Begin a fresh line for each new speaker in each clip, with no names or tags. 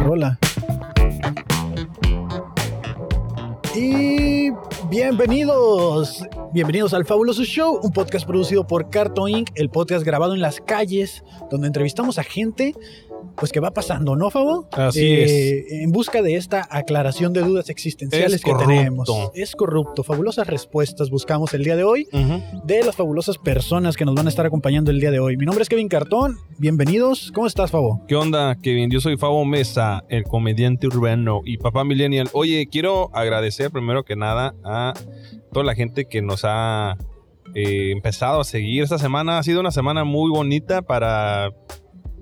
rola. Y bienvenidos, bienvenidos al Fabuloso Show, un podcast producido por Carto Inc., el podcast grabado en las calles, donde entrevistamos a gente pues que va pasando, ¿no, Fabo?
Así
Eh, En busca de esta aclaración de dudas existenciales
Es
que
corrupto.
tenemos. Es corrupto. Fabulosas respuestas buscamos el día de hoy
Ujú.
de las fabulosas personas que nos van a estar acompañando el día de hoy. Mi nombre es Kevin Cartón. Bienvenidos. ¿Cómo estás, Fabo?
¿Qué onda, Kevin? Yo soy Fabo Mesa, el comediante urbano y papá millennial. Oye, quiero agradecer primero que nada a toda la gente que nos ha eh, empezado a seguir. Esta semana ha sido una semana muy bonita para,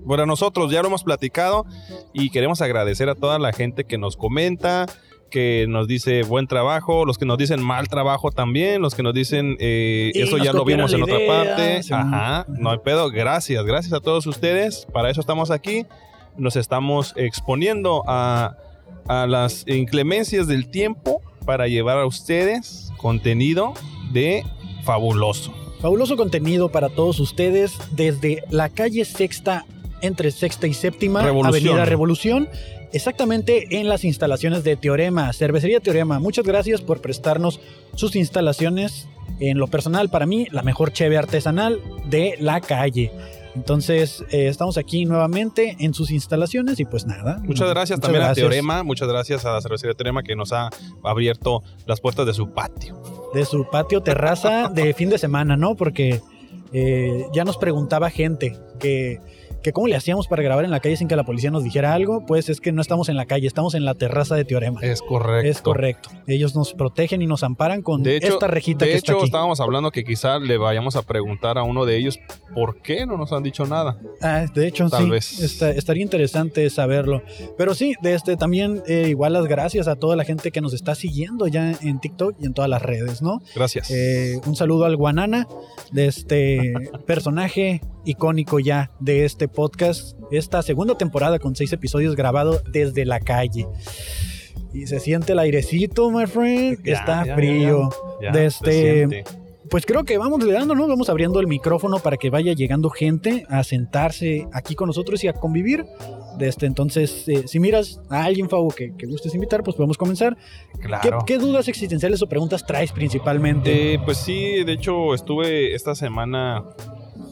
para nosotros, ya lo hemos platicado y queremos agradecer a toda la gente que nos comenta, que nos dice buen trabajo, los que nos dicen mal trabajo también, los que nos dicen eh,
Y
eso
nos
ya lo
copiaron
vimos en
la
otra
idea,
parte.
sí.
Ajá, no hay pedo. Gracias, gracias a todos ustedes. Para eso estamos aquí. Nos estamos exponiendo a, a las inclemencias del tiempo para llevar a ustedes contenido de fabuloso.
Fabuloso contenido para todos ustedes desde la calle Sexta, entre Sexta y Séptima,
Revolución.
Avenida Revolución, exactamente en las instalaciones de Teorema, Cervecería Teorema. Muchas gracias por prestarnos sus instalaciones. En lo personal, para mí, la mejor cheve artesanal de la calle. Entonces, eh, estamos aquí nuevamente en sus instalaciones y pues nada.
Muchas gracias también
gracias
a Teorema, muchas gracias a la cervecería Teorema que nos ha abierto las puertas de su patio.
De su patio terraza de fin de semana, ¿no? Porque eh, ya nos preguntaba gente que, que cómo le hacíamos para grabar en la calle sin que la policía nos dijera algo. Pues es que no estamos en la calle, estamos en la terraza de Teorema.
Es correcto.
Es correcto. Ellos nos protegen y nos amparan con
De hecho-
esta rejita
De
que está
hecho,
aquí.
estábamos hablando que quizá le vayamos a preguntar a uno de ellos por qué no nos han dicho nada.
Ah, de hecho,
Tal
sí,
vez.
está- estaría interesante saberlo. Pero sí, de este, también eh, igual las gracias a toda la gente que nos está siguiendo ya en TikTok y en todas las redes, ¿no?
Gracias.
Eh, un saludo al Guanana, de este personaje icónico ya de este podcast, esta segunda temporada con seis episodios grabado desde la calle. Y se siente el airecito, my friend.
Ya,
Está
ya, ya,
frío.
Ya,
de
se
este-
siente.
Pues creo que vamos le dando, ¿no? Vamos abriendo el micrófono para que vaya llegando gente a sentarse aquí con nosotros y a convivir. Desde entonces, eh, si miras a alguien, Fabo, que, que gustes invitar, pues podemos comenzar. ¿Qué-
Claro.
¿Qué, dudas existenciales o preguntas traes principalmente?
Eh, pues sí, de hecho estuve esta semana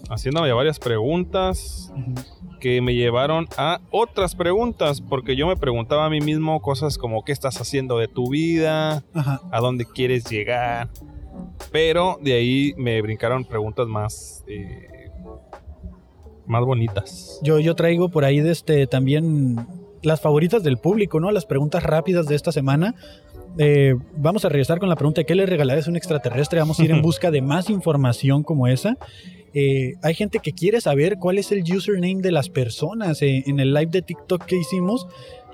haciéndome varias preguntas
Ujú.
que me llevaron a otras preguntas, porque yo me preguntaba a mí mismo cosas como qué estás haciendo de tu vida,
Ajá.
a dónde quieres llegar, pero de ahí me brincaron preguntas más, eh, más bonitas.
Yo, yo traigo por ahí de este, también las favoritas del público, ¿no? Las preguntas rápidas de esta semana. Eh, vamos a regresar con la pregunta de qué le regalarías a un extraterrestre. Vamos a ir en busca de más información como esa. Eh, hay gente que quiere saber cuál es el username de las personas. Eh, en el live de TikTok que hicimos,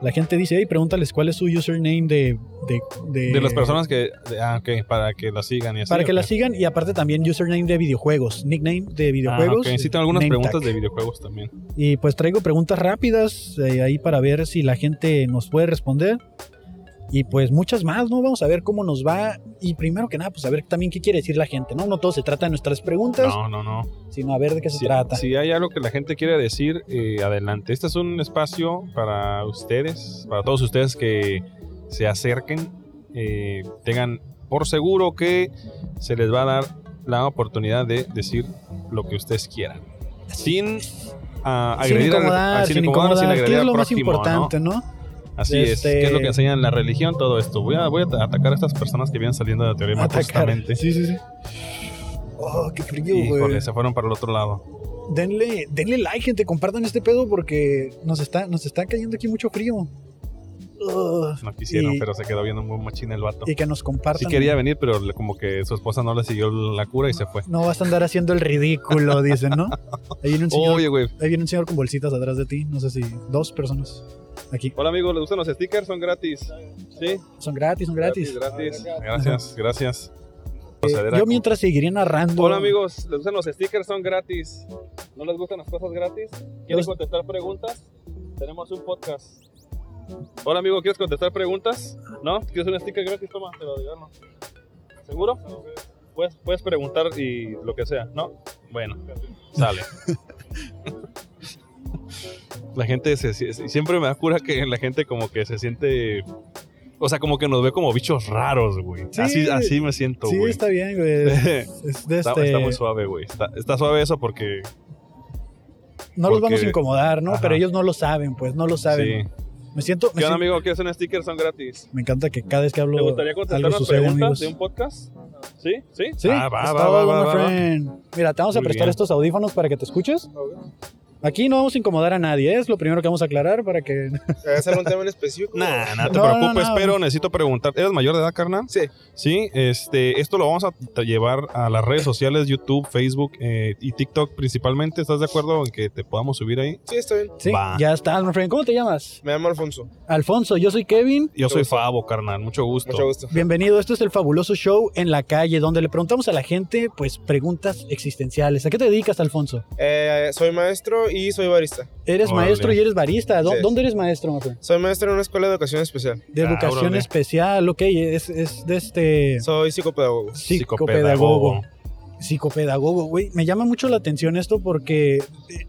la gente dice, hey, pregúntales cuál es su username de... De, de-
De las personas que, de- ah, ok, para que la sigan y
Eh.
así.
Para que
ok.
la sigan y aparte también username de videojuegos, nickname de videojuegos.
Ah, ok. Sí, tengo algunas
name
preguntas
tag.
de videojuegos también.
Y pues traigo preguntas rápidas eh, ahí para ver si la gente nos puede responder. Y pues muchas más, ¿no? Vamos a ver cómo nos va. Y primero que nada, pues a ver también qué quiere decir la gente, ¿no? No todo se trata de nuestras preguntas,
No, no, no.
sino a ver de qué se
si,
trata.
si hay algo que la gente quiere decir, eh, adelante. Este es un espacio para ustedes, para todos ustedes que se acerquen, eh, tengan por seguro que se les va a dar la oportunidad de decir lo que ustedes quieran. Sin ah,
sin
agredir al-
incomodar,
al-
sin incomodar,
sin
que
agredir
es
al
lo más
prójimo, ¿no?
importante, ¿no?
Así es,
Este-
que es lo que enseña la religión, todo esto. Voy a, voy a atacar a estas personas que vienen saliendo de la teoría justamente.
Sí, sí, sí. Oh, qué frío, güey.
Híjole, se fueron para el otro lado.
Denle, denle like, gente, compartan este pedo porque nos está, nos está cayendo aquí mucho frío. Ugh.
No quisieron,
Y-
pero se quedó viendo muy machín el vato.
y que nos compartan.
Sí quería venir, pero le- como que su esposa no le siguió la cura y se fue.
No vas a andar haciendo el ridículo, dicen, ¿no? Ahí viene un señor,
Oye, güey.
ahí viene un señor con bolsitas atrás de ti, no sé si dos personas. Aquí.
Hola, amigos, ¿les gustan los stickers? Son gratis. Sí.
Son gratis, son gratis.
Gratis. Gracias, gracias. Proceder a-
Eh, Yo mientras seguiría narrando.
Hola, amigos, ¿les gustan los stickers? Son gratis. ¿No les gustan las cosas gratis? ¿Quieren
Los-
contestar preguntas? Tenemos un podcast. Hola, amigo, ¿quieres contestar preguntas? ¿No? ¿Quieres un sticker gratis? Toma, te lo digo. ¿Seguro? Puedes, puedes preguntar y lo que sea, ¿no? Bueno, sale. La gente se, se- siempre me da cura que la gente como que se siente. O sea, como que nos ve como bichos raros, güey.
Sí.
así, así me siento,
Sí,
güey.
está bien, güey. Es- es de
Está,
este-
está muy suave, güey. Está, está suave eso porque.
no los vamos a
porque-
incomodar, ¿no?
Ajá.
Pero ellos no lo saben, pues, no lo saben.
sí.
Me siento. Me,
¿Qué onda,
siento-
amigo? ¿Quieres un sticker? Son gratis.
me encanta que cada vez que
¿Te
hablo
gustaría contestar
algo
las
sucede,
preguntas
amigos.
de un podcast? ¿Sí? ¿Sí?
Sí,
Ah, va,
es
va,
todo,
va, va,
my
va, va.
friend. Mira, te vamos a
Muy
prestar
bien.
estos audífonos para que te escuches. Aquí no vamos a incomodar a nadie, ¿eh? es lo primero que vamos a aclarar para que...
¿Es algún tema en específico?
Nah, nah, te
No, no,
preocupes,
no.
pero necesito preguntar. ¿Eres mayor de edad, carnal?
Sí.
Sí, este, esto lo vamos a t- llevar a las redes sociales, YouTube, Facebook eh, y TikTok principalmente. ¿Estás de acuerdo en que te podamos subir ahí?
Sí, está bien.
Sí,
Va.
ya está, my friend. ¿Cómo te llamas?
Me llamo Alfonso.
Alfonso, yo soy Kevin.
Yo soy
gusto.
Fabo, carnal. Mucho gusto.
Mucho gusto.
Bienvenido, esto es el fabuloso show en la calle, donde le preguntamos a la gente, pues, preguntas existenciales. ¿A qué te dedicas, Alfonso?
Eh, soy maestro y soy barista.
Eres
Órale.
maestro y eres barista. ¿Dó-
Sí.
¿Dónde eres maestro, my friend?
Soy maestro en una escuela de educación especial.
De
Ah,
educación
órale.
especial, ok, es, es de este...
Soy psicopedagogo.
psicopedagogo. Psicopedagogo, güey. Me llama mucho la atención esto porque eh,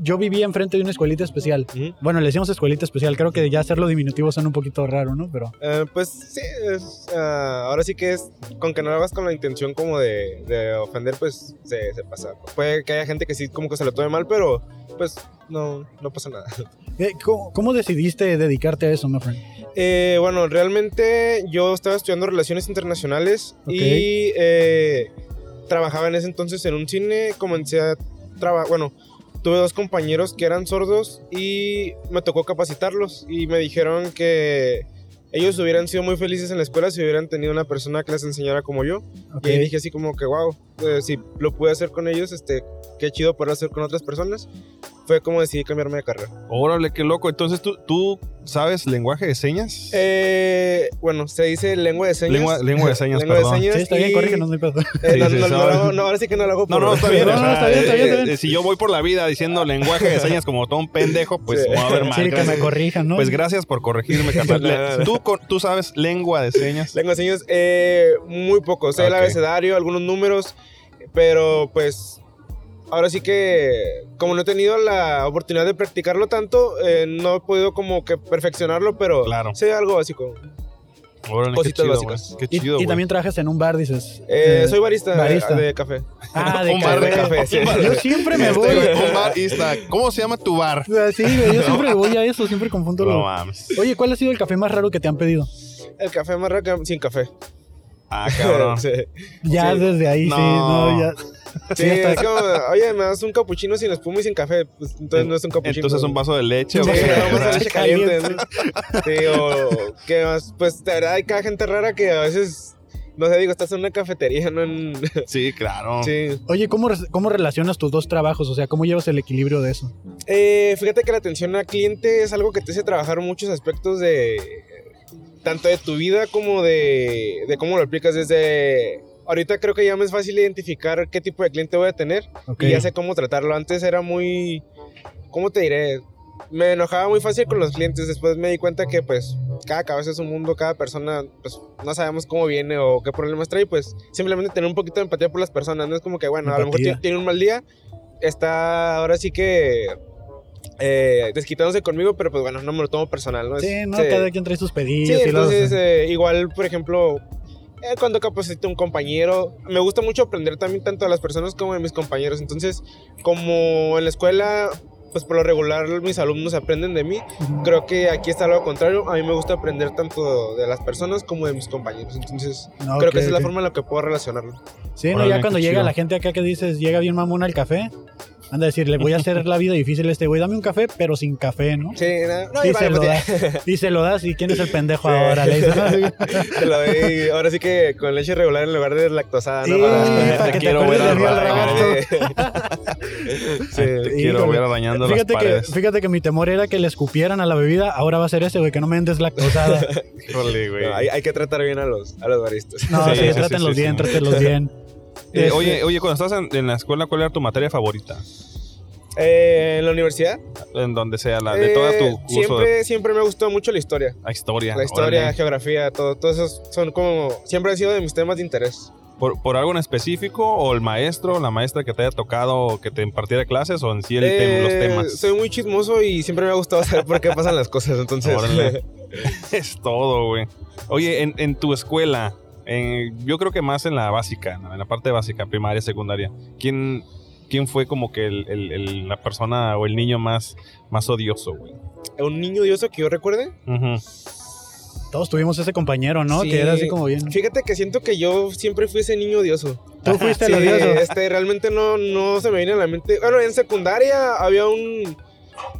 yo vivía enfrente de una escuelita especial.
Ujú.
Bueno, le decíamos escuelita especial. Creo que ya hacerlo diminutivo suena un poquito raro, ¿no? Pero
Eh, pues sí, es, ah, ahora sí que es con que no lo hagas con la intención como de, de ofender, pues se, se pasa. Puede que haya gente que sí como que se lo tome mal, pero pues no, no pasa nada.
eh, ¿cómo, cómo decidiste dedicarte a eso, my friend?
Eh, bueno, realmente yo estaba estudiando relaciones internacionales
Ok.
y eh, trabajaba en ese entonces en un cine. Comencé a trabajar, bueno, tuve dos compañeros que eran sordos y me tocó capacitarlos y me dijeron que ellos hubieran sido muy felices en la escuela si hubieran tenido una persona que les enseñara como yo.
Ok.
Y ahí dije así como que, wow, eh, si lo pude hacer con ellos, este, qué chido poder hacer con otras personas. Fue como decidí cambiarme de carrera.
Órale, qué loco. Entonces, ¿tú, tú sabes lenguaje de señas?
Eh, bueno, se dice lengua de señas.
Lengua- lengua de señas,
Lengua
perdón.
De señas
Sí, está bien,
y-
corrígenos, no hay pedo.
eh,
Sí,
no,
sí,
no, no
sabe.
lo hago- no, ahora sí que no lo hago.
No,
por-
no, está bien.
No,
o
no,
sea,
está bien, está bien, está
eh,
bien.
eh, Si yo voy por la vida diciendo lenguaje de señas como todo un pendejo, pues
Sí.
me va a ver mal.
Sí, que
Gracias.
me corrijan, ¿no?
Pues gracias por corregirme, carnal. Le- ¿Tú, con- tú sabes lengua de señas.
Lengua de señas, eh, muy poco. Sé el
Ok.
abecedario, algunos números, pero pues. Ahora sí que, como no he tenido la oportunidad de practicarlo tanto, eh, no he podido como que perfeccionarlo, pero
Claro.
sé algo básico.
Órale, qué
Cositas
chido,
básicas.
güey. Qué
Y,
chido,
y
güey.
también trabajas en un bar, dices.
Eh,
eh,
soy barista, de-
barista.
de café.
Ah, de
un bar de
café.
café, sí.
Yo siempre me
Este,
voy.
un barista. ¿Cómo se llama tu bar?
Ah, Sí, güey, yo siempre me voy a eso, siempre confundo
No
lo.
mames.
Oye, ¿cuál ha sido el café más raro que te han pedido?
El café más raro que- sin café.
Ah, cabrón.
Sí.
Ya
Sí.
desde ahí, sí,
No.
no, ya. Sí,
Sí,
está-
es como, oye, me das un capuchino sin espuma y sin café. Pues, entonces no es un capuchino.
Entonces un vaso de leche.
Sí,
güey.
vamos a
leche
leche caliente. ¿no? Sí, o que más, pues de verdad hay cada gente rara que a veces, no sé, digo, estás en una cafetería, no en...
Sí, claro.
Sí.
Oye, ¿cómo, re- ¿cómo relacionas tus dos trabajos? O sea, ¿cómo llevas el equilibrio de eso?
Eh, fíjate que la atención al cliente es algo que te hace trabajar muchos aspectos de... Tanto de tu vida como de, de cómo lo aplicas desde... Ahorita creo que ya me es fácil identificar qué tipo de cliente voy a tener.
Ok.
y ya sé cómo tratarlo. Antes era muy, ¿cómo te diré? Me enojaba muy fácil con los clientes. Después me di cuenta que pues cada cabeza es un mundo, cada persona pues no sabemos cómo viene o qué problemas trae. Pues simplemente tener un poquito de empatía por las personas. No es como que, bueno, a lo mejor
Empatía.
ti- tiene un mal día. Está ahora sí que eh, desquitándose conmigo, pero pues bueno, no me lo tomo personal. ¿no? Es-
Sí, no,
pues, sí.
cada quien trae sus
Sí,
pedillos y los-
entonces eh, igual, por ejemplo, eh, cuando capacito a un compañero, me gusta mucho aprender también tanto de las personas como de mis compañeros. Entonces, como en la escuela, pues por lo regular mis alumnos aprenden de mí,
Ujú.
creo que aquí está lo contrario. A mí me gusta aprender tanto de las personas como de mis compañeros. Entonces,
No,
creo
Ah, ok,
que esa es la
ok.
forma en la que puedo relacionarlo.
Sí, no,
Órale,
ya
qué
cuando llega
chido.
la gente acá que dices, llega bien mamón al café, anda a decir, le voy a hacer la vida difícil a este güey, dame un café, pero sin café, ¿no?
Sí, no, no,
y, se
y vale,
lo
pues, ya,
das, y se lo das, y quién es el pendejo
Sí.
ahora, le dices, ¿no?
te lo doy. Ahora sí que con leche regular en lugar de lactosada. ¿no?
Sí,
Para-
para que te
quiero
acuerdes
ver
de mí al
al
rato.
rato.
Sí.
Te quiero
Híjole.
ver dañando las
Fíjate que,
paredes.
fíjate que mi temor era que le escupieran a la bebida, ahora va a ser ese, güey, que no me vendes lactosada.
Híjole, güey.
No, hay, hay que tratar bien a los, a los baristas.
No,
Sí,
sí,
sí, sí,
trátenlos
sí,
bien,
sí.
trátenlos bien.
Eh,
Este,
oye, oye, cuando estás en, en la escuela, ¿cuál era tu materia favorita?
Eh, en la universidad.
En donde sea, la, Ah, de toda
eh,
tu curso
Siempre,
de
siempre me gustó mucho la historia.
la historia.
La historia,
órale.
geografía, todo. Todos esos son como. Siempre han sido de mis temas de interés.
¿Por, por algo en específico o el maestro, la maestra que te haya tocado que te impartiera clases o en sí el tem-
Eh,
los temas?
Soy muy chismoso y siempre me ha gustado saber por qué pasan las cosas. Entonces,
Órale. Es todo, güey. Oye, en, en tu escuela, en- yo creo que más en la básica, ¿no? en la parte básica, primaria, secundaria, ¿quién, quién fue como que el- el- el- la persona o el niño más, más odioso, güey?
un niño odioso que yo recuerde.
Ujú.
Todos tuvimos ese compañero, ¿no?
Sí.
Que era así como bien.
Fíjate que siento que yo siempre fui ese niño odioso.
Tú fuiste
Sí,
el odioso.
este, realmente no, no se me viene a la mente. Bueno, en secundaria había un,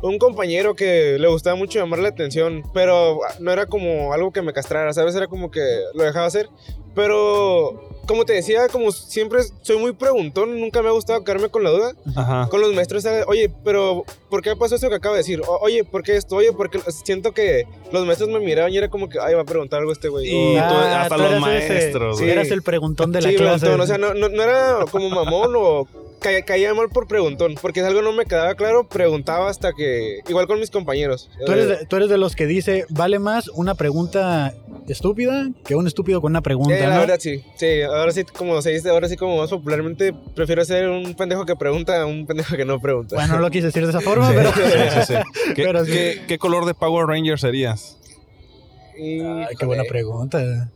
un compañero que le gustaba mucho llamar la atención, pero no era como algo que me castrara, ¿sabes? Era como que lo dejaba hacer. Pero, como te decía, como siempre soy muy preguntón, nunca me ha gustado quedarme con la duda.
Ajá.
Con los maestros, era, oye, pero ¿por qué pasó eso que acabo de decir? O- oye, ¿por qué esto? Oye, porque siento que los maestros me miraban y era como que, ay, va a preguntar algo este güey.
Y
O-
tú-
Ah,
hasta
tú
los
eras ese.
maestros,
Sí,
güey.
eras el preguntón de la
sí,
clase.
preguntón, o sea, no, no, no era como mamón o ca- caía mal por preguntón, porque si algo no me quedaba claro, preguntaba hasta que, igual con mis compañeros.
tú, eres
Eh,
de, tú eres de los que dice, vale más una pregunta estúpida que un estúpido con una pregunta.
eh,
¿no?
la verdad sí, sí, ahora sí, como se dice, ahora sí como más popularmente, prefiero ser un pendejo que pregunta a un pendejo que no pregunta.
Bueno, no lo quise decir de esa forma, pero...
Sí, sí, sí. ¿Qué,
Pero sí.
qué- qué color de Power Ranger serías?
Ay, qué buena
Híjole,
pregunta.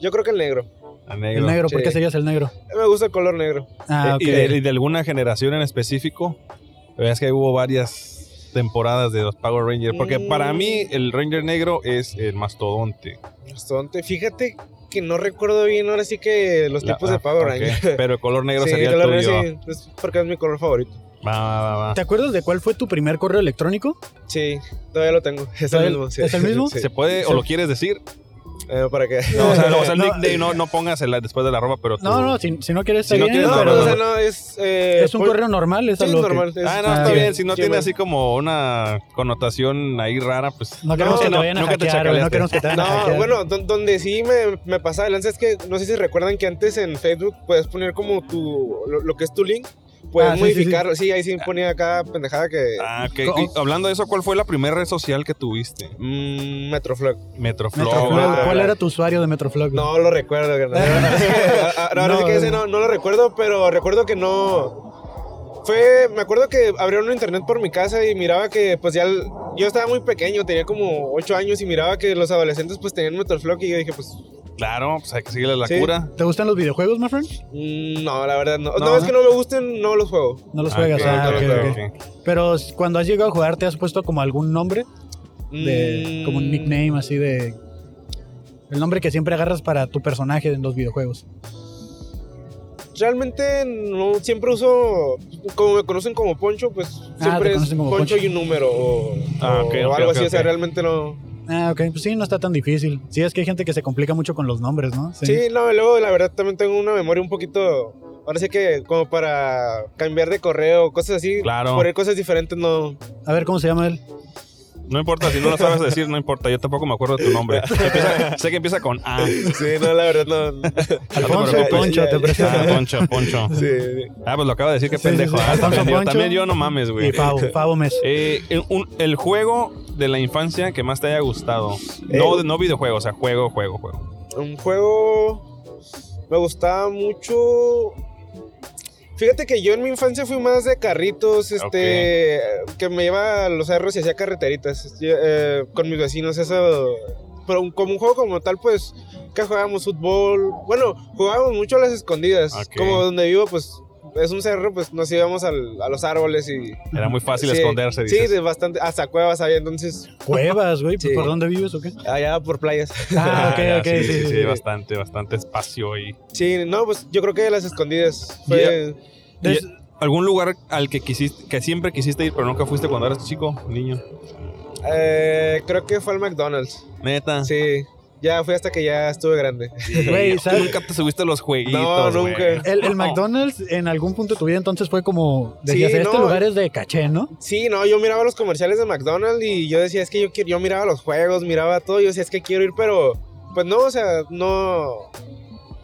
Yo creo que el negro,
A
El
negro.
negro, ¿por
Sí.
qué serías el negro?
me gusta el color negro.
Ah, ok.
Eh, ¿Y, de, y de alguna generación en específico? Es que hubo varias temporadas de los Power Rangers. Porque
Mm.
para mí el Ranger negro es el mastodonte.
Bastante, fíjate que no recuerdo bien ahora sí que los
La-
tipos
la-
de Power
ok,
Ranger.
Pero el color negro
Sí,
sería el
color
tuyo.
negro, sí, es porque es mi color favorito.
Va, va, va.
¿Te acuerdas de cuál fue tu primer correo electrónico?
Sí, todavía lo tengo. Es el
¿Todavía-
mismo. sí.
es el mismo?
Sí.
¿Se puede o
Sí.
lo quieres decir?
Eh, ¿Para qué?
No, o sea, o sea, el
No. eh.
nickname no, no pongas el- después de la ropa, pero tú-
No, no, si, si no quieres
Si
está
no
bien,
quieres,
No,
pero
no, o sea, no, es... eh,
es un
por-
correo normal, es
Sí, es
algo que-
normal. es-
Ah, no, está
Ah,
bien. Si no tiene
Gmail.
así como una connotación ahí rara, pues.
No queremos
No,
que te
no,
vayan a
nunca te
hackear, güey, no
chacaleaste.
queremos que te vayan a
No,
hackear.
bueno, don- donde sí me, me pasaba de lanza es que no sé si recuerdan que antes en Facebook puedes poner como tu lo, lo que es tu link, puedes
Ah, sí, sí, sí.
modificarlo. Sí, ahí sí ponía cada pendejada que
Ah, ok.
Co-
Y hablando de eso, ¿cuál fue la primera red social que tuviste?
mm, Metroflog.
Metroflog.
Metroflog,
¿verdad?
ah,
¿Cuál
ah.
era tu usuario de Metroflog?
No lo recuerdo, carnal. Ahora ahora sí que
No.
ese no, no lo recuerdo, pero recuerdo que no. Fue, me acuerdo que abrieron un internet por mi casa y miraba que, pues ya, el- yo estaba muy pequeño, tenía como 8 años y miraba que los adolescentes pues tenían Metroflog y yo dije, pues,
Claro, pues hay que seguirle la
Sí.
cura.
¿Te gustan los videojuegos, my friend?
mm, no, la verdad no.
No,
No,
¿no?
es que no me gusten, no los juego.
No los
Ah,
juegas,
ok,
ah,
ok,
ok,
ok,
ok.
ok.
Pero cuando has llegado a jugar, ¿te has puesto como algún nombre? De,
Mm,
Como un nickname así de... El nombre que siempre agarras para tu personaje en los videojuegos.
Realmente no, siempre uso, como me conocen como Poncho, pues
Ah, te
siempre es
conocen como
Poncho, y un número o,
Ah,
o
ok,
algo
ok,
así,
ok,
o sea,
ok.
realmente no.
Ah, ok, pues sí, no está tan difícil. Sí, es que hay gente que se complica mucho con los nombres, ¿no?
Sí, no, luego la verdad también tengo una memoria un poquito. Ahora sí que como para cambiar de correo, cosas así.
Claro.
Por cosas diferentes no.
A ver, ¿cómo se llama él?
No importa, si no lo sabes decir, no importa. Yo tampoco me acuerdo de tu nombre. Empieza- sé que empieza con A.
Sí, no, la verdad no.
Alfonso
preocupes.
Poncho, te presto.
Ah, Poncho, Poncho.
Sí.
Ah, pues lo acaba de decir, qué
Sí, sí,
pendejo.
sí.
Ah,
Alfonso
también, yo,
Poncho.
también yo no mames, güey.
Y Favo, Favo Mes.
Eh, el- un- el juego de la infancia que más te haya gustado.
Eh,
No, de- no videojuego, o sea, juego, juego, juego.
Un juego. Me gustaba mucho. Fíjate que yo en mi infancia fui más de carritos, este, que me iba a los cerros y hacía carreteritas este, eh, con mis vecinos, eso. Pero un- como un juego como tal, pues, que jugábamos fútbol. Bueno, jugábamos mucho a las escondidas.
Ok.
Como donde vivo, pues, es un cerro, pues nos íbamos al- a los árboles y...
Era muy fácil
Sí,
esconderse, dices.
Sí, de bastante, hasta cuevas había, entonces,
Cuevas, güey,
Sí.
¿por dónde vives o qué?
allá por playas.
Ah, ok,
ya,
ok,
sí,
sí, sí, sí.
bastante, bastante espacio ahí.
Sí, no, pues yo creo que las escondidas fue...
Entonces,
¿Algún lugar al que quisiste, que siempre quisiste ir, pero nunca fuiste cuando eras chico, niño?
Eh, creo que fue al McDonald's.
Neta.
Sí. Ya fui hasta que ya estuve grande.
Güey, ¿sabes?
Nunca te subiste a los jueguitos.
No, nunca.
güey.
El, el
No.
McDonald's en algún punto de tu vida entonces fue como, decías,
Sí,
este
no.
lugar es de caché, ¿no?
Sí, no, yo miraba los comerciales de McDonald's y yo decía, es que yo quiero, yo miraba los juegos, miraba todo, yo decía, es que quiero ir, pero pues no, o sea, no.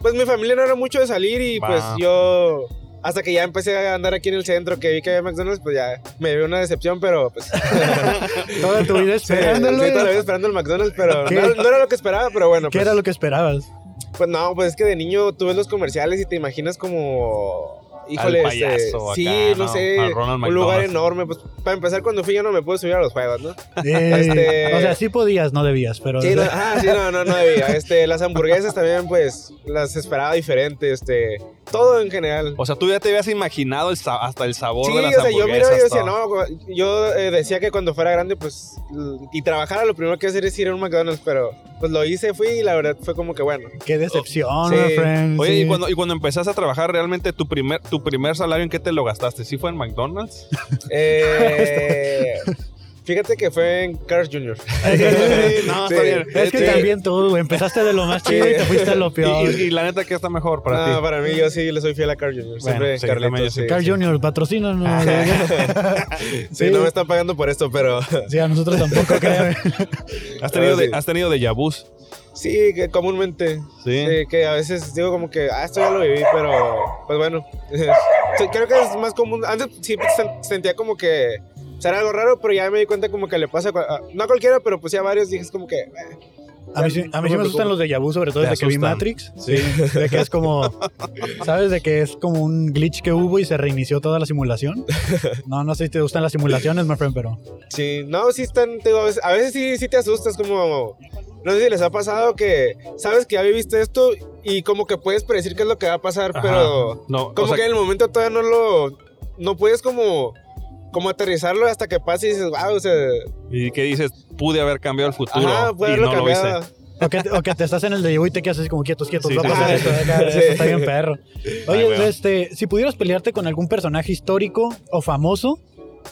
Pues mi familia no era mucho de salir y
Va.
pues yo hasta que ya empecé a andar aquí en el centro, que vi que había McDonald's, pues ya me dio una decepción, pero pues sí,
Toda tu vida
sí,
esperándolo.
toda la vida esperando el McDonald's, pero
¿Qué?
no, no era lo que esperaba, pero bueno,
¿Qué
pues,
era lo que esperabas?
Pues no, pues es que de niño tú ves los comerciales y te imaginas como. Híjole, este,
payaso acá,
sí, no,
¿no?
sé,
Al Ronald
un lugar
McDonald.
enorme. Pues para empezar, cuando fui yo no me pude subir a los juegos, ¿no?
Eh,
Este-
O sea, sí podías, no debías, pero.
Sí, no, ah, sí, no, no, no debía. Este, las hamburguesas también, pues, las esperaba diferente, este, todo en general.
O sea, tú ya te habías imaginado el sa- hasta el sabor
Sí,
de
o
las
sea, yo miraba y
hamburguesas,
decía,
todo.
no, yo eh, decía que cuando fuera grande, pues, l- y trabajara, lo primero que hacer es ir a un McDonald's, pero, pues, lo hice, fui y la verdad fue como que, bueno,
Qué decepción,
Sí.
my friend,
Oye,
sí.
y, cuando, y cuando empezaste a trabajar, realmente tu primer, tu primer salario, ¿en qué te lo gastaste? ¿Sí fue en McDonald's?
eh, fíjate que fue en Cars Jr.
no,
Sí.
está bien.
Es que
Sí.
también tú, güey, empezaste de lo más chido y te fuiste a lo
Y,
peor.
y- y la neta, ¿qué está mejor para
no,
ti?
para mí, yo sí le soy fiel a Carl Jr. Siempre,
sí,
Carlitos,
también yo soy
sí,
Carl
sí.
Jr., patrocínanos.
Sí, no me están pagando por esto, pero...
Sí, a nosotros tampoco, créeme.
¿Has tenido,
Ahora
de,
sí.
has tenido déjà vus?
Sí, que comúnmente.
Sí.
Sí, que a veces digo como que, ah, esto ya lo viví, pero pues bueno. Sí, Creo que es más común. Antes sí sen- sentía como que será algo raro, pero ya me di cuenta como que le pasa a cua- a- no a cualquiera, pero pues sí a varios dije es como que, eh,
A mí, sí- a mí sí me asustan los de vu, sobre todo
Te
desde que vi
asustan.
Matrix. Sí. De que es como. ¿Sabes? De que es como un glitch que hubo y se reinició toda la simulación. No, no sé si te gustan las simulaciones, my friend, pero.
sí, no, sí están, te digo, a veces, a veces sí, sí te asustas como, no sé si les ha pasado que sabes que ya viviste esto y como que puedes predecir qué es lo que va a pasar,
Ajá.
pero
No,
como
o sea,
que en el momento todavía no lo, no puedes como, como aterrizarlo hasta que pase y dices, wow, o sea,
¿y qué dices? Pude haber cambiado el futuro
ajá, puede
y
haberlo
no lo
cambiado.
hice.
O que, o que te estás en el de vu y te quedas así como quietos, quietos.
Sí,
va a
sí,
pasar
sí.
esto, acá,
Sí.
esto está bien perro. Oye,
weón.
este, si pudieras pelearte con algún personaje histórico o famoso,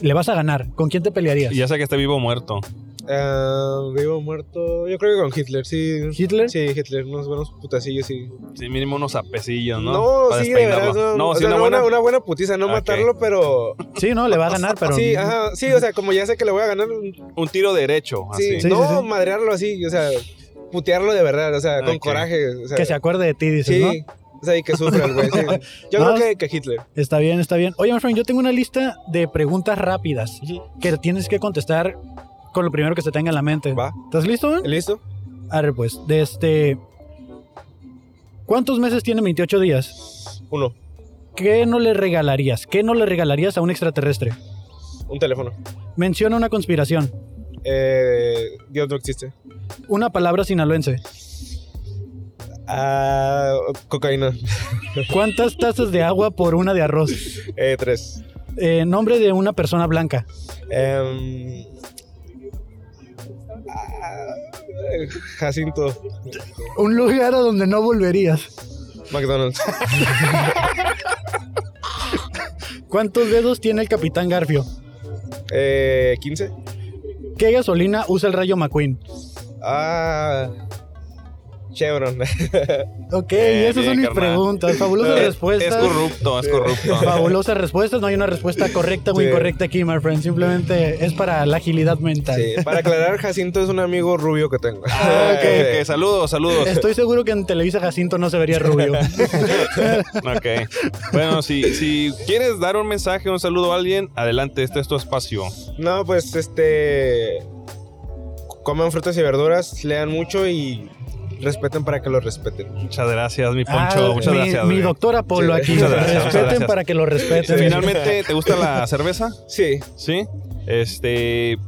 le vas a ganar. ¿Con quién te pelearías?
Y ya sé que esté vivo o muerto.
Ah, vivo o muerto. Yo creo que con Hitler, sí.
¿Hitler?
Sí, Hitler, unos buenos putacillos, sí.
Sí, mínimo unos apecillos, ¿no?
No,
Para
sí, de verdad.
despeinarlo.
No,
No,
O
sí,
sea,
una
no,
buena.
una, una buena putiza, no
Ok.
matarlo, pero.
Sí, no, le va a ganar, pero.
Sí, ajá, sí, o sea, como ya sé que le voy a ganar.
Un tiro derecho,
Sí,
así.
Sí,
no,
sí, sí.
madrearlo así, o sea, putearlo de verdad, o sea, con
Ok.
coraje. O sea,
Que se acuerde de ti, dices,
sí.
¿no?
O sea, y que sufra el güey. sí. Yo
No,
creo que, que Hitler.
Está bien, está bien. Oye, my friend, yo tengo una lista de preguntas rápidas que tienes que contestar con lo primero que se tenga en la mente.
Va.
¿Estás listo, man?
¿Listo?
Arre, pues. De este. ¿Cuántos meses tiene 28 días?
Uno.
¿Qué no le regalarías? ¿Qué no le regalarías a un extraterrestre?
Un teléfono.
Menciona una conspiración.
Eh, Dios no existe.
Una palabra sinaloense.
Ah, cocaína.
¿Cuántas tazas de agua por una de arroz?
Eh, tres.
Eh, nombre de una persona blanca.
Em, ah, Jacinto
Un lugar a donde no volverías.
McDonald's.
¿Cuántos dedos tiene el capitán Garfio?
Eh, 15.
¿Qué gasolina usa el rayo McQueen?
Ah, Chevron.
Ok, esas son
Bien, Eh, bien,
mis
carnal.
preguntas. Fabulosas
Es-
respuestas.
Es corrupto, es corrupto.
Fabulosas respuestas. No hay una respuesta correcta o
Sí.
incorrecta aquí, my friend. Simplemente es para la agilidad mental.
Sí, para aclarar, Jacinto es un amigo rubio que tengo.
Ah,
ok.
ok, ok, saludos, saludos.
Estoy seguro que en Televisa Jacinto no se vería rubio.
Ok. Bueno, si, si quieres dar un mensaje, un saludo a alguien, adelante, este es tu espacio.
No, pues este. Coman frutas y verduras, lean mucho y respeten para que lo respeten.
Muchas gracias, mi Poncho.
Ah,
muchas
mi,
gracias.
mi
güey.
doctor Apolo
Sí,
aquí.
muchas gracias, muchas
respeten
gracias.
para que lo respeten.
Finalmente, ¿te gusta la cerveza?
Sí,
Sí. Este.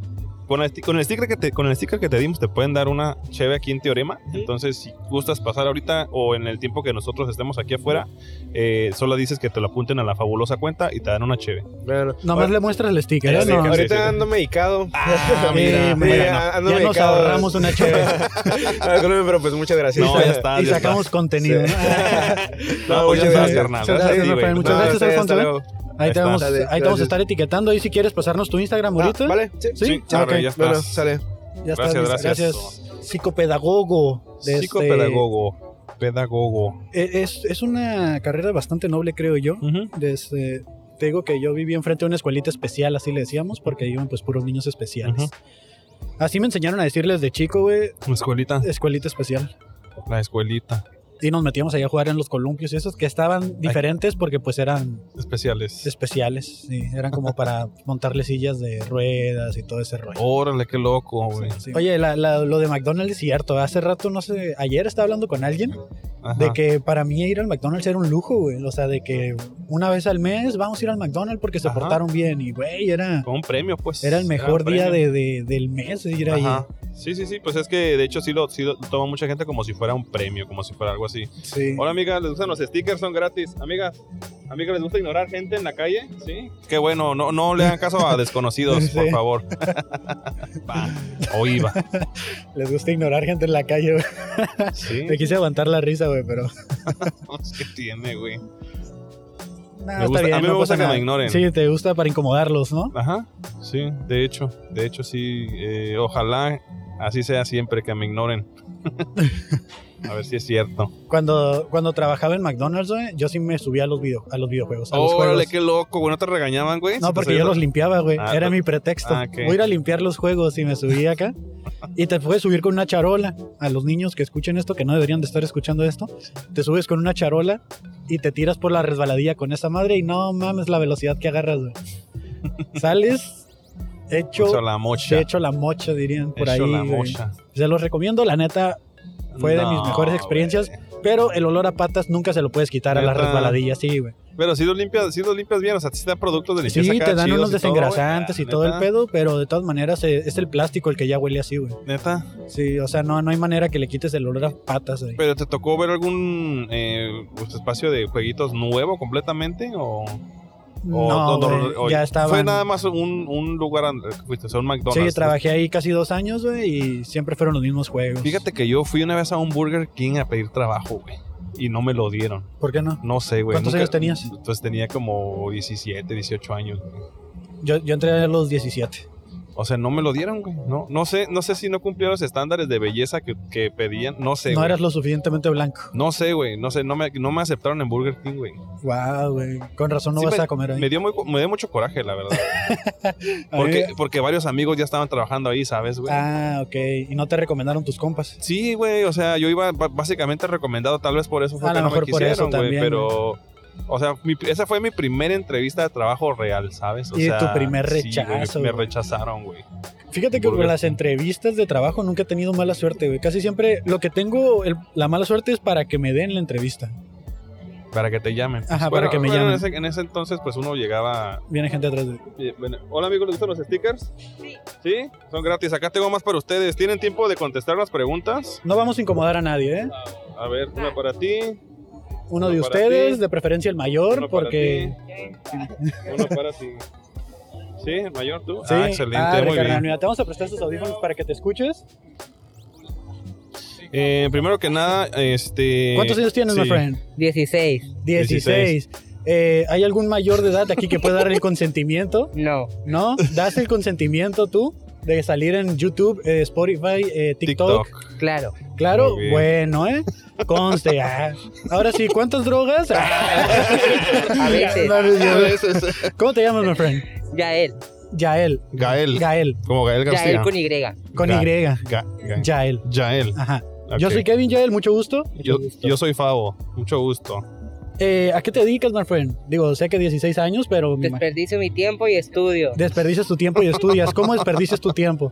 Con el, sti- con, el sticker que te, con el sticker que te dimos, te pueden dar una cheve aquí en Teorema. Entonces, si gustas pasar ahorita o en el tiempo que nosotros estemos aquí afuera, eh, solo dices que te lo apunten a la fabulosa cuenta y te dan una cheve.
bueno.
Nomás le muestras el sticker. ¿eh?
Sí,
No.
sí,
Este, Ahorita
sí.
ando medicado.
Ah, mira,
Eh,
mira,
mira,
no.
ando
ya nos
medicado.
ahorramos una chévere
Ah, discúlpeme, pero pues muchas gracias.
No, ya está.
y
ya está.
sacamos contenido.
Sí.
¿no?
No, pues
muchas
muchas gracias,
gracias.
carnal.
Muchas
Gracias a ti,
gracias, Rafael,
güey. Ah,
muchas
No,
gracias,
ustedes,
Alfonso, ¿eh?
hasta luego.
Ahí, te
Ahí
vamos,
está.
ahí te vamos
Gracias.
a estar etiquetando. Y si quieres pasarnos tu Instagram ahorita.
Ah, ¿Vale? Sí.
Sí,
Sí,
Ah,
arre,
ok.
ya estás.
Bueno, sale.
Ya está,
Gracias,
listo.
gracias.
Psicopedagogo. de este-
Psicopedagogo. Pedagogo.
Eh, Es, es una carrera bastante noble, creo yo. Desde, te digo que yo viví enfrente de una escuelita especial, así le decíamos, porque iban pues puros niños especiales. Así me enseñaron a decirles de chico, güey,
La escuelita.
escuelita especial.
La escuelita.
Y nos metíamos allá a jugar en los columpios y esos que estaban diferentes porque pues eran
Especiales.
especiales. sí, eran como para montarle sillas de ruedas y todo ese rollo.
Órale, qué loco, güey.
Sí. Oye, la- la- lo de McDonald's es cierto. Hace rato, no sé, ayer estaba hablando con alguien
Ajá.
De que para mí ir al McDonald's era un lujo, güey. O sea, de que una vez al mes vamos a ir al McDonald's porque se
Ajá.
portaron bien. Y, güey, era,
Fue un premio, pues.
era el mejor
un
día
premio.
de, de- del mes ir ahí. eh.
Ajá. Sí, sí, sí. Pues es que de hecho sí lo, sí lo toma mucha gente como si fuera un premio, como si fuera algo así.
Sí.
Hola, amiga, ¿les gustan los stickers? Son gratis. Amigas, amigas, ¿les gusta ignorar gente en la calle? Sí. Qué bueno, no, no le hagan caso a desconocidos, por
Sí.
favor. Va, o iba.
Les gusta ignorar gente en la calle, güey.
Sí.
Me quise aguantar la risa, güey, pero.
¿Qué tiene, güey?
Nah,
Me gusta- a mí me
pasa
gusta que me
nada.
ignoren.
Sí, te gusta para incomodarlos, ¿no?
Ajá, sí, de hecho, de hecho sí, eh, ojalá así sea siempre que me ignoren. a ver si es cierto.
Cuando, cuando trabajaba en McDonald's, güey, yo sí me subía a los, video, a los videojuegos. A los
Órale,
juegos.
qué loco, güey, no te regañaban, güey. Si
No,
te
porque yo
subías
los limpiaba, güey.
Ah,
Era
tú-
mi pretexto.
Ah, ok.
Voy a ir a limpiar los juegos y me subí acá. Y te puedes subir con una charola. A los niños que escuchen esto, que no deberían de estar escuchando esto, te subes con una charola y te tiras por la resbaladilla con esa madre y no mames la velocidad que agarras, güey. Sales
a-
hecho,
a la mocha.
de hecho la mocha, dirían por
hecho
ahí.
la
güey.
mocha.
Se los recomiendo, la neta, fue de mis mejores experiencias.
güey.
pero el olor a patas nunca se lo puedes quitar a las
Neta.
resbaladillas, sí, güey.
Pero si los limpias, si los limpias bien, o sea, si te dan productos de limpieza.
Sí,
acá
te dan
chidos
unos
y todo, güey.
desengrasantes y
Ah,
todo el
neta,
pedo, pero de todas maneras eh, es el plástico el que ya huele así, güey.
Neta.
Sí, o sea, no, no hay manera que le quites el olor a patas. güey.
Pero te tocó ver algún eh, pues, espacio de jueguitos nuevo completamente o. O-
no,
o- o-
güey,
o-
ya estaba.
Fue nada más un, un lugar al que fuiste, o sea,
Sí,
un McDonald's.
trabajé ahí casi dos años, güey, y siempre fueron los mismos juegos.
Fíjate que yo fui una vez a un Burger King a pedir trabajo, güey. Y no me lo dieron.
¿Por qué no?
No sé, güey.
¿Cuántos
nunca-
años tenías?
Pues tenía como 17, 18 años. güey.
Yo, yo entré a los 17.
O sea, no me lo dieron, güey. No, no sé, no sé si no cumplía los estándares de belleza que, que pedían. No sé,
no
güey.
eras lo suficientemente blanco.
No sé, güey. No sé, no me, no me aceptaron en Burger King, güey.
Wow, güey. Con razón no
Sí,
vas a comer ahí.
Me dio, muy, co- me dio mucho coraje, la verdad.
A mí-
Porque, porque varios amigos ya estaban trabajando ahí, ¿sabes, güey?
Ah, ok. Y no te recomendaron tus compas.
Sí, güey, o sea, yo iba ba- básicamente recomendado, tal vez por eso fue
A
que
lo
no me
mejor por eso
quisieron, güey,
también,
pero... O sea, mi- esa fue mi primera entrevista de trabajo real, ¿sabes? O
Y
sea,
tu primer
sí, güey,
rechazo,
me
güey.
rechazaron, güey.
Fíjate que con
Burger
las
King.
entrevistas de trabajo nunca he tenido mala suerte, güey. Casi siempre lo que tengo, el- la mala suerte es para que me den la entrevista.
Para que te llamen. pues.
Ajá, para que me
En
llamen.
ese, en ese entonces, pues uno llegaba...
Viene gente atrás de...
eh, bueno, Hola, amigos, ¿les gustan los stickers? Sí. ¿Sí? Son gratis. Acá tengo más para ustedes. ¿Tienen tiempo de contestar las preguntas?
No vamos a incomodar a nadie, ¿eh?
A ver, una para ti,
Uno de
Uno para
ustedes,
ti.
de preferencia el mayor,
uno
porque...
para ti, uno para ti. ¿Sí? ¿Mayor tú?
Sí,
Ah, excelente,
Ah,
muy
Ricardo,
bien.
mira, te vamos a prestar estos audífonos para que te escuches.
Eh, primero que nada, este.
¿Cuántos años tienes,
sí.
my friend?
16.
16. Eh, ¿Hay algún mayor de edad aquí que pueda dar el consentimiento?
No.
¿No? ¿Das el consentimiento tú de salir en YouTube, eh, Spotify, eh, TikTok?
TikTok.
Claro.
Claro,
Muy bien.
bueno, ¿eh? Conste. ah. Ahora sí, ¿cuántas drogas?
A veces.
No, no, no. ¿Cómo te llamas, my friend?
Yael.
Yael.
Gael.
Gael,
Como Gael García.
Yael con Y.
con
Ga-
Y.
Ga- Ga-
Yael.
Yael.
Ajá.
Ok.
Yo soy Kevin Yael, mucho gusto.
Yo, yo soy Favo. Mucho gusto.
Eh, ¿A qué te dedicas, my friend? Digo, sé que 16 años, pero me imag-
Desperdicio mi tiempo y estudio.
desperdicias tu tiempo y estudias. ¿Cómo desperdicias tu tiempo?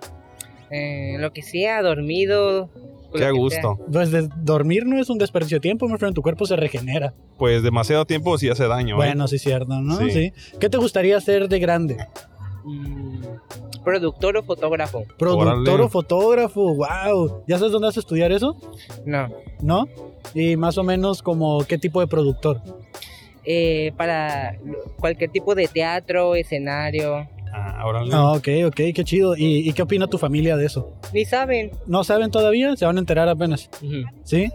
Eh, lo que sea, dormido. lo
Qué
que
a
sea.
gusto.
Pues de- dormir no es un desperdicio de tiempo, my friend. Tu cuerpo se regenera.
Pues demasiado tiempo si hace daño. ¿eh?
Bueno, sí, cierto, ¿no?
Sí.
Sí. ¿Qué te gustaría ser de grande?
Mm, productor o fotógrafo.
Productor
Órale.
o fotógrafo. ¡Wow! ¿Ya sabes dónde vas a estudiar eso?
No.
¿No? Y más o menos como qué tipo de productor.
Eh, para cualquier tipo de teatro, escenario.
Ah, órale.
Ah, ok, ok, qué chido. ¿Y, y qué opina tu familia de eso?
Ni saben.
¿No saben todavía? Se van a enterar apenas. ¿Sí?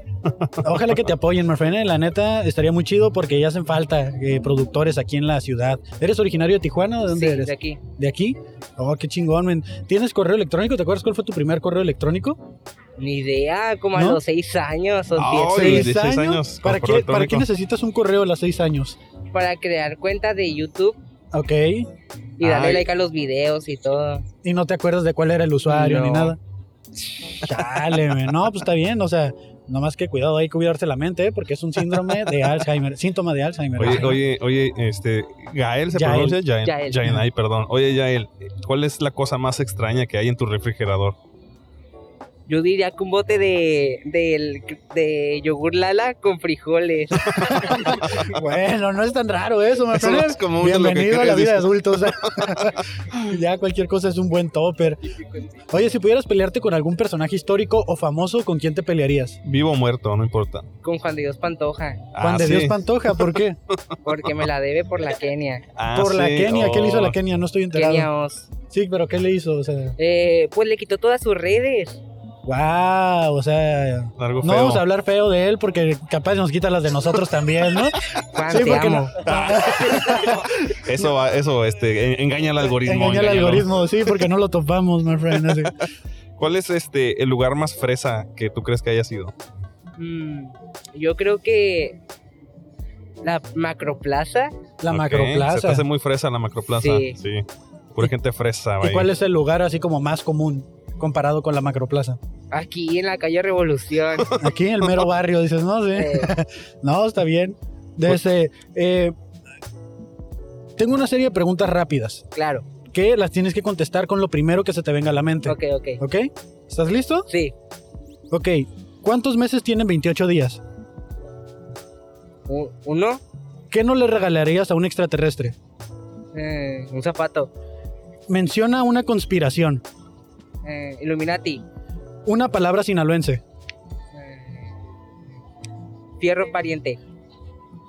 Ojalá que te apoyen, my friend. eh. La neta, estaría muy chido porque ya hacen falta eh, productores aquí en la ciudad. ¿Eres originario de Tijuana o de dónde
Sí,
eres?
de aquí.
¿De aquí? Oh, qué chingón, men. ¿Tienes correo electrónico? ¿Te acuerdas cuál fue tu primer correo electrónico?
Ni idea, como a
¿No?
los seis años o
Ah,
diez.
oye.
¿Seis
16 años con
¿Para
correo
qué, ¿Para
electrónico.
qué necesitas un correo a los seis años?
Para crear cuenta de YouTube
Ok.
y darle
Ay.
like a los videos y todo.
Y no te acuerdas de cuál era el usuario ni
No.
nada. Chale, men. no, pues está bien, o sea, nomás que cuidado, hay que cuidarse la mente, ¿eh? porque es un síndrome de Alzheimer, síntoma de Alzheimer.
Oye, oye, oye, este, Gael se
Yael.
pronuncia Yael.
Yael.
Yael, ay, perdón. Oye, Yael, ¿cuál es la cosa más extraña que hay en tu refrigerador?
Yo diría que un bote de, del- de yogur lala con frijoles.
Bueno, no es tan raro eso, my
Eso no
friend.
es común de lo que
Bienvenido a la
crees,
vida de
dice.
adultos. ya cualquier cosa es un buen topper. Oye, si pudieras pelearte con algún personaje histórico o famoso, ¿con quién te pelearías?
Vivo o muerto, no importa.
Con Juan de Dios Pantoja.
Juan
Ah,
de
sí.
Dios Pantoja, ¿por qué?
Porque me la debe por la Kenia.
Ah,
Por la
sí.
Kenia, ¿qué le hizo a la
Oh.
Kenia? No estoy enterado.
Kenia Oz.
Sí, pero ¿qué le hizo? O sea,
Eh, pues le quitó todas sus redes.
wow, o sea,
Algo
no
feo.
vamos a hablar feo de él porque capaz nos quita las de nosotros también, ¿no?
Juan, te
Sí, porque
amo.
Eso, va- eso este, en- engaña al algoritmo.
Engaña al
engáñalo.
algoritmo, sí, porque no lo topamos, my friend. así.
¿Cuál es este el lugar más fresa que tú crees que haya sido?
Mm, yo creo que la macroplaza.
La
Ok, Se te
macroplaza.
hace muy fresa la macroplaza. Sí.
Sí.
Pura gente fresa,
¿Y
güey.
cuál es el lugar así como más común comparado con la macroplaza?
Aquí en la calle Revolución.
Aquí en el mero barrio dices, no, sí.
Eh, Pues-
No, está bien. Desde, eh, tengo una serie de preguntas rápidas
claro.
que las tienes que contestar con lo primero que se te venga a la mente.
Ok, ok.
¿Ok? ¿Estás listo?
Sí.
Ok. ¿Cuántos meses tienen 28 días?
U- Uno,
¿Qué no le regalarías a un extraterrestre?
eh, un zapato.
Menciona una conspiración,
eh, Illuminati.
una palabra sinaloense.
eh, fierro pariente.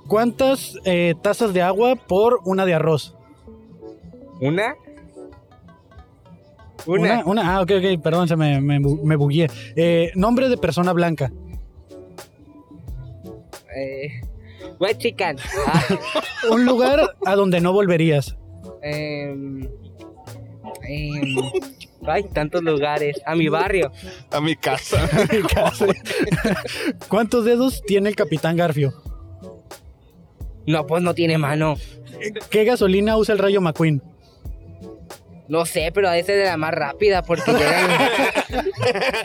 ¿Cuántas eh, tazas de agua por una de arroz?
¿Una? Una.
Una, ah, ok, ok, perdón, se me, me, bu- me bugueé. Eh, nombre de persona blanca.
Eh, white chicken.
Un lugar a donde no volverías.
em, em, ay, tantos lugares. A mi barrio.
A mi casa.
¿Cuántos dedos tiene el Capitán Garfio?
No, pues no tiene mano.
¿Qué gasolina usa el Rayo McQueen?
No sé, pero a veces de la más rápida porque llegan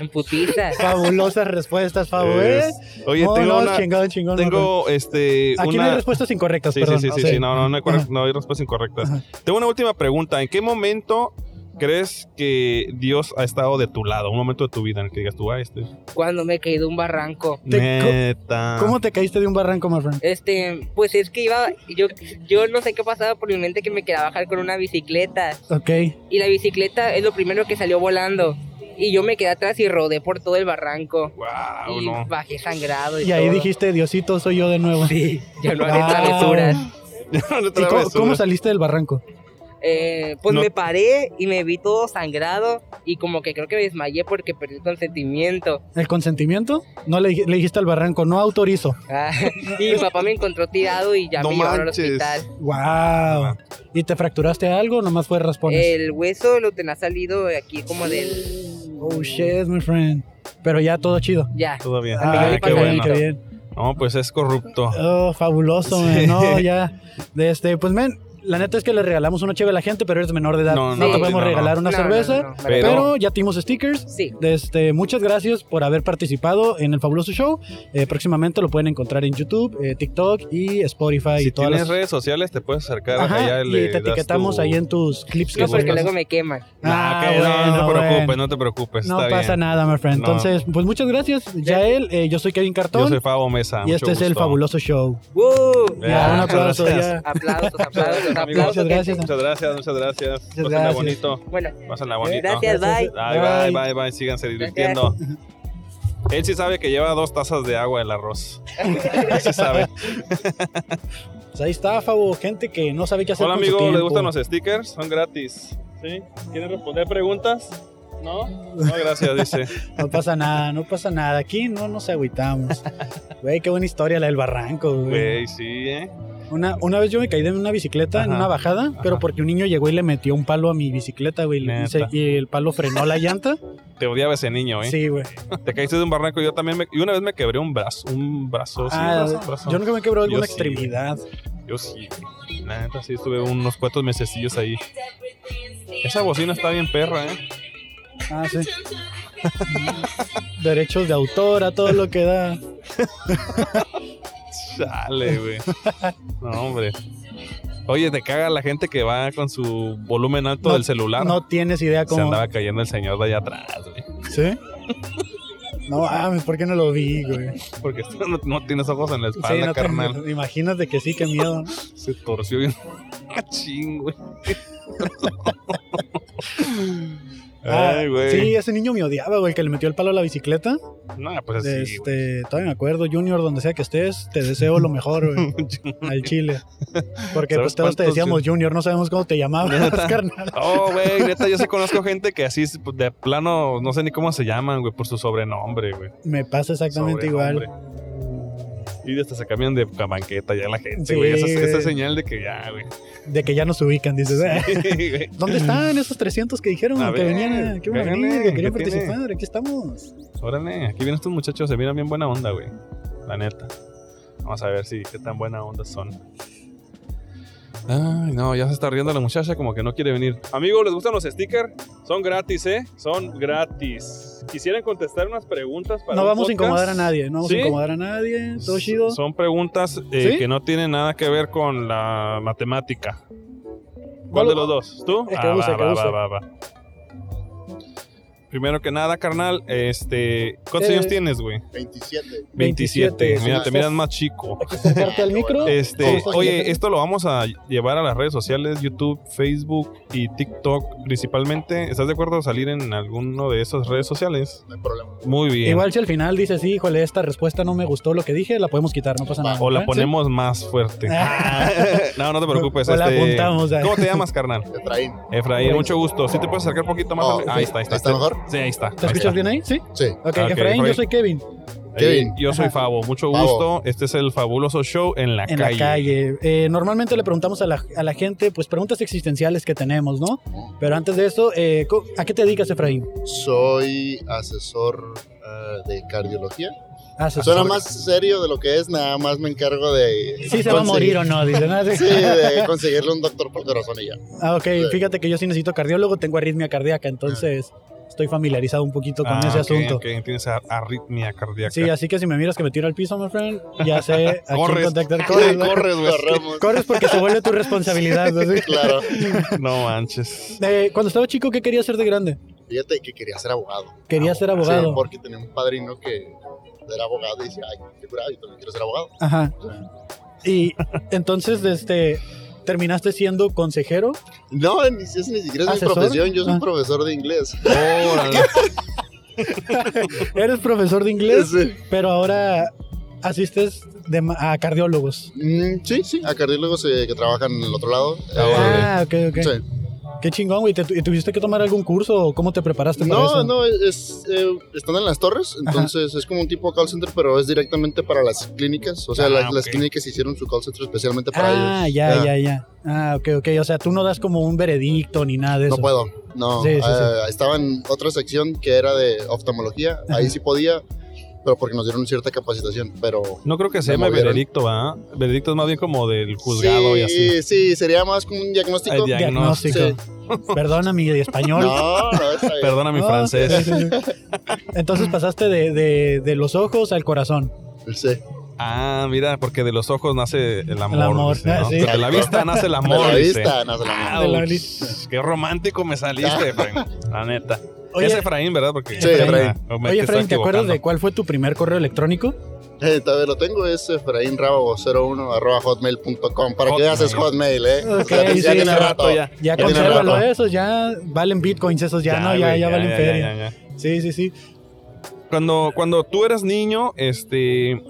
en putizas.
Fabulosas respuestas, Fabo. ¿eh?
Es- Oye,
No,
tengo
no,
una-
chingón, chingón.
Tengo este.
Aquí
una...
no hay respuestas incorrectas,
Sí,
perdón.
sí, sí,
o
sí,
sea,
sí, No, no, no hay, corre-
Ajá.
no hay respuestas incorrectas.
Ajá.
Tengo una última pregunta. ¿En qué momento crees que Dios ha estado de tu lado? Un momento de tu vida en el que digas tú, ah, este.
Cuando me caí de un barranco.
Te-
Neta.
¿Cómo te caíste de un barranco, my friend?
Este, pues es que iba, yo, yo no sé qué pasaba por mi mente que me quería bajar con una bicicleta.
Ok.
Y la bicicleta es lo primero que salió volando. Y yo me quedé atrás y rodé por todo el barranco.
Wow,
y
no.
bajé sangrado. Y,
Y ahí
todo.
dijiste, Diosito, soy yo de nuevo.
Sí, yo no haré
Wow.
travesuras.
No te
¿Y
la
cómo,
ves,
cómo
güey.
saliste del barranco?
Eh, pues
No.
me paré y me vi todo sangrado. Y como que creo que me desmayé porque perdí el consentimiento.
¿El consentimiento? No le, dij- le dijiste al barranco, no autorizo.
Ah, y mi papá me encontró tirado y ya
No
me llevaron al
manches.
hospital.
¡Wow! ¿Y te fracturaste algo o nomás fue raspones?
El hueso lo tenía salido aquí como del...
Oh shit, my friend. Pero ya todo chido.
Ya.
Todo bien.
Ah,
Ah,
me
qué
quedé
bueno.
qué bien.
No, pues es corrupto.
Oh, fabuloso, man.
Sí.
No, ya. De este, pues, men, la neta es que le regalamos una chévere a la gente, pero eres menor de edad.
No,
No,
no,
te podemos
no, no.
regalar una
No, no,
cerveza.
no, no,
Pero-
Pero... ya tuvimos stickers.
Sí.
De este, muchas gracias por haber participado en el fabuloso show. Eh, próximamente lo pueden encontrar en YouTube, eh, TikTok y Spotify
Si
y todas las.
tienes redes sociales, te puedes acercar
Ajá,
allá le
y te
das
etiquetamos
tu-
ahí en tus clips que
No, porque
subes.
luego me queman.
Ah, que no, no te preocupes, no te preocupes.
No
pues, está
pasa
bien.
nada, my friend.
No.
Entonces, pues muchas gracias, Yael. Eh, yo soy Kevin
Yo
Cartón
soy Fabo Mesa.
y
mucho
este es el
gusto.
fabuloso show.
¡Woo!
Ya,
Ya, un
muchas
aplauso.
gracias.
ya.
Aplausos, aplausos,
Amigos,
aplausos.
muchas gracias.
Muchas gracias, muchas gracias. Pásenla
gracias.
bonito.
Bueno,
Pásenla bonito.
gracias, bye.
Ay, bye, bye, bye. Síganse divirtiendo. Él sí sabe que lleva dos tazas de agua del arroz. Él sí sabe.
Pues ahí está, Fabo, gente que no sabe qué hacer
Hola,
con su
amigo.
tiempo.
¿Les gustan los stickers? Son gratis. ¿Sí? ¿Quieren responder preguntas? No. No, gracias, dice.
No pasa nada, no pasa nada. Aquí no nos agüitamos. Güey, qué buena historia la del barranco, güey.
Güey, sí, ¿eh?
Una, una vez yo me caí de una bicicleta en
Ajá,
una bajada, pero
ajá.
porque un niño llegó y le metió un palo a mi bicicleta, güey, y
Neta.
se- y el palo frenó la llanta.
Te odiaba ese niño, ¿eh?
Sí, güey.
Te caíste de un barranco. Yo también me... Y una vez me quebré un brazo. Un brazo, sí,
Ah,
un brazo, un brazo.
yo nunca me quebró alguna
sí, güey.
extremidad.
Yo sí, güey. la neta sí estuve unos cuantos mesecillos ahí. Esa bocina está bien perra, ¿eh?
Ah, sí. Derechos de autor, a todo lo que da.
Chale, güey. No, hombre. Oye, te caga la gente que va con su volumen alto
No,
del celular.
No tienes idea
Se
cómo.
andaba cayendo el señor de allá atrás, güey.
¿Sí? No mames, ¿por qué no lo vi, güey?
Porque tú no, no tienes ojos en la espalda,
no te-
carnal.
imagínate que sí, qué miedo. ¿no?
Se torció bien. Cachín, güey.
Ah,
Ay, Eh, güey.
Sí, ese niño me odiaba, güey, que le metió el palo a la bicicleta.
No, pues así, güey.
este, todavía me acuerdo, Junior, donde sea que estés, te deseo lo mejor, güey, al Chile. Porque
¿Sabes
pues todos te
cuántos
decíamos Junior, no sabemos cómo te llamabas, carnal.
Oh, güey, neta, yo sí conozco gente que así, pues, de plano, no sé ni cómo se llaman, güey, por su sobrenombre, güey.
Me pasa exactamente igual.
Y hasta se cambian de banqueta ya la gente,
Sí,
güey. Esa, es-
güey.
esa es señal de que ya, güey.
De que ya nos ubican, dices, "Eh,
Sí, güey.
¿dónde están esos 300 que dijeron
Mm. A
que
ver,
venían, a- que iban a venir,
véanle,
que querían
¿qué tiene?
participar? Aquí estamos.
Órale, aquí vienen estos muchachos, se miran bien buena onda, güey. La neta. Vamos a ver si qué tan buena onda son. Ay, no, ya se está riendo la muchacha como que no quiere venir. Amigos, ¿les gustan los stickers? Son gratis, ¿eh? Son gratis. Quisieran contestar unas preguntas para
No
un
vamos a
podcast?
incomodar a nadie, no vamos
¿Sí?
a incomodar a nadie, todo
S-
chido.
Son preguntas eh,
¿Sí?
que no tienen nada que ver con la matemática. ¿Cuál
¿Cuál Eh,
de
lo-
los dos? ¿Tú? Ah,
El que use, el que use.
va. Primero que nada, carnal, este, ¿cuántos
Eh,
años tienes, güey?
27.
27.
27,
Mira,
sí.
te miras más chico.
Hay que acercarte al micro.
Este,
¿Cómo estás,
oye,
Guillermo?
esto lo vamos a llevar a las redes sociales, YouTube, Facebook y TikTok principalmente. ¿Estás de acuerdo en salir en alguno de esas redes sociales?
No hay problema.
Muy bien.
Igual si al final dices, sí, híjole, esta respuesta no me gustó lo que dije, la podemos quitar, no pasa nada. ¿eh?
O la
¿Sí? Ah.
ponemos más fuerte. no, no te preocupes.
O la
este,
apuntamos, ¿eh? ya.
¿Cómo te llamas, carnal?
Efraín.
Efraín, mucho gusto. Si te puedes acercar un poquito más.
Oh,
al- ahí está, ahí está.
¿Está mejor?
Sí, ahí está.
¿Te
ahí
escuchas
está.
bien eh? ahí? Sí.
Sí.
Ok,
Ah, ok,
Efraín, yo
Efraín.
soy Kevin.
Kevin.
Yo soy
Ajá.
Favo, mucho
Favo.
gusto. Este es el fabuloso show en la
en
calle.
la calle. Eh, normalmente le preguntamos a la, a la gente, pues preguntas existenciales que tenemos, ¿no? Pero antes de eso, eh, co- ¿a qué te dedicas, Efraín?
Soy asesor eh, de cardiología.
Haces-
Suena más serio de lo que es, nada más me encargo de.
Sí, se va a morir o no, dice. ¿no?
Sí, de conseguirle un doctor por corazón y ya.
Ah, ok,
Eh.
fíjate que yo sí necesito cardiólogo, tengo arritmia cardíaca, entonces estoy familiarizado un poquito con
Ah,
ese
ok,
asunto.
ok, tienes ar- arritmia cardíaca.
Sí, así que si me miras que me tiro al piso, my friend, ya sé a quién
Corres.
contactar. Corres, ¿no?
Corres, güey. Corremos.
Corres porque se vuelve tu responsabilidad. ¿no? Sí.
Claro.
No manches.
Eh, cuando estaba chico, ¿qué quería ser de grande?
Fíjate que quería ser abogado.
Quería ser
Sí,
abogado.
porque tenía un padrino que era abogado y decía, ay, qué curado, yo también quiero ser abogado.
Ajá. Y entonces, este, terminaste siendo consejero.
No, ni, es, ni siquiera es
¿Asesor?
mi profesión, yo soy
Ah.
profesor de inglés.
Órale.
Eres profesor de inglés,
Sí.
pero ahora asistes de ma- a cardiólogos.
Mm, sí, sí, a cardiólogos eh, que trabajan en el otro lado.
Ah,
Eh,
órale.
Ah, ok, ok.
sí.
Qué chingón, güey. ¿Te tu- ¿Tuviste que tomar algún curso o cómo te preparaste para
No,
eso?
no, es, eh, están en las torres, entonces es como un tipo call center, pero es directamente para las clínicas. O sea,
Ah,
la- las
ok.
clínicas hicieron su call center especialmente para ellos.
Ah, ya,
Ah.
ya, ya. Ah, ok, ok. O sea, tú no das como un veredicto ni nada de eso.
No puedo, no.
Sí, sí, sí.
Ah, estaba en otra sección que era de oftalmología, ahí
Ajá.
sí podía, pero porque nos dieron cierta capacitación, pero...
No creo que se
Me
llame
movieron.
veredicto, ¿va? Veredicto es más bien como del juzgado y así.
Sí, sí, sería más como un diagnóstico.
Ay, ya.
Diagnóstico. Perdona mi español.
Ah, No, no, está bien.
Perdona mi
No,
francés.
sí, sí, sí. Entonces pasaste de, de- de los ojos al corazón.
Sí.
Ah, mira, porque de los ojos nace el amor.
El amor,
dice, ¿no?
ah, sí.
De la vista nace el
De
amor.
la
dice.
vista, no se la
de la
Ouch,
vista.
Qué romántico me saliste, Efraín. La neta.
Oye,
es Efraín, ¿verdad? Porque
Sí, Efraín.
Ah, me-
oye
te estoy
Frank, ¿te acuerdas de
equivocando.
cuál fue tu primer correo electrónico?
Eh, todavía lo tengo, es efraínrábago01 arroba hotmail.com. Para que
Hotmail.
veas es hotmail, ¿eh?
Ok, sí,
ya tiene
la-
rato.
ya.
Ya
Ya tiene
consérvalo
rato.
esos, ya valen bitcoins esos, ya, no, ya,
güey,
ya valen feria.
ya, ya.
Sí, sí, sí.
Cuando, cuando tú eras niño, este.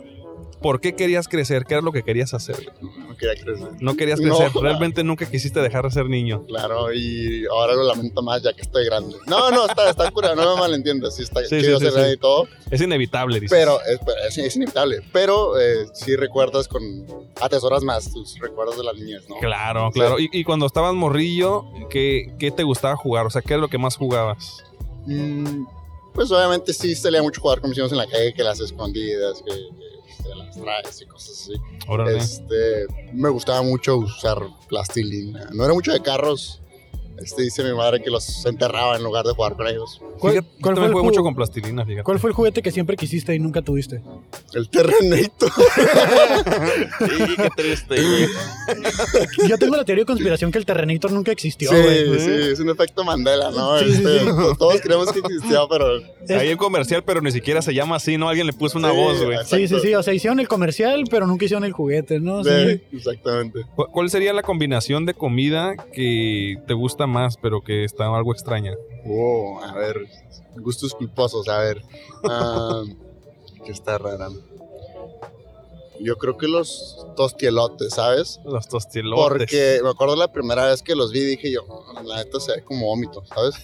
¿Por qué querías crecer? ¿Qué era lo que querías hacer?
No quería crecer.
No querías
No.
crecer. Realmente nunca quisiste dejar de ser niño.
Claro, y ahora lo lamento más ya que estoy grande. No, no, está, está cura, no me malentiendas. Sí, está
Sí,
chido
sí, sí,
ser grande
sí.
y todo.
Es inevitable, dices.
Pero es, pero es- es inevitable. Pero eh, sí recuerdas con. Atesoras más tus recuerdos de la niñez, ¿no?
Claro, claro. Y, y cuando estabas morrillo, ¿qué, ¿qué te gustaba jugar? O sea, ¿qué era lo que más jugabas?
Mm, pues obviamente sí salía mucho jugar con mis hijos en la calle, que las escondidas, que, que este, las traes y cosas así.
Órale.
Este, me gustaba mucho usar plastilina. No era mucho de carros, Este, dice mi madre que los enterraba en lugar de jugar con ellos.
¿Cuál,
Fíjate, yo
cuál fue
también
el
jugué
ju-
mucho con plastilina, fíjate.
¿Cuál fue el juguete que siempre quisiste y nunca tuviste?
El Terrenator.
Sí, qué triste, güey.
Yo tengo la teoría de conspiración que el Terrenator nunca existió, güey.
Sí, sí, es un efecto Mandela, ¿no?
Sí, sí,
Este,
sí.
to- Todos creemos que existió, pero.
Es-
Hay un comercial, pero ni siquiera se llama así, ¿no? Alguien le puso una
Sí,
voz, güey.
Sí, sí,
exacto.
sí. O sea, hicieron el comercial, pero nunca hicieron el juguete, ¿no? Sí.
Sí, exactamente.
¿Cu- ¿Cuál sería la combinación de comida que te gusta más, pero que está algo extraña?
Wow, Oh, a ver. Gustos culposos, a ver. Ah, ¿Qué está rara? Yo creo que los tostielotes, ¿sabes?
Los tostilotes.
Porque me acuerdo la primera vez que los vi, dije yo, la neta se ve como vómito, ¿sabes?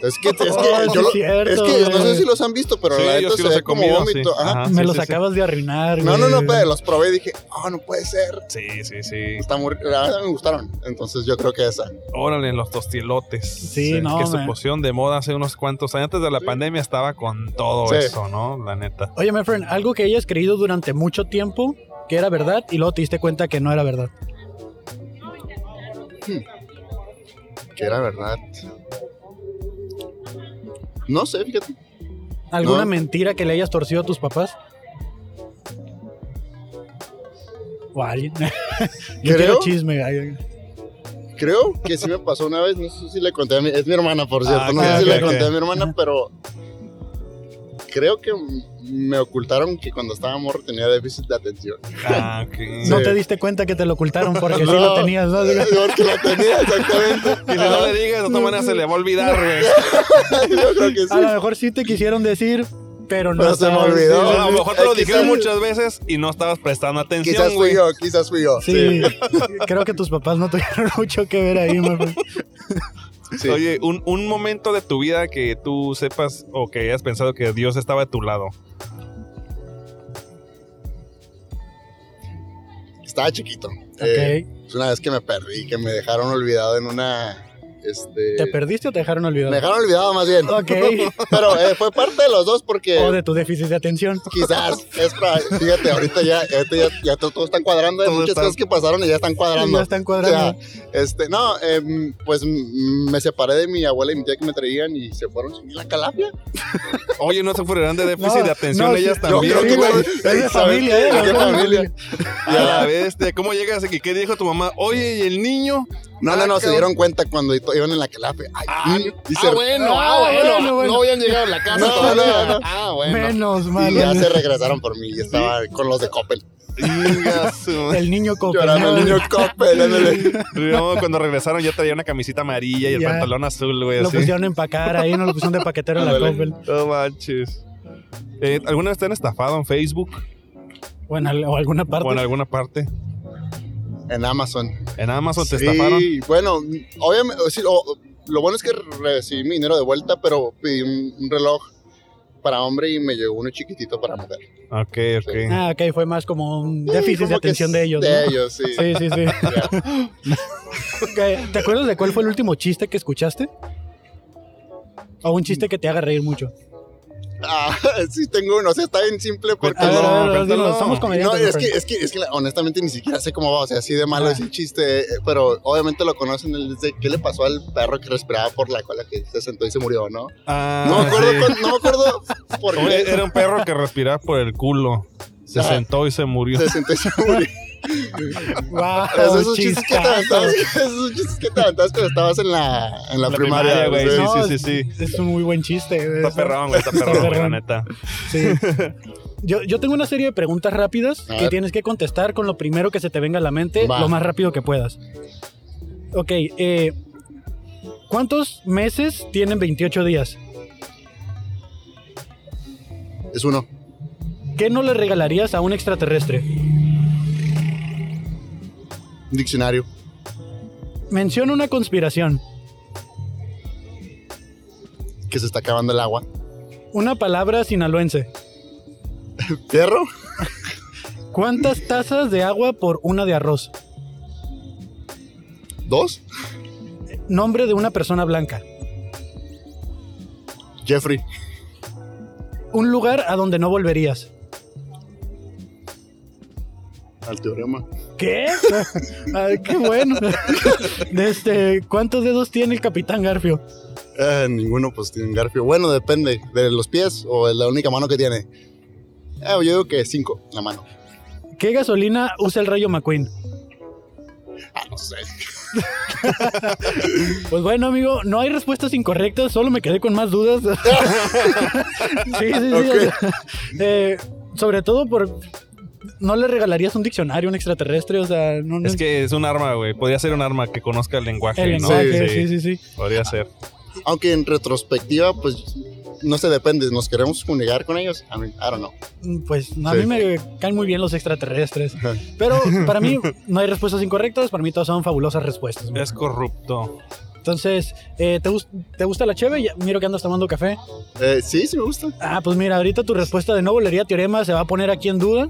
Es que, es que,
Oh, sí
yo
es
lo-
cierto,
es que no sé
güey.
si los han visto, pero
Sí,
la
yo
neta
sí
se
los
ve
he
como
comido,
vómito.
sí.
Ajá.
Ajá,
Me
sí,
los
sí, sí.
acabas de arruinar,
No, no,
güey.
no, pero los probé y dije, ah, no puede ser.
Sí, sí, sí.
Está muy, la verdad me gustaron. Entonces yo creo que esa.
Órale, los tostilotes.
Sí, no,
Que su
man.
poción de moda hace unos cuantos años. Antes de la
Sí.
pandemia estaba con todo
Sí.
eso, ¿no? La neta.
Oye, my friend, algo que hayas creído durante mucho tiempo que era verdad y luego te diste cuenta que no era verdad.
Que era verdad. No sé, fíjate.
¿Alguna
No.
mentira que le hayas torcido a tus papás? O a alguien. Yo
Creo-
quiero chisme. güey.
Creo que sí me pasó una vez. No sé si le conté a mi. Es mi hermana, por cierto.
Ah,
no
ok,
sé si
ok,
le conté
ok.
a mi hermana,
Ajá.
pero. Creo que me ocultaron que cuando estaba morro tenía déficit de atención.
Ah, ok.
No
Sí.
te diste cuenta que te lo ocultaron porque sí
No.
lo tenías, ¿no?
Porque la tenía, exactamente.
Y si no le digas, de todas maneras se le va a olvidar, güey.
Yo creo que sí.
A lo mejor sí te quisieron decir, pero no.
Pero se me
sabes.
olvidó.
No, a lo mejor te lo
Eh, quizás-
dijeron muchas veces y no estabas prestando
Quizás
atención,
fui
güey.
yo, quizás fui yo.
Sí, creo que tus papás no tuvieron mucho que ver ahí, my friend.
Sí.
Oye, un, un momento de tu vida que tú sepas o que hayas pensado que Dios estaba a tu lado.
Estaba chiquito. Eh,
Ok.
Es una vez que me perdí, que me dejaron olvidado en una. Este,
¿Te perdiste o te dejaron olvidado?
me dejaron olvidado más bien.
Ok.
Pero eh, fue parte de los dos porque
O de tu déficit de atención.
quizás es probable. Fíjate, ahorita ya, ahorita ya, ya to- todo está cuadrando. Hay
Todo
muchas
está-
cosas que pasaron y ya están cuadrando.
Ya están cuadrando.
O sea, este, no, em, pues mm, me separé de mi abuela y mi tía que me traían y se fueron sin mí la calafia.
Oye, no se fueran de déficit
No,
de atención
no,
ellas
sí,
también.
yo creo que
güey.
no-
Es de
¿sabes?
familia, ¿eh?
Es
No,
de
no,
familia. Ah,
A la bestia, ¿cómo llegas aquí? ¿Qué dijo tu mamá? Oye, ¿y el niño? Ah,
No, no, no, se
cabrón.
dieron cuenta cuando i- iban en la calafia. Ay, mm, y se-
Ah, bueno, ah,
Ah,
bueno.
bueno, bueno.
No habían llegado a la casa
No,
todavía.
no, no.
Ah, bueno.
Menos
y
mal.
ya se regresaron por mí y estaba con los de Coppel.
Inga su-
El niño
Llorando el
copenado.
niño Coppel, ándale.
No, cuando regresaron ya traía una camisita amarilla y el
Ya.
pantalón azul, güey,
Lo
así.
pusieron a empacar ahí, no lo pusieron de paquetero en la
Pues Ándale.
Coppel.
No manches. Eh, ¿Alguna vez te han estafado en Facebook
O en al- o alguna parte.
o en alguna parte?
En Amazon.
¿En Amazon te
Sí,
estafaron?
bueno, obviamente, sí, o- lo bueno es que recibí mi dinero de vuelta, pero pedí un, un reloj para hombre y me llegó uno chiquitito para mujer.
Ok, ok.
Ah, ok, fue más como un
Sí,
déficit
como
de
que
atención de ellos.
De
¿no?
ellos, sí.
Sí, sí, sí. Ok, ¿Te acuerdas de cuál fue el último chiste que escuchaste? O un chiste que te haga reír mucho.
Ah, sí, tengo uno. O sea, está bien simple porque
A ver,
no.
a ver,
cuéntalo.
dilo, somos
No,
comediantes.
es que,
Alfredo.
es que, es que la- honestamente ni siquiera sé cómo va, o sea, así de malo
Ah.
es el chiste, eh, pero obviamente lo conocen, el de qué le pasó al perro que respiraba por la cola que se sentó y se murió, ¿no?
Ah,
No me acuerdo,
sí.
cuán- no me acuerdo por
Oye,
qué
Era un perro que respiraba por el culo. Se
Ah.
sentó y se murió.
se sentó y se murió.
Guau,
Esos son chistes que te
chistazo.
aventabas, esos chistes que te aventabas cuando estabas en la, en la,
La
primaria,
primaria, güey,
güey.
sí,
No,
sí, sí, sí.
Es un muy buen chiste. güey,
Está
eso.
perrón, güey, está perrón,
Está
güey, la
perrón.
neta.
Sí. Yo, yo tengo una serie de preguntas rápidas
A
que
ver.
tienes que contestar con lo primero que se te venga a la mente,
Va.
lo más rápido que puedas. Ok, eh, ¿cuántos meses tienen 28 días?
Es uno.
¿Qué no le regalarías a un extraterrestre?
Un diccionario.
Menciona una conspiración,
Que se está acabando el agua.
una palabra sinaloense.
¿Fierro?
¿Cuántas tazas de agua por una de arroz?
¿Dos?
Nombre de una persona blanca.
Jeffrey.
Un lugar a donde no volverías.
Al teorema.
¿Qué? Ah, qué bueno. De Este, ¿Cuántos dedos tiene el Capitán Garfio?
Eh, ninguno pues tiene un garfio. Bueno, depende de los pies o de la única mano que tiene. Eh, yo digo que cinco, la mano.
¿Qué gasolina usa el Rayo McQueen?
Ah, no sé.
Pues bueno, amigo, no hay respuestas incorrectas, solo me quedé con más dudas. sí, sí, sí. o sea, eh, sobre todo por. No le regalarías un diccionario a un extraterrestre, o sea, no. no-
Es que es un arma, güey. Podría ser un arma que conozca el lenguaje,
el
¿no?
lenguaje, sí, sí, sí.
Podría ser.
Aunque en retrospectiva, pues no se depende. ¿Nos queremos comunicar con ellos? I, mean, I don't know.
Mm, Pues a
Sí.
mí me caen muy bien los extraterrestres.
Ajá.
Pero para mí no hay respuestas incorrectas, para mí todas son fabulosas respuestas.
Es corrupto.
Entonces, eh, ¿te, gus- ¿te gusta la cheve? Ya- Miro que andas tomando café.
Eh, sí, sí me gusta.
Ah, pues mira, ahorita tu respuesta de no volería teorema se va a poner aquí en duda.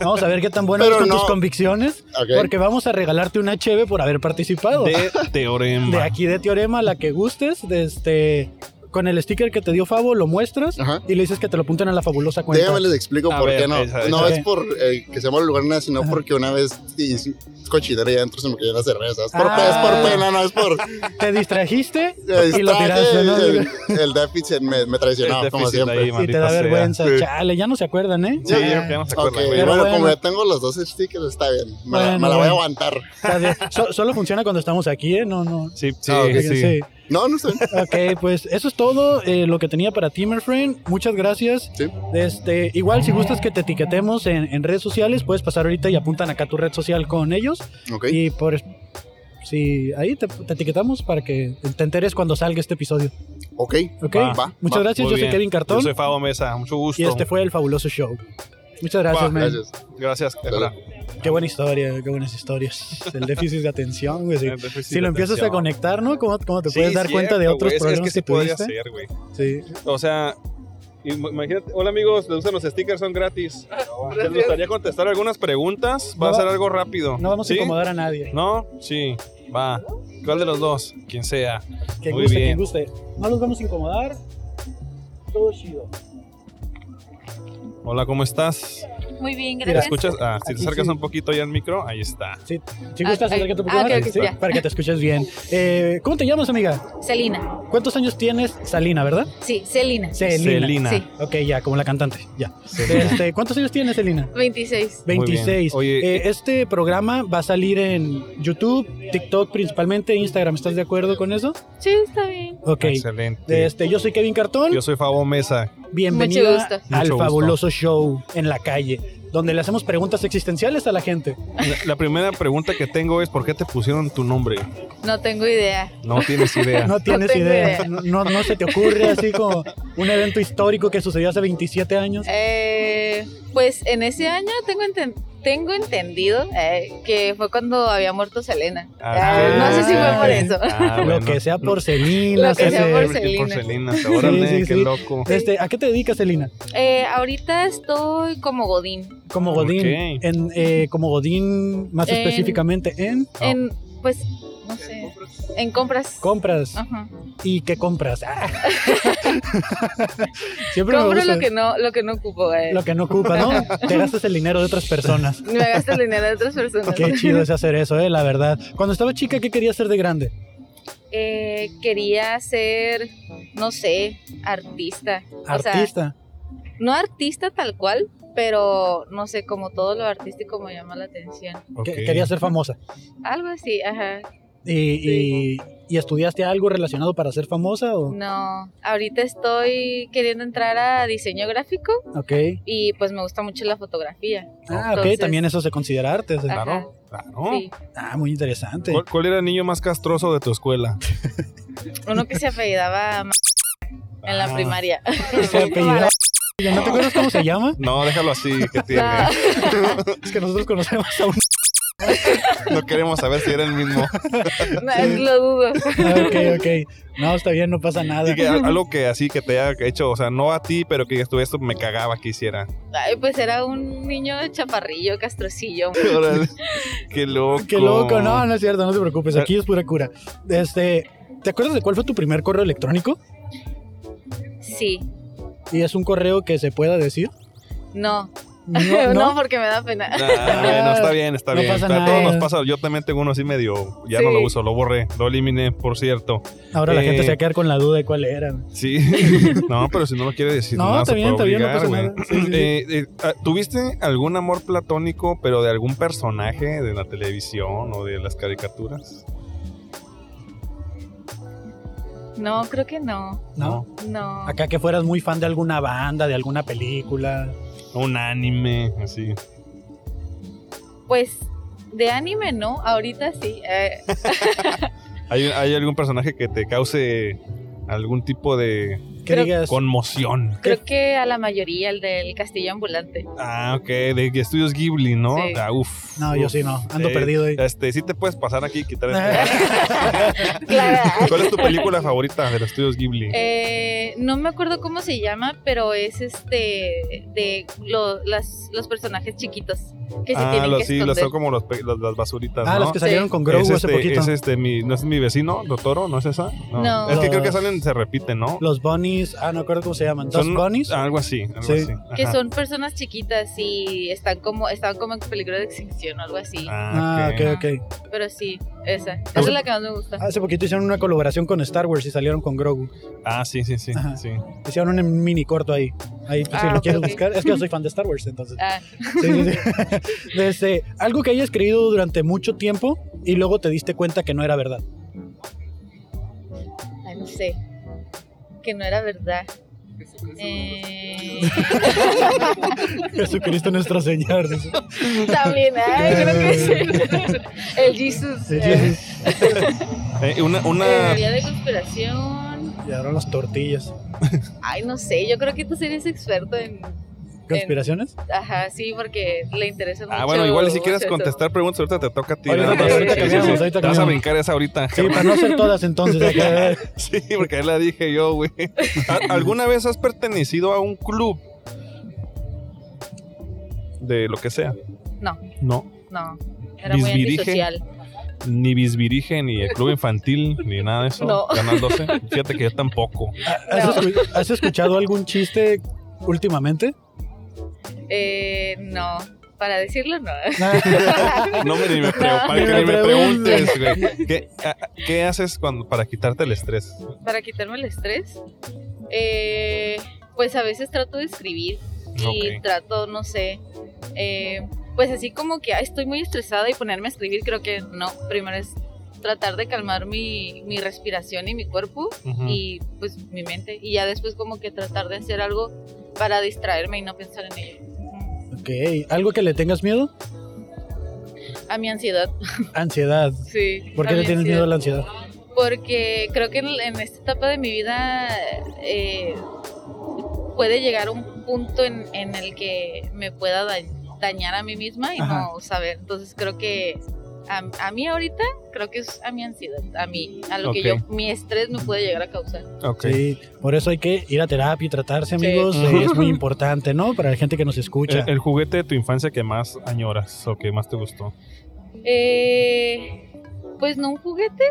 Vamos a ver qué tan bueno
Pero
eres con
no.
tus convicciones.
Ok.
Porque vamos a regalarte una cheve por haber participado. De,
De teorema.
aquí de Teorema, la que gustes, de este, con el sticker que te dio Fabo, lo muestras
Ajá.
y le dices que te lo apunten a la fabulosa cuenta.
Déjame les explico
A
por
ver,
qué no.
esa- esa-
no
esa.
es por eh, que se llama el lugar nada, sino
Ajá.
porque una vez hice cochinero y adentro se me cayó una cerveza. Es por,
Ah.
es por pena, no es por.
Te distrajiste
eh,
y lo
está-
tiraste, ¿no?
El, el déficit me, me traicionó,
El
como
déficit
siempre.
ahí,
y te
maldita
da
sea.
vergüenza.
Sí.
Chale, ya no se acuerdan, ¿eh?
Sí,
Ya.
ya no se
Ok,
acuerda, güey.
bueno,
bueno.
como ya tengo los dos stickers, está bien. Me, la-
Bueno,
me la voy a
bueno.
aguantar.
Está bien. So- solo funciona cuando estamos aquí, ¿eh? No, no.
Sí, sí,
Ah, ok,
sí.
Sí.
No, no está bien.
Ok, pues eso es todo eh, lo que tenía para ti, my friend. Muchas gracias.
Sí.
Este, igual, si gustas que te etiquetemos en, en redes sociales, puedes pasar ahorita y apuntan acá tu red social con ellos.
Ok.
Y por. Sí, ahí te, te etiquetamos para que te enteres cuando salga este episodio.
Ok.
¿Ok?
Va,
va,
Muchas
va,
gracias.
muy
Yo
bien.
soy Kevin
Yo
Cartón.
soy Fabo Mesa. Mucho gusto.
Y este fue el fabuloso show. Muchas gracias,
Va,
man.
gracias.
Gracias, Carla.
Qué buena historia, qué buenas historias. El déficit de atención, güey. sí. Si lo empiezas a conectar, ¿no? ¿Cómo, cómo te
Sí,
puedes dar cuenta de
cierto,
otros
güey. Es-
problemas
es que, sí
que
podría
tuviste?
ser, güey.
Sí.
O sea, im- imagínate. Hola, amigos. Les gustan los stickers, son gratis. Les gustaría contestar algunas preguntas. Va
No,
a ser algo rápido.
No vamos
¿Sí?
a incomodar a nadie.
¿No? Sí. Va. ¿Cuál de los dos? Quien sea.
Que
Muy
guste,
bien.
que guste. No los vamos a incomodar. Todo chido.
Hola, ¿cómo estás?
Muy bien,
Mira,
¿Me
gracias.
escuchas? Ah, si te
Aquí
acercas
sí.
un poquito ya al micro, ahí está.
Sí, si
Ah,
gustas,
ah,
acércate un poco
ah,
más,
ok, ok,
sí,
ya.
para que te escuches bien. Eh, ¿Cómo te llamas, amiga?
Celina.
¿Cuántos años tienes? Salina, ¿verdad?
Sí, Celina.
Celina.
Sí.
Ok, ya, como la cantante, ya. Este, ¿Cuántos años tienes, Celina?
26.
Muy bien.
26.
Oye,
Eh, este programa va a salir en YouTube, TikTok principalmente, Instagram. ¿Estás de acuerdo con eso?
Sí, está bien.
Ok.
Excelente.
Este, yo soy Kevin Cartón.
Yo soy Fabo Mesa.
Bienvenido
Mucho gusto.
al
Mucho gusto.
fabuloso show en la calle, donde le hacemos preguntas existenciales a la gente.
La, la primera pregunta que tengo es: ¿por qué te pusieron tu nombre?
No tengo idea.
No tienes idea.
No tienes
tengo
idea.
idea.
No, no- no se te ocurre así como un evento histórico que sucedió hace 27 años.
Eh, pues en ese año tengo enten- tengo entendido eh, que fue cuando había muerto Selena.
Ah,
Eh, no sé si fue
ok.
por eso.
Ah,
Lo
bueno.
que sea porcelina.
Lo que
se
sea
hace-
porcelina.
Porcelinas, órale,
Sí, sí,
qué
sí.
loco.
Este, ¿A qué te dedicas, Celina?
Eh, ahorita estoy como Godín.
Como Godín.
Ok.
En, eh, como Godín, más
En-
específicamente, en
Ah.
En, pues, no sé. En compras.
compras.
Ajá.
¿Y qué compras? Ah. Siempre me
Compro
gusta
lo que no, lo que no ocupo. eh.
lo que no ocupa, ¿no? Te gastas el dinero de otras personas.
Me gasto el dinero de otras personas.
Qué chido es hacer eso, eh, la verdad. Cuando estaba chica, ¿qué querías ser de grande?
Eh, quería ser, no sé, artista. O sea,
Artista.
no artista tal cual, pero no sé, como todo lo artístico me llama la atención.
que-
Ok.
Querías ser famosa.
Algo así, ajá.
Y, y- y estudiaste algo relacionado para ser famosa o
No, ahorita estoy queriendo entrar a diseño gráfico
ok.
y pues me gusta mucho la fotografía.
Ah, ok,
Entonces-
también eso se considera arte. o sea.
Ajá.
Claro, claro.
Sí,
Ah, muy interesante.
¿Cuál, cuál era el niño más castroso de tu escuela?
uno que se apellidaba M- en la
Ah.
primaria.
Se apellidaba- Oye, ¿No te acuerdas cómo se llama?
No, déjalo así, que tiene.
No,
Es que nosotros conocemos a un.
No queremos saber si era el mismo.
no, lo dudo.
Ah, ok, ok. No, está bien, no pasa nada.
Así que al- "Ah, algo que así que te haya hecho, o sea, no a ti, pero que digas tú, esto me cagaba que hiciera.
Ay, pues era un niño chaparrillo, castrocillo.
Órale. Qué loco.
Qué loco, no, no es cierto, no te preocupes. Aquí es pura cura. Este, ¿te acuerdas de cuál fue tu primer correo electrónico?
Sí,
Y es un correo que se pueda decir.
no,
No,
No,
no.
porque me da pena.
Ah, bueno, está bien, está
No
bien.
pasa
a todos
nada.
nos pasa. Yo también tengo uno así medio. Ya no
Sí.
lo uso, lo borré, lo eliminé, por cierto.
Ahora la
Eh,
gente se va a quedar con la duda de cuál era.
Sí. no, pero si no lo quiere decir,
No,
no,
está
se
bien, está
puede
bien, no
obligar,
pasa
güey.
nada. Sí, sí, sí.
Eh, eh, ah, ¿Tuviste algún amor platónico, pero de algún personaje de la televisión o de las caricaturas?
No, creo que no.
¿No?
No.
Acá que fueras muy fan de alguna banda, de alguna película.
Un anime, así.
Pues de anime no, ahorita sí. eh,
¿Hay, hay algún personaje que te cause algún tipo de
Que
Creo-
digas.
conmoción?
creo que a la mayoría el del castillo ambulante.
Ah, ok, de estudios Ghibli, ¿no?
Sí.
Ah, uf.
No, yo
uf.
sí no. Ando
Eh,
perdido ahí.
Este, sí te puedes pasar aquí y quitar este.
Clara.
¿Cuál es tu película favorita de los estudios Ghibli?
Eh, no me acuerdo cómo se llama, pero es este de lo- las- los personajes chiquitos que se
ah,
tienen
los,
que
sí, los
esconder.
son como los pe- las, las basuritas,
Ah,
¿no?
los que salieron
Sí.
con Grogu
es
hace
este,
poquito.
es este mi, no es mi vecino, Totoro, ¿no es esa?
No.
Es que creo que
Los-
salen, se repiten, ¿no?
Los bunnies. Ah, no acuerdo cómo se llaman. Dos
Son-
bunnies.
Algo así, algo
Sí.
así.
que
Ajá.
son personas chiquitas y están como estaban como en peligro de extinción o algo así.
Ah,
Ah, ok.
ok, ok.
Pero sí, esa. Esa es la que más me gusta.
Hace poquito hicieron una colaboración con Star Wars y salieron con Grogu.
Ah, sí, sí, sí.
Ajá.
sí.
Hicieron un mini corto ahí. Ahí, pues, si
Ah,
lo quieres
ok.
buscar. Es que yo soy fan de Star
este.
Wars, entonces.
Ah,
Sí, sí, sí. Desde algo que hayas creído durante mucho tiempo y luego te diste cuenta que no era verdad.
ay, no sé. Que no era verdad. Eh,
Jesucristo Eh. nuestro Señor. Sí,
también, ay, creo que sí. El Jesus.
sí,
eh.
sí.
Eh, una, una,
Teoría de conspiración.
Y ahora las tortillas.
Ay, no sé, yo creo que tú serías experto en...
¿Conspiraciones?
Ajá, sí, porque le interesa mucho.
Ah, bueno, igual si
mucho
quieres
eso.
contestar preguntas, ahorita te toca a ti.
Ahorita
nada más.
cambiamos,
Sí,
ahorita
sí, sí.
cambiamos.
Te vas a brincar esa ahorita.
Sí, para no ser todas entonces. acá.
Sí, porque ahí la dije yo, güey. ¿A- ¿Alguna vez has pertenecido a un club? De lo que sea.
No.
No.
No, era muy
Bisbirige.
antisocial.
Ni bisbirige, ni el club infantil, ni nada de eso.
No.
Canal 12. Fíjate que yo tampoco.
¿Has, escu- has escuchado algún chiste últimamente?
Eh, no, para decirlo no.
No me, ni me, pre-
No.
para que
Ni
ni
me
me preguntes, güey. ¿Qué, a- qué haces cuando, para quitarte el estrés?
para quitarme el estrés, eh, pues a veces trato de escribir y
Ok.
trato, no sé, eh, pues así como que "Ay, estoy muy estresada y ponerme a escribir, creo que no, primero es tratar de calmar mi, mi respiración y mi cuerpo
Ujú.
y pues mi mente y ya después como que tratar de hacer algo para distraerme y no pensar en ello.
Ok. ¿Algo que le tengas miedo?
A mi ansiedad,
Ansiedad.
sí.
¿Por
a
qué le
mi
tienes miedo
ansiedad.
a la ansiedad?
porque creo que en, en esta etapa de mi vida eh, puede llegar un punto en, en el que me pueda da- dañar a mí misma y
Ajá.
no saber. Entonces creo que a, a mí ahorita creo que es a mi ansiedad, a mí, a lo que yo, mi estrés me puede llegar a causar.
Ok.
Sí, por eso hay que ir a terapia y tratarse,
Sí.
amigos. Eh, es muy importante, ¿no? Para la gente que nos escucha.
Eh, El, el juguete de tu infancia que más añoras o que más te gustó.
Eh, pues no un juguete,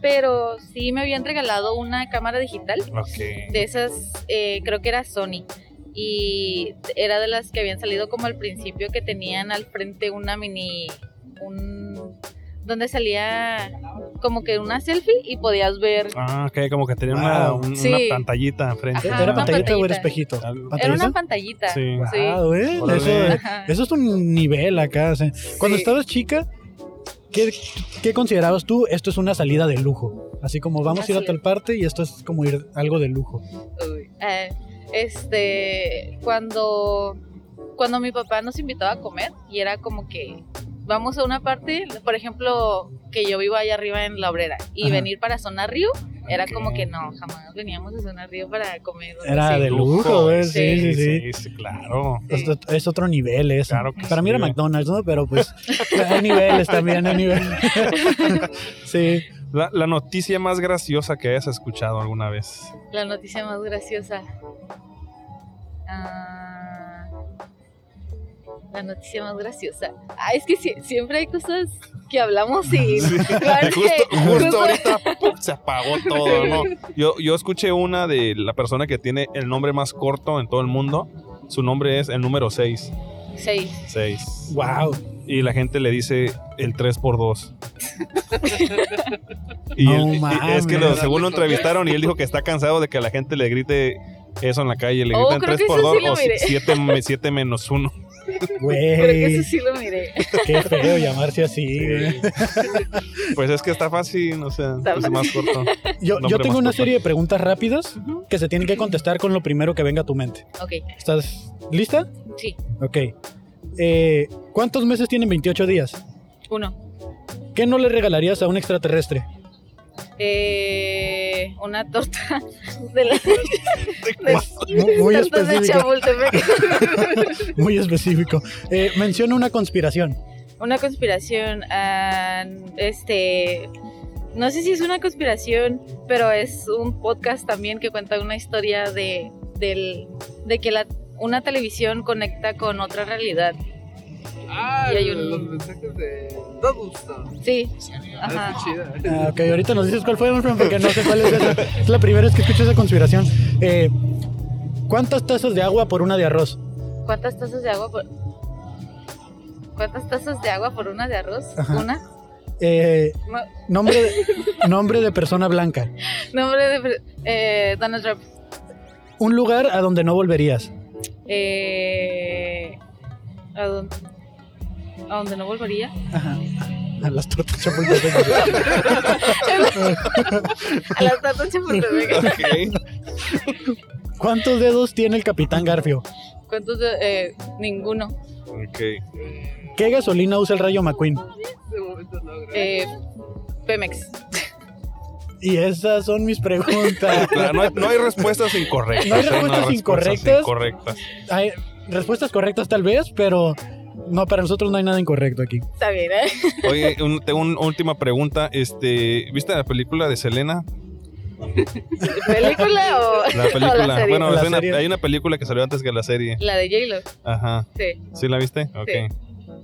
pero sí me habían regalado una cámara digital.
Ok.
de esas, eh, creo que era Sony. Y era de las que habían salido como al principio que tenían al frente una mini. un donde salía como que una selfie y podías ver.
Ah, ok, como que tenía una,
Wow.
un-
Sí.
una pantallita enfrente.
Ajá,
¿Era
una
pantallita o
pantallita.
era espejito?
Algo-
Era una
¿Pantallita?
pantallita.
Sí.
sí.
Wow, eh,
Órale.
Eso,
Ajá.
eso es un nivel acá. o sea. Cuando
Sí.
estabas chica, ¿qué, qué considerabas tú? Esto es una salida de lujo. Así como vamos a ir a
Así
tal parte y esto es como ir algo de lujo.
Uy. Eh, este, cuando, cuando mi papá nos invitaba a comer y era como que vamos a una parte, por ejemplo, que yo vivo allá arriba en La Obrera y
Ajá.
venir para Zona Río era
Ok.
como que no, jamás veníamos a Zona Río para comer. o
Era
así.
de lujo, ¿ves? Sí, sí, sí.
sí, claro.
Sí.
Esto- Es otro nivel eso.
Claro que
Para mí
sí,
era
güey.
McDonald's, ¿no? Pero pues hay niveles también, hay niveles. sí.
La, la noticia más graciosa que hayas escuchado alguna vez.
La noticia más graciosa. Ah, la noticia más graciosa. Ah, es que sí- siempre hay cosas que hablamos y... claro que-
Justo, justo
justo-
ahorita ¡pum! se apagó todo, ¿no? Yo, yo escuché una de la persona que tiene el nombre más corto en todo el mundo. Su nombre es el número 6.
Seis.
Seis.
Wow.
Y la gente le dice el 3x2. y
No
él- y- y es que lo-
mames.
según lo entrevistaron y él dijo que está cansado de que la gente le grite eso en la calle. Le
Oh,
gritan
creo que
3x2
eso sí lo miré.
o 7 menos 1.
Creo que
Güey.
eso sí lo miré.
Qué feo llamarse así. güey.
Pues es que está fácil, o sea,
Está
es más corto.
Yo,
Nombre
yo tengo
más
una
corto.
serie de preguntas rápidas
Ujú.
que se tienen que contestar con lo primero que venga a tu mente.
Ok,
¿Estás lista?
sí.
Ok. Eh, ¿Cuántos meses tienen 28 días?
Uno.
¿Qué no le regalarías a un extraterrestre?
Eh, una torta de la.
Muy, muy
torta de
específico.
Chapultepec.
Muy específico. Eh, menciona una conspiración.
Una conspiración. ah, este. No sé si es una conspiración, pero es un podcast también que cuenta una historia de, del, de que la, una televisión conecta con otra realidad.
Ah,
Y hay un-
los mensajes de Doddlestone.
Sí.
Ah,
Ajá.
es chida.
Ah, ok, ahorita nos dices cuál fue, my friend, porque no sé cuál es esa. Es la primera vez que escucho esa conspiración. Eh, ¿Cuántas tazas de agua por una de arroz?
¿Cuántas tazas de agua por.? ¿Cuántas tazas de agua por una de arroz?
Ajá.
¿Una?
Eh,
No.
nombre, de, nombre de persona blanca.
Nombre de. pre- Eh, Donald Trump.
Un lugar a donde no volverías.
Eh, ¿a, dónde, ¿A dónde no volvería?
Ajá. A las tortas Chapultepec.
A las tortas Chapultepec.
¿Cuántos dedos tiene el Capitán Garfio?
¿Cuántos? de- eh, ninguno.
Ok.
¿Qué gasolina usa el Rayo McQueen?
De momento no, gracias.
Eh, Pemex.
Y esas son mis preguntas.
Claro, no, hay, no hay respuestas incorrectas.
No hay
¿eh?
respuestas incorrectas.
incorrectas.
Hay respuestas correctas tal vez, pero no, para nosotros no hay nada incorrecto aquí.
Está bien, ¿eh?
Oye, un- tengo una última pregunta. Este, ¿Viste la película de Selena?
¿Película o.?
La película.
serie.
bueno,
La
hay una,
serie.
hay una película que salió antes que la serie.
La de J-Lo.
Ajá.
Sí.
¿Sí la viste? Ok.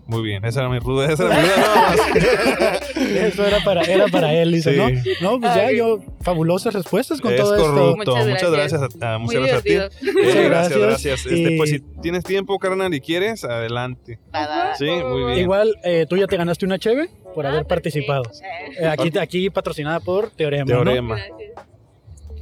Muy bien. Esa era mi duda. Esa era mi duda. nada más.
Eso era para, era para él, dice,
Sí.
¿no? No, pues ya
Ay.
yo, fabulosas respuestas con
es
todo
corrupto.
esto.
Muchas,
Muchas
gracias.
gracias.
a, a-
Muy
muchas gracias a ti.
divertido.
Eh,
Muchas gracias. Eh,
gracias, gracias. Este,
Y-
pues si tienes tiempo, carnal, y quieres, adelante.
Va, va, va.
Sí, muy bien.
Igual, eh, tú ya te ganaste una cheve por haber participado.
Eh,
Eh, aquí, aquí patrocinada por Teorema. ¿no?
Teorema.
gracias.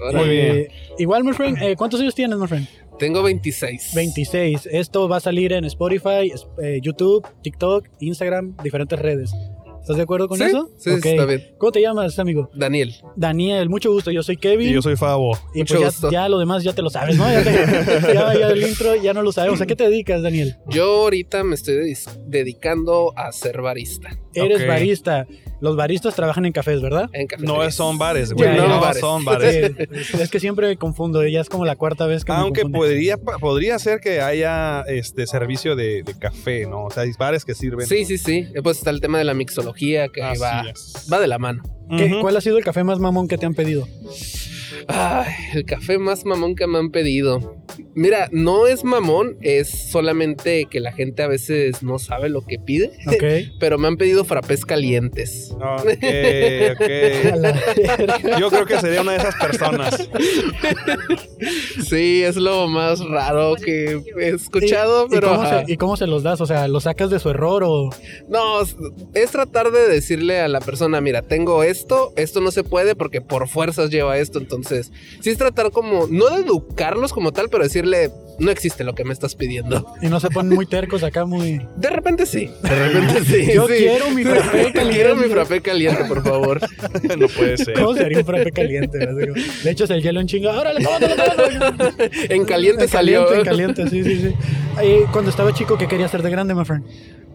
Ahora,
Muy
Eh,
bien.
Igual, my friend, eh, ¿cuántos años tienes, my friend?
Tengo 26.
26. Esto va a salir en Spotify, es- eh, YouTube, TikTok, Instagram, diferentes redes. ¿Estás de acuerdo con
¿Sí?
eso?
Sí,
Ok.
está bien.
¿Cómo te llamas, amigo?
Daniel.
Daniel, mucho gusto. Yo soy Kevin.
Y yo soy Favo.
Y
Mucho
pues ya-
gusto.
ya, lo demás ya te lo sabes, ¿no? Ya, te- ya- ya el intro ya no lo sabemos. ¿A qué te dedicas, Daniel?
Yo ahorita me estoy dedis- dedicando a ser barista
Eres
Ok.
barista. Los baristas trabajan en cafés, ¿verdad?
en
No
cafeterías.
es son bares, güey.
Ya,
no
no,
bares.
son bares.
Eh, es que siempre me confundo. Ya es como la cuarta vez que me
Aunque
confundo.
podría, pa- podría ser que haya este servicio de, de café, ¿no? O sea, hay bares que sirven.
Sí, sí, sí. Eh, Pues está el tema de la mixología que
Así
va,
es.
va de la mano.
¿Qué-
Ujú.
¿Cuál ha sido el café más mamón que te han pedido?
Ay, el café más mamón que me han pedido. Mira, no es mamón, es solamente que la gente a veces no sabe lo que pide,
Ok.
pero me han pedido frapés calientes.
Ok,
A la-
ok. Yo creo que sería una de esas personas.
Sí, es lo más raro que he escuchado,
¿Y-
pero
¿Y cómo,
ajá.
se, y cómo se los das? O sea, ¿los sacas de su error o...?
no, es- es tratar de decirle a la persona, mira, tengo esto, esto no se puede porque por fuerzas lleva esto, entonces, sí es tratar como, no de educarlos como tal, pero decirle, no existe lo que me estás pidiendo.
Y no se ponen muy tercos acá, muy...
De repente sí, de repente sí.
Yo
sí.
quiero mi frappé caliente.
Quiero mi frappé caliente, por favor.
No puede ser.
¿Cómo sería un frappé caliente? Le echas el hielo en chinga. ¡Órale, tómatelo, tómatelo!
En caliente
En
salió.
Caliente, en caliente, sí, sí, sí. Eh, cuando estaba chico, ¿qué quería ser de grande, my friend?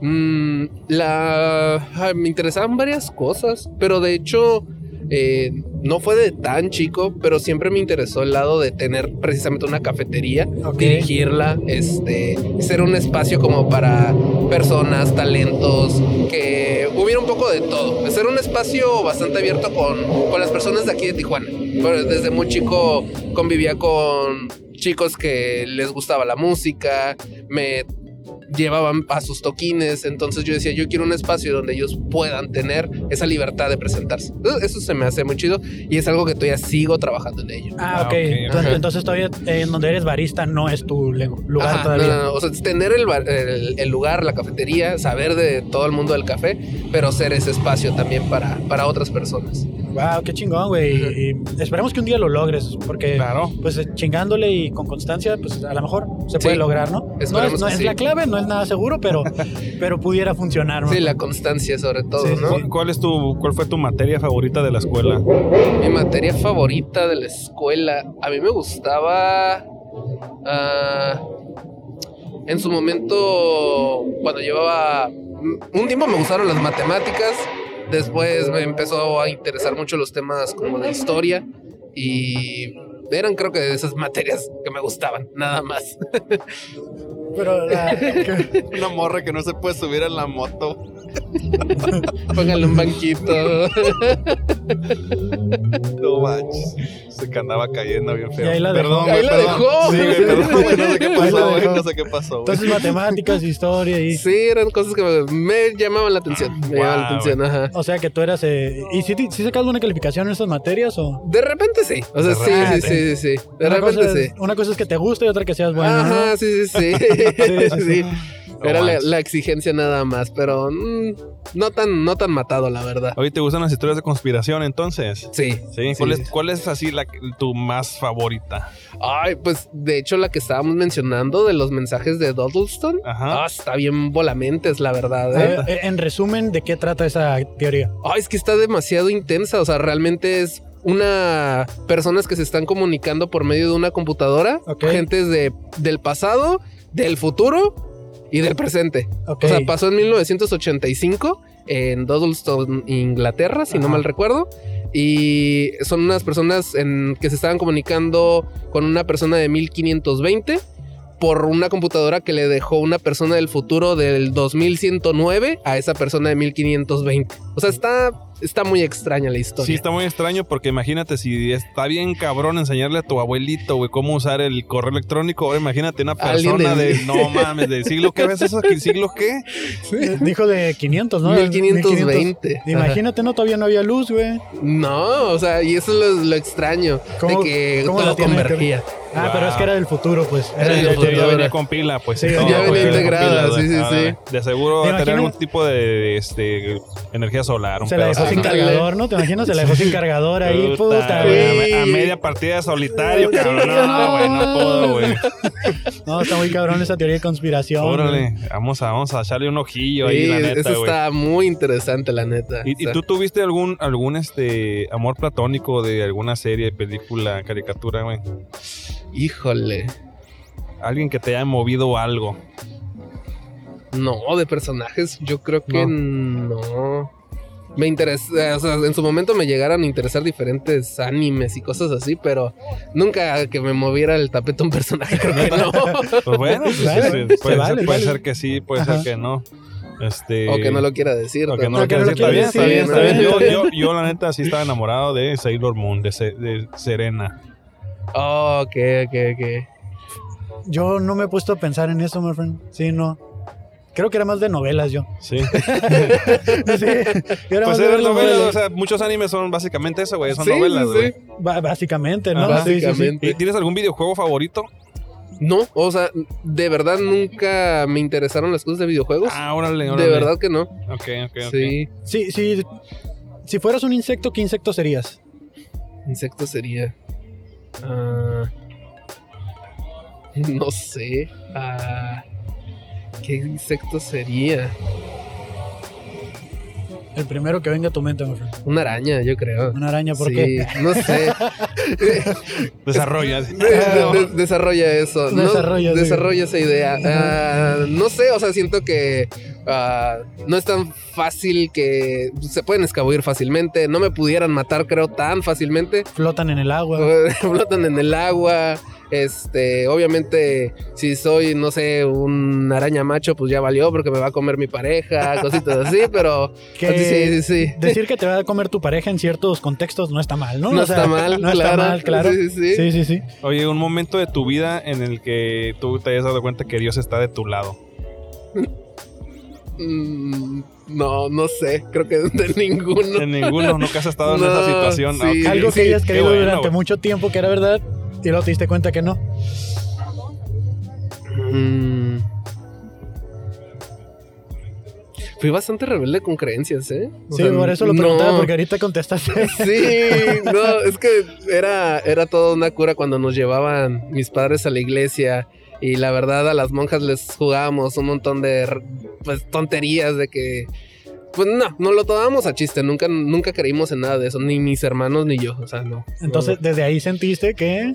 Mm, la ah, me interesaban varias cosas, pero de hecho eh, no fue de tan chico, pero siempre me interesó el lado de tener precisamente una cafetería,
Ok.
dirigirla, este, ser un espacio como para personas, talentos, que hubiera un poco de todo, ser un espacio bastante abierto con, con las personas de aquí de Tijuana. Pero desde muy chico convivía con chicos que les gustaba la música, me llevaban a sus toquines. Entonces yo decía, yo quiero un espacio donde ellos puedan tener esa libertad de presentarse. Entonces, Eso se me hace muy chido y es algo que todavía sigo trabajando en ello.
Ah,
Ah,
ok.
ok,
Entonces,
ajá.
entonces todavía eh, en donde eres barista no es tu le- lugar
Ajá,
todavía.
no, no, no, O sea, tener el, bar- el- el lugar, la cafetería, saber de todo el mundo del café, pero ser ese espacio también para, para otras personas.
Wow, qué chingón, güey.
Ajá.
Y- y Esperemos que un día lo logres, porque
Claro.
pues eh, chingándole y con constancia, pues a lo mejor se puede
Sí.
lograr, ¿no? No
Esperemos
es, no
que
es
sí.
la clave, no es nada seguro, pero, pero pudiera funcionar, ¿no?
Sí, la constancia sobre todo,
Sí,
¿no?
¿Cuál- ¿Cuál, es tu, ¿Cuál fue tu materia favorita de la escuela?
Mi materia favorita de la escuela, a mí me gustaba... ah, en su momento, cuando llevaba... mm, Un tiempo me gustaron las matemáticas, después me empezó a interesar mucho los temas como de historia y eran creo que de esas materias que me gustaban, nada más.
Pero la- que-
Una morra que no se puede subir a la moto.
Póngale un banquito.
No manches. Se que andaba cayendo bien
Y
feo.
ahí la dejó.
Perdón,
Ahí
güey,
la
perdón.
dejó.
Sí, güey, perdón, güey, no sé qué
la
pasó, güey,
dejó.
no sé qué pasó, güey.
entonces matemáticas, historia y...
Sí, eran cosas que me, me llamaban la atención. Me llamaban la
Wow.
atención, ajá.
O sea que tú eras... eh, ¿Y si, te- si sacas alguna calificación en estas materias o...?
De repente sí. O sea,
De
sí,
repente.
sí, sí, sí, sí. De
una,
repente
cosa es,
sí.
una cosa es que te guste y otra que seas bueno. ¿no?
Ajá, sí, sí, sí. Sí.
No
Era la,
manches.
la exigencia nada más, pero mm, no tan, no tan matado, la verdad.
Oye, ¿te gustan las historias de conspiración entonces?
Sí.
Sí. ¿Cuál, Es, cuál es así la, tu más favorita?
Ay, pues de hecho la que estábamos mencionando de los mensajes de Doddleston.
Ajá.
ah, está bien volamentes, la
A
verdad. ¿eh?
ver, eh, en resumen, ¿de qué trata esa teoría?
Ay, es que está demasiado intensa. O sea, realmente es una personas que se están comunicando por medio de una computadora,
Ok.
gentes de, del pasado, del futuro y del presente.
Ok.
O sea, pasó en 1985 en Doddleston, Inglaterra, si no
Ajá.
mal recuerdo. Y son unas personas en, que se estaban comunicando con una persona de 1520 por una computadora que le dejó una persona del futuro del 2109 a esa persona de 1520. O sea, está, está muy extraña la historia.
Sí, está muy extraño porque imagínate si está bien cabrón enseñarle a tu abuelito, güey, cómo usar el correo electrónico. Ahora imagínate una
Alguien
persona
de-
de, no mames, del siglo qué ves eso, ¿Qué siglo qué?
Dijo de 500, Pues, ¿no?
1520. Ajá.
Imagínate, no, todavía no había luz, güey.
No, o sea, y eso es lo, lo extraño.
¿Cómo-
de que
cómo la
todo
tienen que-
convergía.
Ah, pero es que era del futuro, pues. Era
Era
del
del
Sí, ya
futuro.
venía con pila, pues.
Sí,
y
ya
todo,
venía
pues,
integrada,
con
sí, sí,
Ah,
sí.
De seguro va a tener
Imagino-
algún tipo de, este, energía solar. Un
Se la dejó
pedazo.
sin
Ándale.
cargador, ¿no? ¿Te imaginas? Se la dejó sin cargador ahí, puta, güey.
güey, A, a media partida de solitario, cabrón. No, güey, no puedo, güey.
No, está muy cabrón esa teoría de conspiración.
Órale, vamos a, vamos a echarle un ojillo ahí,
Sí,
la
eso
neta, güey.
está muy interesante, la neta.
¿Y, y
O sea,
tú tuviste algún, algún este, amor platónico de alguna serie, película, caricatura, güey?
Híjole.
Alguien que te haya movido algo.
No, de personajes, yo creo que no. Me interesa, o sea, en su momento me llegaron a interesar diferentes animes y cosas así, pero nunca que me moviera el tapete un personaje, creo que no.
Pues bueno, pues,
Vale,
sí, sí,
se
puede,
vale,
ser, puede
vale.
ser que sí, puede
Ajá.
ser que no. Este,
o que no lo quiera decir.
o que no
O
lo
que
quiera
no
decir. Está
lo
bien, está bien,
quiera
está bien.
decir,
Yo,
está
yo, yo, la neta, sí estaba enamorado de Sailor Moon, de, Se- de Serena.
Oh, ok, ok, ok.
Yo no me he puesto a pensar en eso, my friend. Sí, no. Creo que era más de novelas yo.
Sí.
Sí, yo era más
Pues
de
era
ver
novela,
novelas.
o sea, muchos animes son básicamente eso, güey. Son
Sí,
novelas,
sí,
güey.
sí,
Ba- básicamente, Eh, ¿no?
Ajá.
Sí, sí, sí.
básicamente.
¿Y ¿Tienes algún videojuego favorito?
No, o sea, de verdad nunca me interesaron las cosas de videojuegos.
Ah, órale, órale.
de verdad que no.
Ok, ok, ok.
Sí,
Sí, sí.
Ah.
Si fueras un insecto, ¿qué insecto serías?
insecto sería. ah, no sé. ah, ¿Qué insecto sería?
El primero que venga a tu mente, my friend.
Una araña, yo creo.
Una araña, ¿por
sí,
qué?
no sé.
Desarrollas.
De- de- desarrolla eso. ¿no?
Desarrolla, sí.
desarrolla esa idea. Ah, no sé, o sea, siento que ah, no es tan fácil que se pueden escabullir fácilmente. No me pudieran matar, creo, tan fácilmente.
Flotan en el agua.
flotan en el agua. Este, obviamente, si soy, no sé, un araña macho, pues ya valió porque me va a comer mi pareja, cositas así, pero
Que
Ah, sí, sí, sí.
decir que te va a comer tu pareja en ciertos contextos no está mal, ¿no?
No
O sea,
está mal,
no
claro.
está mal, claro.
Sí, sí, sí.
Sí, sí, sí.
Oye, un momento de tu vida en el que tú te hayas dado cuenta que Dios está de tu lado.
Mm, no, no sé. Creo que de ninguno.
En ninguno, nunca has estado en
No,
esa situación. Ah,
sí.
ok.
Algo que hayas
Qué
creído
bueno,
durante
güey.
mucho tiempo que era verdad y luego te diste cuenta que no.
Mm. Fui bastante rebelde con creencias, ¿eh? O
Sí,
sea,
por eso lo preguntaba,
no.
porque ahorita contestaste.
Sí, no, es que era, era toda una cura cuando nos llevaban mis padres a la iglesia y la verdad a las monjas les jugábamos un montón de pues, tonterías de que... Pues no, no lo tomábamos a chiste, nunca, nunca creímos en nada de eso, ni mis hermanos ni yo, o sea, no.
Entonces, desde ahí sentiste que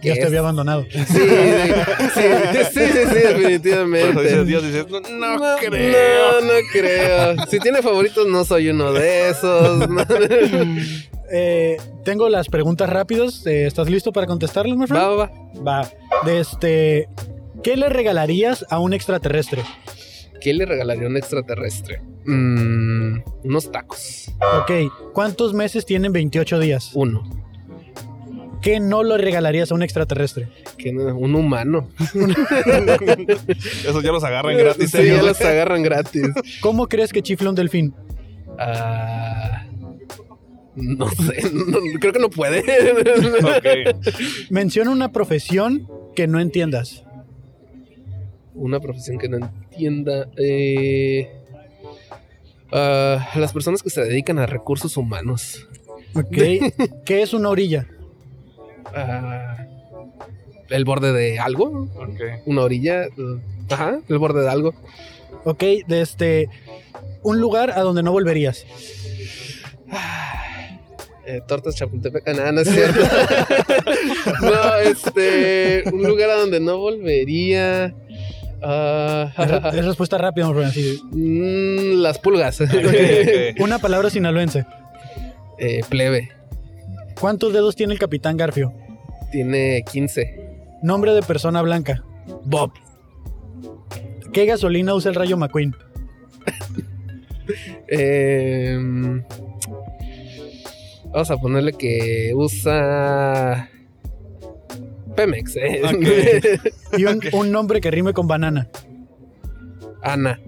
¿Qué
Dios te
es?
había abandonado.
Sí, sí, sí, sí, sí, sí, definitivamente.
Por eso dices Dios, dices, no, no creo.
No, no creo. Si tiene favoritos, no soy uno de esos. No.
Eh, tengo las preguntas rápidas. eh, ¿Estás listo para contestarlas, my
Va,
friend?
va, va.
Va. De este, ¿Qué le regalarías a un extraterrestre?
¿Qué le regalaría a un extraterrestre? Mm, unos tacos.
Ok. ¿Cuántos meses tienen 28 días?
Uno.
¿Qué no le regalarías a un extraterrestre?
Que no- un humano.
Esos ya los agarran gratis. ¿eh?
Sí,
ellos.
ya los agarran gratis.
¿Cómo crees que chifla un delfín?
Ah, no sé. no- creo que no puede.
Ok.
Menciona una profesión que no entiendas.
Una profesión que no entienda. eh, ah, las personas que se dedican a recursos humanos.
Ok. ¿Qué es una orilla?
Ah, el borde de algo,
ok.
una orilla, eh, ajá, el borde de algo.
Ok. De este, un lugar a donde no volverías.
Eh, tortas Chapultepec, ah, no, no es cierto. no, este, un lugar a donde no volvería. Ah,
Es es respuesta rápida, my friend, así.
mm, las pulgas.
ok.
Una palabra sinaloense.
Eh, plebe,
¿Cuántos dedos tiene el capitán Garfio?
tiene 15.
Nombre de persona blanca.
Bob,
¿Qué gasolina usa el rayo McQueen?
eh, mm, vamos a ponerle que usa Pemex. eh.
Ok.
Y un, un nombre que rime con banana.
Ana,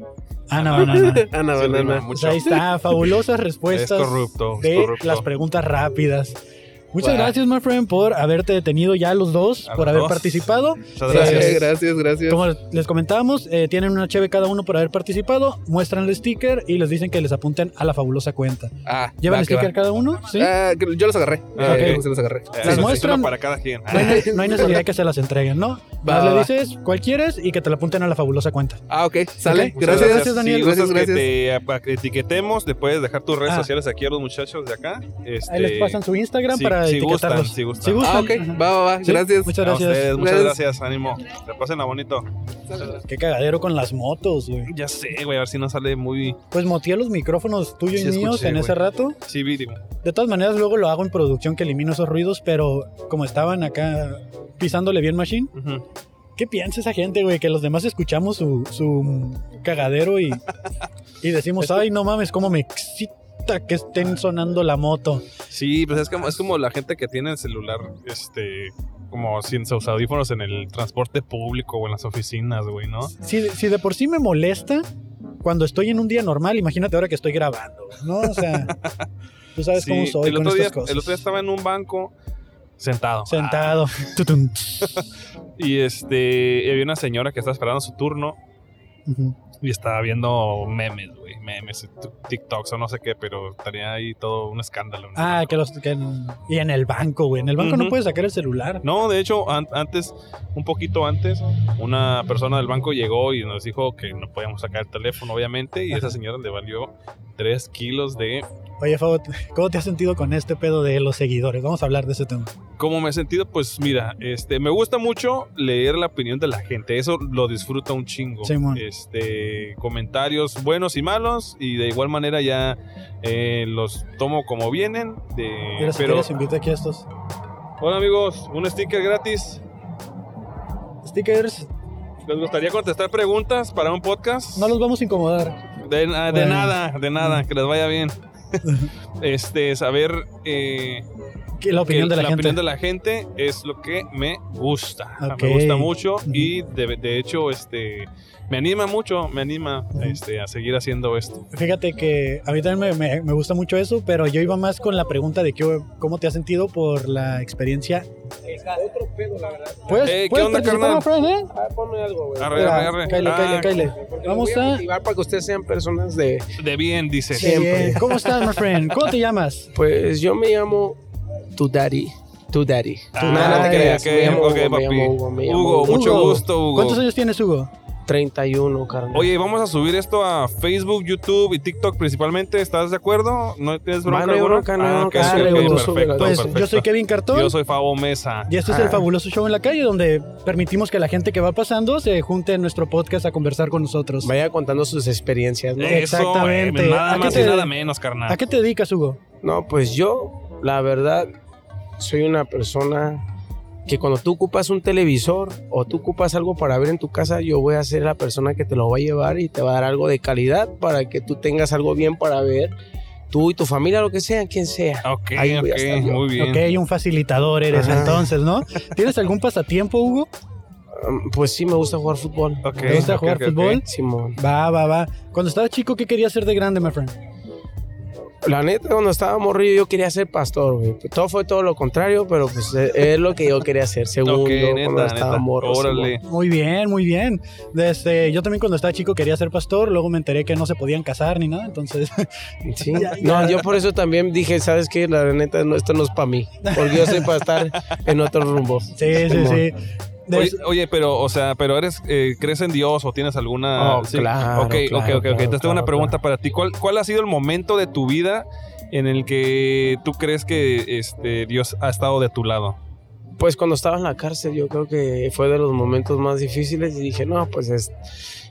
Ana Banana.
Ana
Sí, rima
Banana.
Pues
mucho.
ahí está, fabulosas respuestas
Es corrupto, es
de
corrupto.
las preguntas rápidas. Muchas
Guau.
gracias, my friend, por haberte detenido ya los dos,
A
por
los
haber
dos.
participado.
Muchas
Gracias,
gracias.
Eh, gracias, gracias.
Como les comentábamos, eh, tienen una cheve cada uno por haber participado, muestran el sticker y les dicen que les apunten a la fabulosa cuenta.
Ah,
¿Llevan
va,
el
que va.
sticker cada uno? Sí.
Ah, que- yo los agarré.
Ah,
Eh,
ok.
sí los agarré.
Eh,
Las
uno
muestran.
para cada quien.
No hay, ne- no hay necesidad de que se las entreguen, ¿no?
Va,
Más
va,
le
va.
dices cuál quieres y que te la apunten a la fabulosa cuenta.
Ah, ok. Sale.
Ok,
Gracias.
muchas gracias, Daniel.
Si
Gracias,
gustas
gracias.
que te apa- que etiquetemos, le puedes dejar tus redes
Ah.
sociales aquí a los muchachos de acá. Este,
Ahí les pasan su Instagram
si-
para
si
etiquetarlos.
gustan, si gustan.
Ah, ok. Va, va, va.
Sí,
Gracias.
Muchas
a
gracias.
ustedes, muchas
Gracias.
gracias, ánimo. Se pasen a bonito.
Qué cagadero con las motos, güey.
Ya sé, güey, a ver si no sale muy.
Pues moteé los micrófonos tuyos
Sí,
y
escuché,
míos en
güey.
ese rato.
Sí, vídeo.
De todas maneras, luego lo hago en producción que elimino esos ruidos, pero como estaban acá pisándole bien Machine,
Ujú.
¿qué piensa esa gente, güey? Que los demás escuchamos su, su cagadero y, y decimos, ay, no mames, cómo me excita que
Ah.
estén sonando la moto.
Sí, pues es como, es como la gente que tiene el celular, este, como sin sus audífonos en el transporte público o en las oficinas, güey, ¿no?
Si, si de por sí me molesta cuando estoy en un día normal, imagínate ahora que estoy grabando, ¿no? O sea, tú sabes
Sí,
cómo soy
el,
con
otro día,
estas cosas.
el otro día estaba en un banco sentado.
Sentado. Tutum.
Y este, y había una señora que estaba esperando su turno
Ujú.
y estaba viendo memes, güey, memes, tu- TikToks o no sé qué, pero tenía ahí todo un escándalo. en el
Ah,
banco.
que los. que en- y en el banco, güey. En el banco no
Ujú.
puedes sacar el celular.
No, de hecho, an- antes, un poquito antes, una persona del banco llegó y nos dijo que no podíamos sacar el teléfono, obviamente, y a esa señora le valió 3 kilos de...
Oye, Fabo, ¿cómo te has sentido con este pedo de los seguidores? Vamos a hablar de ese tema.
¿Cómo me he sentido? Pues mira, este, me gusta mucho leer la opinión de la gente, eso lo disfruta un chingo.
Simón.
Este, comentarios buenos y malos, y de igual manera ya eh, los tomo como vienen. De,
Mira, si
pero,
quieres, invita aquí a estos
bueno amigos, un sticker gratis.
stickers.
¿Les gustaría contestar preguntas para un podcast?
No los vamos a incomodar.
De, na- de
Bueno. Mm.
nada, de nada, que les vaya bien. este, saber eh,
que la opinión de
que
la, gente.
opinión de la gente es lo que me gusta. Ah,
Ok.
Me gusta mucho
Ujú.
y de, de hecho este me anima mucho, me anima
Ujú.
este, a seguir haciendo esto.
Fíjate que a mí también me, me- me gusta mucho eso, pero yo iba más con la pregunta de qué- cómo te has sentido por la experiencia. ¿Puedes,
Eh, ¿qué
puedes
onda,
participar,
carnal?
Fran, eh?
ponme algo, güey.
Arre,
Espera,
arre, arre.
Cáele, cáele,
Ah,
cáele. Vamos a...
Motivar para que ustedes sean personas de...
De bien, dice.
Qué
eh,
bien. ¿Cómo estás, my friend? ¿Cómo te llamas?
Pues yo me llamo Tu Daddy. Tu Daddy.
Ah,
No, no te
ok,
creas.
ok,
me llamo
ok,
Hugo, me
papi.
llamo Hugo, me llamo
Hugo,
Hugo.
mucho gusto, Hugo.
¿Cuántos años tienes, Hugo?
31, carnal.
Oye, vamos a subir esto a Facebook, YouTube y TikTok principalmente. ¿Estás de acuerdo? ¿No tienes bronca
Mano,
alguna?
bronca, no,
Ah, ok,
carnal,
ok,
Hugo,
perfecto,
súbelo.
Pues
perfecto.
yo soy Kevin Cartón.
Yo soy Fabo Mesa.
Y este es el
Ah.
fabuloso show en la calle donde permitimos que la gente que va pasando se junte en nuestro podcast a conversar con nosotros.
Vaya contando sus experiencias, ¿no?
Eso,
Exactamente.
eh, nada
¿A qué
más
te-
y nada menos, carnal.
¿A qué te dedicas, Hugo?
No, pues yo, la verdad, soy una persona que cuando tú ocupas un televisor o tú ocupas algo para ver en tu casa, yo voy a ser la persona que te lo va a llevar y te va a dar algo de calidad para que tú tengas algo bien para ver, tú y tu familia, lo que sea, quien sea.
Ok,
Ahí voy a estar
ok,
yo.
muy bien.
Ok, un facilitador eres
Ajá.
entonces, ¿no? ¿Tienes algún pasatiempo, Hugo?
Um, Pues sí, me gusta jugar fútbol.
Ok,
¿Te gusta
ok,
jugar
ok, ok.
fútbol?
Simón.
Va, va, va. Cuando estabas chico, ¿qué querías ser de grande, my friend?
La neta, cuando estaba morrillo, yo quería ser pastor, güey. Todo fue todo lo contrario, pero pues es, es lo que yo quería hacer, según
Ok,
yo, cuando
neta,
estaba
neta.
morro.
Órale.
Simón.
Muy bien, muy bien. Desde, yo también cuando estaba chico quería ser pastor, luego me enteré que no se podían casar ni nada, entonces...
Sí.
Ya,
No, yo por eso también dije, ¿sabes qué? La neta, no, esto no es para mí. Porque yo soy para estar en otro rumbo.
sí, sí, sí. Des-
Oye, oye, pero, o sea, pero eres, eh, ¿crees en Dios o tienes alguna?
Oh, claro,
Ok, ok,
claro,
ok, ok.
claro,
Entonces tengo una
claro,
pregunta
claro.
para ti. ¿Cuál, ¿Cuál ha sido el momento de tu vida en el que tú crees que este, Dios ha estado de tu lado?
Pues cuando estaba en la cárcel, yo creo que fue de los momentos más difíciles y dije, no, pues es,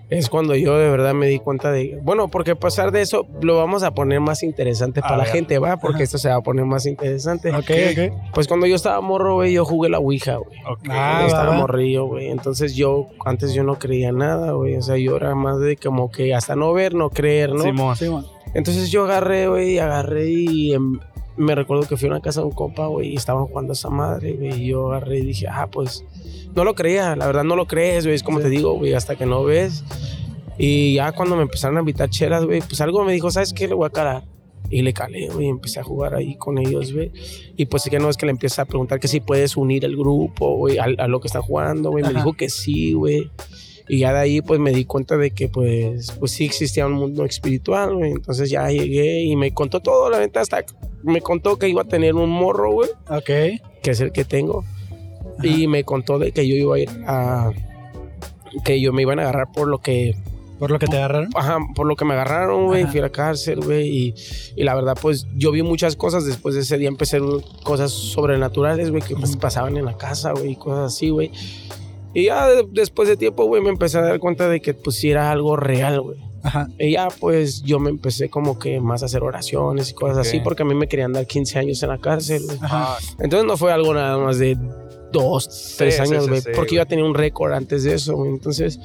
es cuando yo de verdad me di cuenta de. Bueno, porque pasar de eso lo vamos a poner más interesante
A
para la
ver.
gente, ¿va? Porque
Ajá.
esto se va a poner más interesante.
Ok, ok.
Pues cuando yo estaba morro, güey, yo jugué la Ouija, güey.
Ok.
Ah,
estaba
va, va.
morrillo, güey. Entonces yo, antes yo no creía nada, güey. O sea, yo era más de como que hasta no ver, no creer, ¿no?
Simón.
Sí, bueno.
Entonces yo agarré, güey, agarré y em, me recuerdo que fui a una casa de un copa, güey, y estaban jugando a esa madre, güey, y yo agarré y dije, ah, pues, no lo creía, la verdad no lo crees, güey, es como te digo, güey, hasta que no ves. Y ya cuando me empezaron a invitar chelas, güey, pues algo me dijo, ¿sabes qué? Le voy a calar. Y le calé, güey, y empecé a jugar ahí con ellos, güey. Y pues que no es que le empieza a preguntar que si puedes unir el grupo, güey, al- a, lo que está jugando, güey. Me
Ajá.
dijo que sí, güey. Y ya de ahí, pues me di cuenta de que, pues, pues sí existía un mundo espiritual, güey. Entonces ya llegué y me contó todo, la neta, hasta me contó que iba a tener un morro, güey,
Ok.
que es el que tengo. Y me contó de que yo iba a ir a. que yo me iban a agarrar por lo que
Por lo que te agarraron.
ajá, por lo que me agarraron, güey,
Ajá.
fui a la cárcel, güey, y, y la verdad, pues yo vi muchas cosas después de ese día, empecé a ver cosas sobrenaturales, güey, que pues,
Ujú.
pasaban en la casa, güey, y cosas así, güey. Y ya de- después de tiempo, güey, me empecé a dar cuenta de que pues sí era algo real, güey.
Ajá.
Y ya pues yo me empecé como que más a hacer oraciones y cosas así,
Ok.
porque a mí me querían dar 15 años en la cárcel, güey.
Ah.
Ajá.
Entonces no fue algo nada más de dos, tres
sí,
años,
sí,
güey.
sí,
porque
güey.
yo ya tenía un récord antes de eso, güey. Entonces,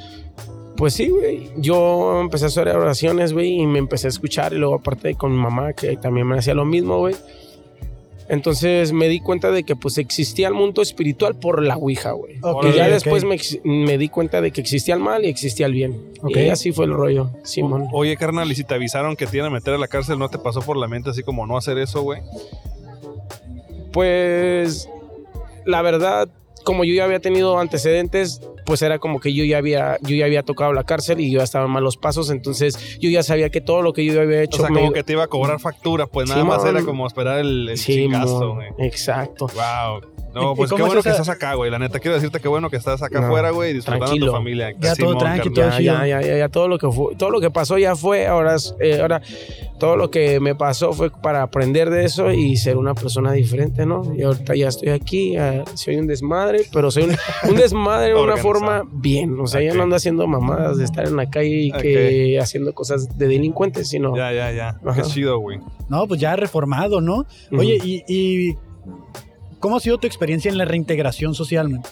pues sí, güey. Yo empecé a hacer oraciones, güey, y me empecé a escuchar. Y luego, aparte, con mi mamá, que también me hacía lo mismo, güey. Entonces me di cuenta de que pues existía el mundo espiritual por la Ouija, güey.
Ok,
y ya
ok.
después me, ex- me di cuenta de que existía el mal y existía el bien.
Ok.
Y así fue el rollo, Simón.
O- Oye, carnal, y si te avisaron que te iban a meter a la cárcel, ¿no te pasó por la mente así como no hacer eso, güey?
Pues la verdad, como yo ya había tenido antecedentes, pues era como que yo ya había, yo ya había tocado la cárcel y yo ya estaba en malos pasos, entonces yo ya sabía que todo lo que yo ya había
O
hecho
sea,
me-
como que te iba a cobrar factura, pues nada más
Simón.
era como esperar el, el
Sí,
chingazo,
mon,
güey.
exacto.
Wow.
¿Y-
No,
y
pues qué
cómo es
bueno que
esa-
estás acá, güey. La neta, quiero decirte que bueno que estás acá
No,
afuera, güey, disfrutando de tu
tranquilo.
familia.
Ya todo tranqui,
carnal.
todo
Ya,
chido.
ya, ya, ya, ya, todo lo que fue, todo lo que pasó ya fue, ahora, es- eh, ahora todo lo que me pasó fue para aprender de eso y ser una persona diferente, ¿no? Y ahorita ya estoy aquí, ah, soy un desmadre, pero soy un, un desmadre de una
Organizado.
forma bien, o sea, ya
Ok.
no ando haciendo mamadas de estar en la calle y que haciendo cosas de delincuentes, sino...
Ya, ya, ya.
Ajá.
Qué chido, güey.
No, pues ya reformado, ¿no?
Ujú.
Oye, y, y ¿cómo ha sido tu experiencia en la reintegración social? man?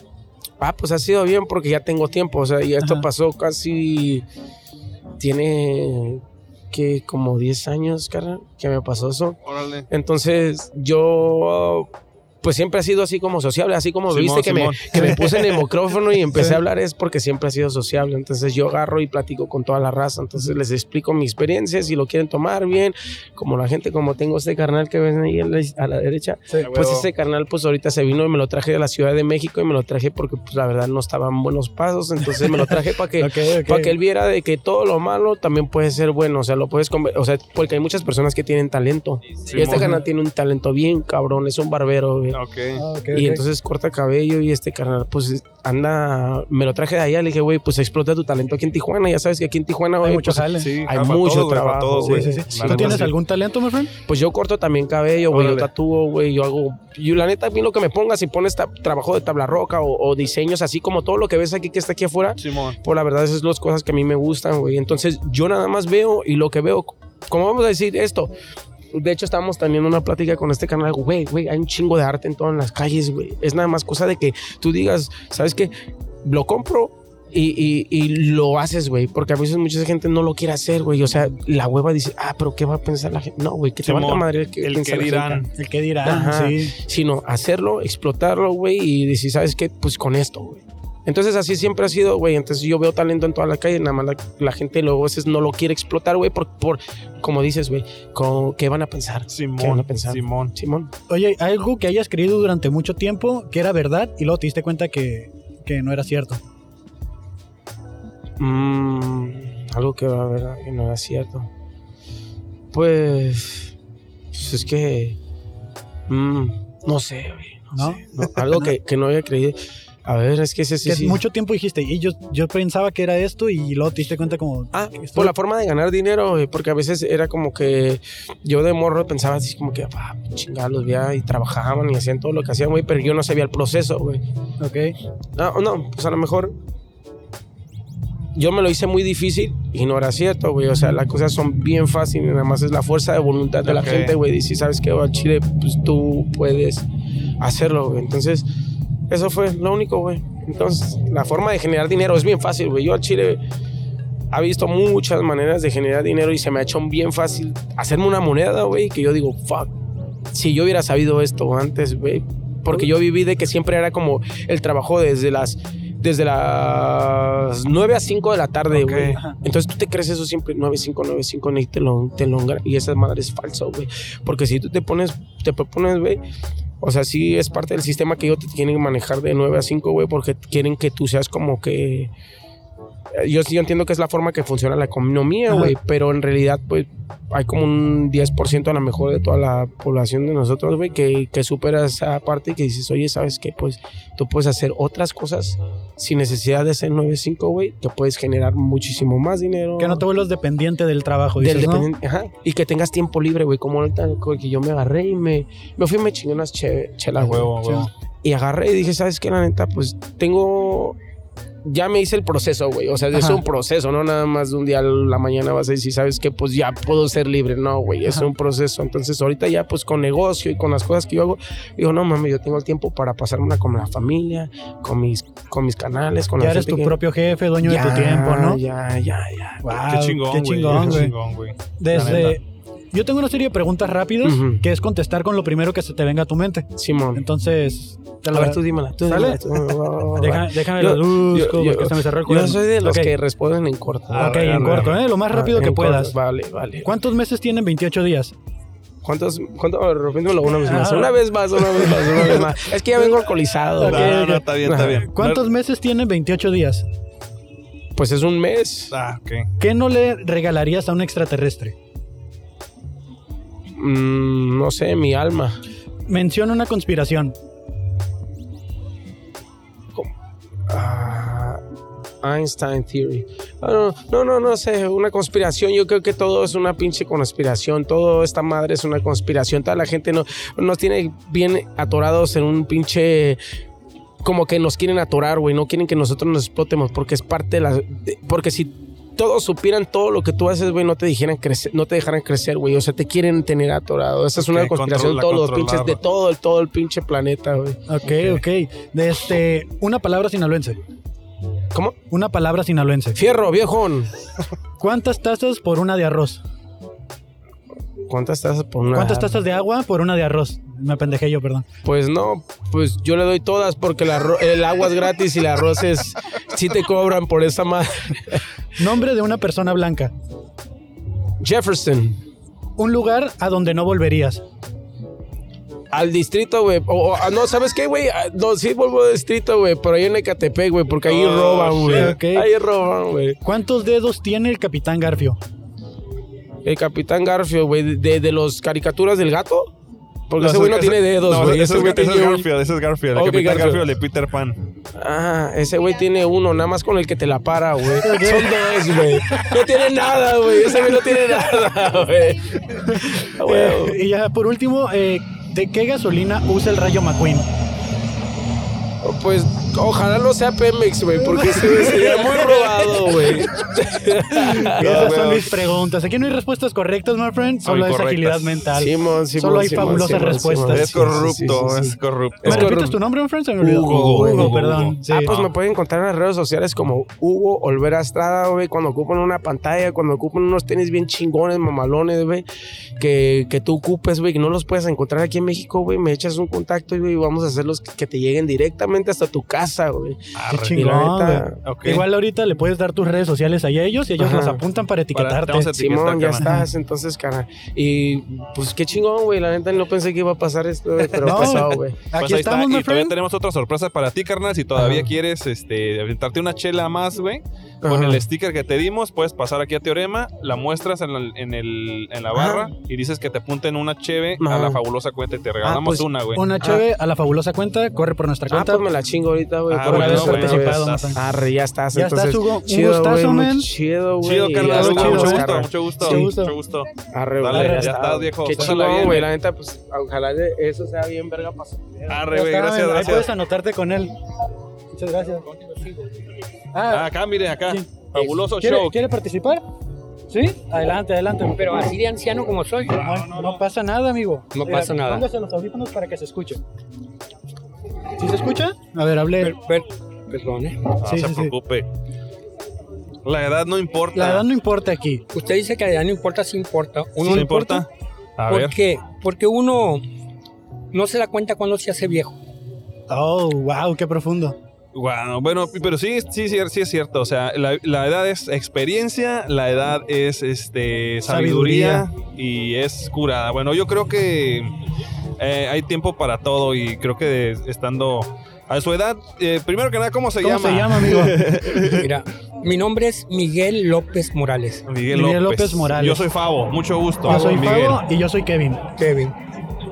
Ah, pues ha sido bien porque ya tengo tiempo, o sea, y esto
Ajá.
pasó casi... Tiene que como 10 años, carnal, que me pasó eso.
Órale.
Entonces yo pues siempre ha sido así como sociable, así como
Simón,
viste que me,
Simón.
que me puse en el micrófono y empecé a hablar es porque siempre ha sido sociable, entonces yo agarro y platico con toda la raza, entonces les explico mi experiencia, si lo quieren tomar bien, como la gente, como tengo este carnal que ven ahí a la, a la derecha,
Ah,
pues ese carnal pues ahorita se vino y me lo traje de la Ciudad de México y me lo traje porque pues la verdad no estaban buenos pasos, entonces me lo traje para que...
Ok, ok.
Para que él viera de que todo lo malo también puede ser bueno, o sea, lo puedes conver- o sea, porque hay muchas personas que tienen talento. y este canal tiene un talento bien cabrón, es un barbero, güey.
Ok.
Ah, ok,
Y
ok.
entonces corta cabello y este carnal, pues anda, me lo traje de allá, le dije, güey, pues explota tu talento aquí en Tijuana, ya sabes que aquí en Tijuana,
hay
güey,
mucho
pues,
jale.
Sí,
Hay
ah, para
mucho
todos, güey, para
trabajo,
todos,
Sí,
güey.
sí, sí.
La
¿Tú
neta,
tienes
sí.
algún talento, my friend?
pues yo corto también cabello, güey, yo
Órale.
tatúo, güey, yo hago, yo la neta, a mí lo que me pongas, si pones ta- trabajo de tabla roca o, o diseños, así como todo lo que ves aquí que está aquí afuera,
Simón.
por Pues la verdad, esas son las cosas que a mí me gustan, güey. Entonces, yo nada más veo y lo que veo, ¿cómo vamos a decir esto? De hecho, estábamos teniendo una plática con este canal, güey, güey, hay un chingo de arte en todas las calles, güey. Es nada más cosa de que tú digas, ¿sabes qué? Lo compro. Y, y- y lo haces, güey, porque a veces mucha gente no lo quiere hacer, güey. O sea, la hueva dice, ah, pero ¿qué va a pensar la gente? No, güey, que te
Simón,
valga madre que
El que dirán.
El que dirán,
Ajá.
sí.
sino hacerlo, explotarlo, güey, y decir, ¿sabes qué? Pues con esto, güey. Entonces así siempre ha sido, güey. Entonces yo veo talento en toda la calle, nada más la, la gente luego a veces no lo quiere explotar, güey, por, por, como dices, güey, con- ¿qué van a pensar? ¿Qué van a
Simón.
pensar?
Simón.
Simón.
Oye, algo que hayas creído durante mucho tiempo que era verdad y luego te diste cuenta que, que no era cierto.
Mm, algo que la verdad que no era cierto. Pues, pues es que, mm, no sé, güey. No,
¿No?
sé, no, algo que, que no había creído. A ver, es que ese sí.
que
sí.
mucho tiempo dijiste, y yo, yo pensaba que era esto y luego te diste cuenta como...
Ah,
que esto-
por la forma de ganar dinero, güey, porque a veces era como que yo de morro pensaba así como que, ah, chingados, los veía y trabajaban y hacían todo lo que hacían, güey, pero yo no sabía el proceso, güey.
Ok.
No, no, pues a lo mejor yo me lo hice muy difícil y no era cierto, güey. O sea, las cosas son bien fáciles, nada más es la fuerza de voluntad de la
Ok.
gente, güey. Y si sabes que va a Chile, pues tú puedes hacerlo, güey. Entonces, eso fue lo único, güey. Entonces, la forma de generar dinero es bien fácil, güey. Yo al Chile he visto muchas maneras de generar dinero y se me ha hecho bien fácil hacerme una moneda, güey, que yo digo, fuck, si yo hubiera sabido esto antes, güey. Porque yo viví de que siempre era como el trabajo desde las desde las 9 a 5 de la tarde,
Ok.
güey.
Ajá.
Entonces tú te crees eso siempre 9 5 9 5 y te lo te lo engra- y esa madre es falso, güey. Porque si tú te pones te propones, güey, o sea, sí es parte del sistema que ellos te quieren manejar de 9 a 5, güey, porque quieren que tú seas como que eh, yo, yo entiendo que es la forma que funciona la economía,
Ajá.
güey, pero en realidad, pues, hay como un 10% a lo mejor de toda la población de nosotros, güey, que, que supera esa parte y que dices, oye, ¿sabes qué? Pues tú puedes hacer otras cosas sin necesidad de ser 9-5, güey, que puedes generar muchísimo más dinero.
Que no te vuelvas dependiente del trabajo,
Del
dices, ¿no?
dependiente, ajá, y que tengas tiempo libre, güey, como ahorita güey, que yo me agarré y me, me fui y me chingué unas che- chelas, güey.
Huevo, huevo.
Y agarré y dije, ¿sabes qué? La neta, pues tengo. Ya me hice el proceso, güey. O sea, es
Ajá.
un proceso, no nada más de un día a la mañana vas a decir, ¿sabes qué? Pues ya puedo ser libre. No, güey, es
Ajá.
un proceso. Entonces, ahorita ya, pues con negocio y con las cosas que yo hago, digo, no mames, yo tengo el tiempo para pasármela con la familia, con mis, con mis canales, con la
Ya eres
gente
tu
que-
propio jefe, dueño de tu
Ya,
tiempo, ¿no?
Ya, ya, ya.
Wow,
Qué chingón,
Qué
güey.
chingón,
Qué
güey.
chingón, güey. La
Desde...
neta.
Yo tengo una serie de preguntas rápidas
Ujú.
que es contestar con lo primero que se te venga a tu mente.
Simón.
Entonces, te
A
lo
ver, tú dímela, tú dímela.
¿Sale?
tú-
Deja- déjame
Yo-
lo busco
yo-
porque se me cerró el
Yo
cuaderno.
soy de los
Ok,
que responden en corto.
Ok, en corto, ¿eh? Lo más rápido
Ah,
que
en
puedas.
corto. Vale, vale.
¿Cuántos meses tienen 28 días?
¿Cuántos? ¿Cuánto? Repítemelo una vez más.
Ah.
Una vez más, una vez más, una vez más. Es que ya vengo alcoholizado.
Ok,
güey.
No,
ok.
no, está bien, está
Ajá.
bien.
¿Cuántos meses tienen 28 días?
Pues es un mes.
Ah, ok.
¿Qué no le regalarías a un extraterrestre?
Mm, no sé, mi alma.
Menciona una conspiración.
Ah, Einstein Theory. Ah, no, no, no, no sé. Una conspiración. Yo creo que todo es una pinche conspiración. Todo esta madre es una conspiración. Toda la gente no, nos tiene bien atorados en un pinche. Como que nos quieren atorar, güey. No quieren que nosotros nos explotemos porque es parte de la. de- porque si. Todos supieran todo lo que tú haces, güey, no te dijeran crecer, no te dejaran crecer, güey. O sea, te quieren tener atorado. Esa es una
Ok,
conspiración de todos los
controla-
pinches, de todo, el- todo el pinche planeta, güey.
Ok, ok. De este, una palabra sinaloense.
¿Cómo?
Una palabra sinaloense.
Fierro, viejón.
¿Cuántas tazas por una de arroz?
¿Cuántas tazas por una? Ah.
¿Cuántas tazas de agua por una de arroz? Me pendejé yo, perdón.
Pues no, pues yo le doy todas porque la ro- el agua es gratis y las roces sí te cobran por esa madre.
Nombre de una persona blanca.
Jefferson,
Un lugar a donde no volverías.
al distrito, güey. O, o- ah, no, ¿sabes qué, güey? Ah, No, sí vuelvo al distrito, güey, pero ahí en Ecatepec, güey, porque ahí
Oh,
roban, güey.
shit.
Ahí roban, güey.
¿Cuántos dedos tiene el capitán Garfio?
El Capitán Garfio, güey, de, de, los caricaturas del gato. Porque ese
eso-
güey no
eso-
tiene dedos,
no,
güey.
ese,
ese
es-
güey
ese es
tiene un-
Garfield, ese es Garfield. El
Ok,
capitán
Garfield.
Garfield de Peter Pan.
Ah, ese güey tiene uno, nada más con el que te la para, güey. Son dos, güey. No tiene nada, güey. Ese güey no tiene nada, güey. Ah, güey.
Eh, y ya por último, eh, ¿de qué gasolina usa el rayo McQueen?
Pues ojalá no sea Pemex, güey, porque ese güey sería muy robado, güey.
Esas son
güey.
mis preguntas. Aquí no hay respuestas correctas, my friend. Solo es
incorrectas.
agilidad mental.
Simón, Simón,
Solo hay
Simón,
fabulosas
Simón,
respuestas.
Simón,
Es
sí, sí, sí, sí,
corrupto,
sí.
es corrupto.
¿Me
Es correcto.
repites tu nombre, my friend? Se me olvidó.
Hugo, güey.
Hugo,
Hugo,
perdón.
Hugo.
Sí.
Ah, pues me pueden encontrar en las redes sociales como Hugo Olvera Estrada, güey, cuando ocupan una pantalla, cuando ocupan unos tenis bien chingones, mamalones, güey, que, que tú ocupes, güey, que no los puedes encontrar aquí en México, güey, me echas un contacto, güey, y vamos a hacerlos que que te lleguen directamente hasta tu casa, güey.
Ah,
ah, Qué
Y la
chingón,
neta,
güey.
Ok.
Igual ahorita le puedes dar tus redes sociales a ellos y ellos
Ajá.
las apuntan para
Para- te
etiquetarte.
vamos a etiquetar,
Simón, ya
carnal.
estás, entonces, cara. Y pues qué chingón, güey, la neta no pensé que iba a pasar esto, güey, pero
No.
pasó, güey.
Aquí
Pues
estamos,
ahí está.
my
Y todavía
friend.
tenemos otra sorpresa para ti, carnal. Si todavía
Ajá.
quieres este, aventarte una chela más, güey, con
Ajá.
el sticker que te dimos, puedes pasar aquí a Teorema, la muestras en la, en el, en la
Ajá.
barra y dices que te apunten una cheve a
Ajá.
la fabulosa cuenta y te regalamos
pues,
una, güey.
Ah,
Ah.
Una cheve a la fabulosa cuenta, corre por nuestra
Ah,
cuenta.
pues me la chingo ahorita, güey.
Ah,
por
bueno,
haber
bueno,
participado,
pues,
Matan. Arre, ya estás.
Ya
entonces,
estás, Hugo. Un
chido,
gustazo,
güey, muy
man.
Chido, güey.
Chido,
y
carnal.
ya
Hugo,
estamos,
mucho gusto,
carnal.
mucho gusto,
Sí.
mucho gusto.
Arre,
Dale,
güey,
ya
está.
estás, viejo.
Qué
Pásala bien.
chingón, güey. La neta, pues, ojalá eso sea bien verga para su-
Arre,
Ya
güey,
está,
gracias,
ahí puedes
gracias.
anotarte con él. Muchas gracias. Ah,
Acá, mire, acá.
Sí.
Fabuloso
¿quiere,
show.
quiere participar? ¿Sí? Adelante, adelante.
Pero así de anciano como soy.
No, no, no pasa nada, amigo.
No pasa nada.
Póngase los audífonos para que se escuche. ¿Sí se escucha? A ver, hablé.
Per- per- Perdón, ¿eh?
No
Sí,
se
sí, sí.
preocupe. La edad no importa.
La edad no importa aquí.
Usted dice que allá no importa, sí importa. Uno
¿Sí
no
importa? Ah, A
¿Por
ver.
qué? Porque uno no se da cuenta cuando se hace viejo.
Oh, wow, qué profundo.
Guau, bueno, pero sí, sí, sí, sí es cierto. O sea, la, la edad es experiencia, la edad es este sabiduría, y es curada. Bueno, yo creo que eh, hay tiempo para todo y creo que de- estando a su edad, eh, primero que nada, ¿cómo se
¿Cómo
llama?
se llama, amigo?
Mira, mi nombre es Miguel López Morales.
Miguel,
Miguel
López.
López Morales.
Yo soy Favo, mucho gusto.
Yo soy
Miguel.
Fabo y yo soy Kevin.
Kevin.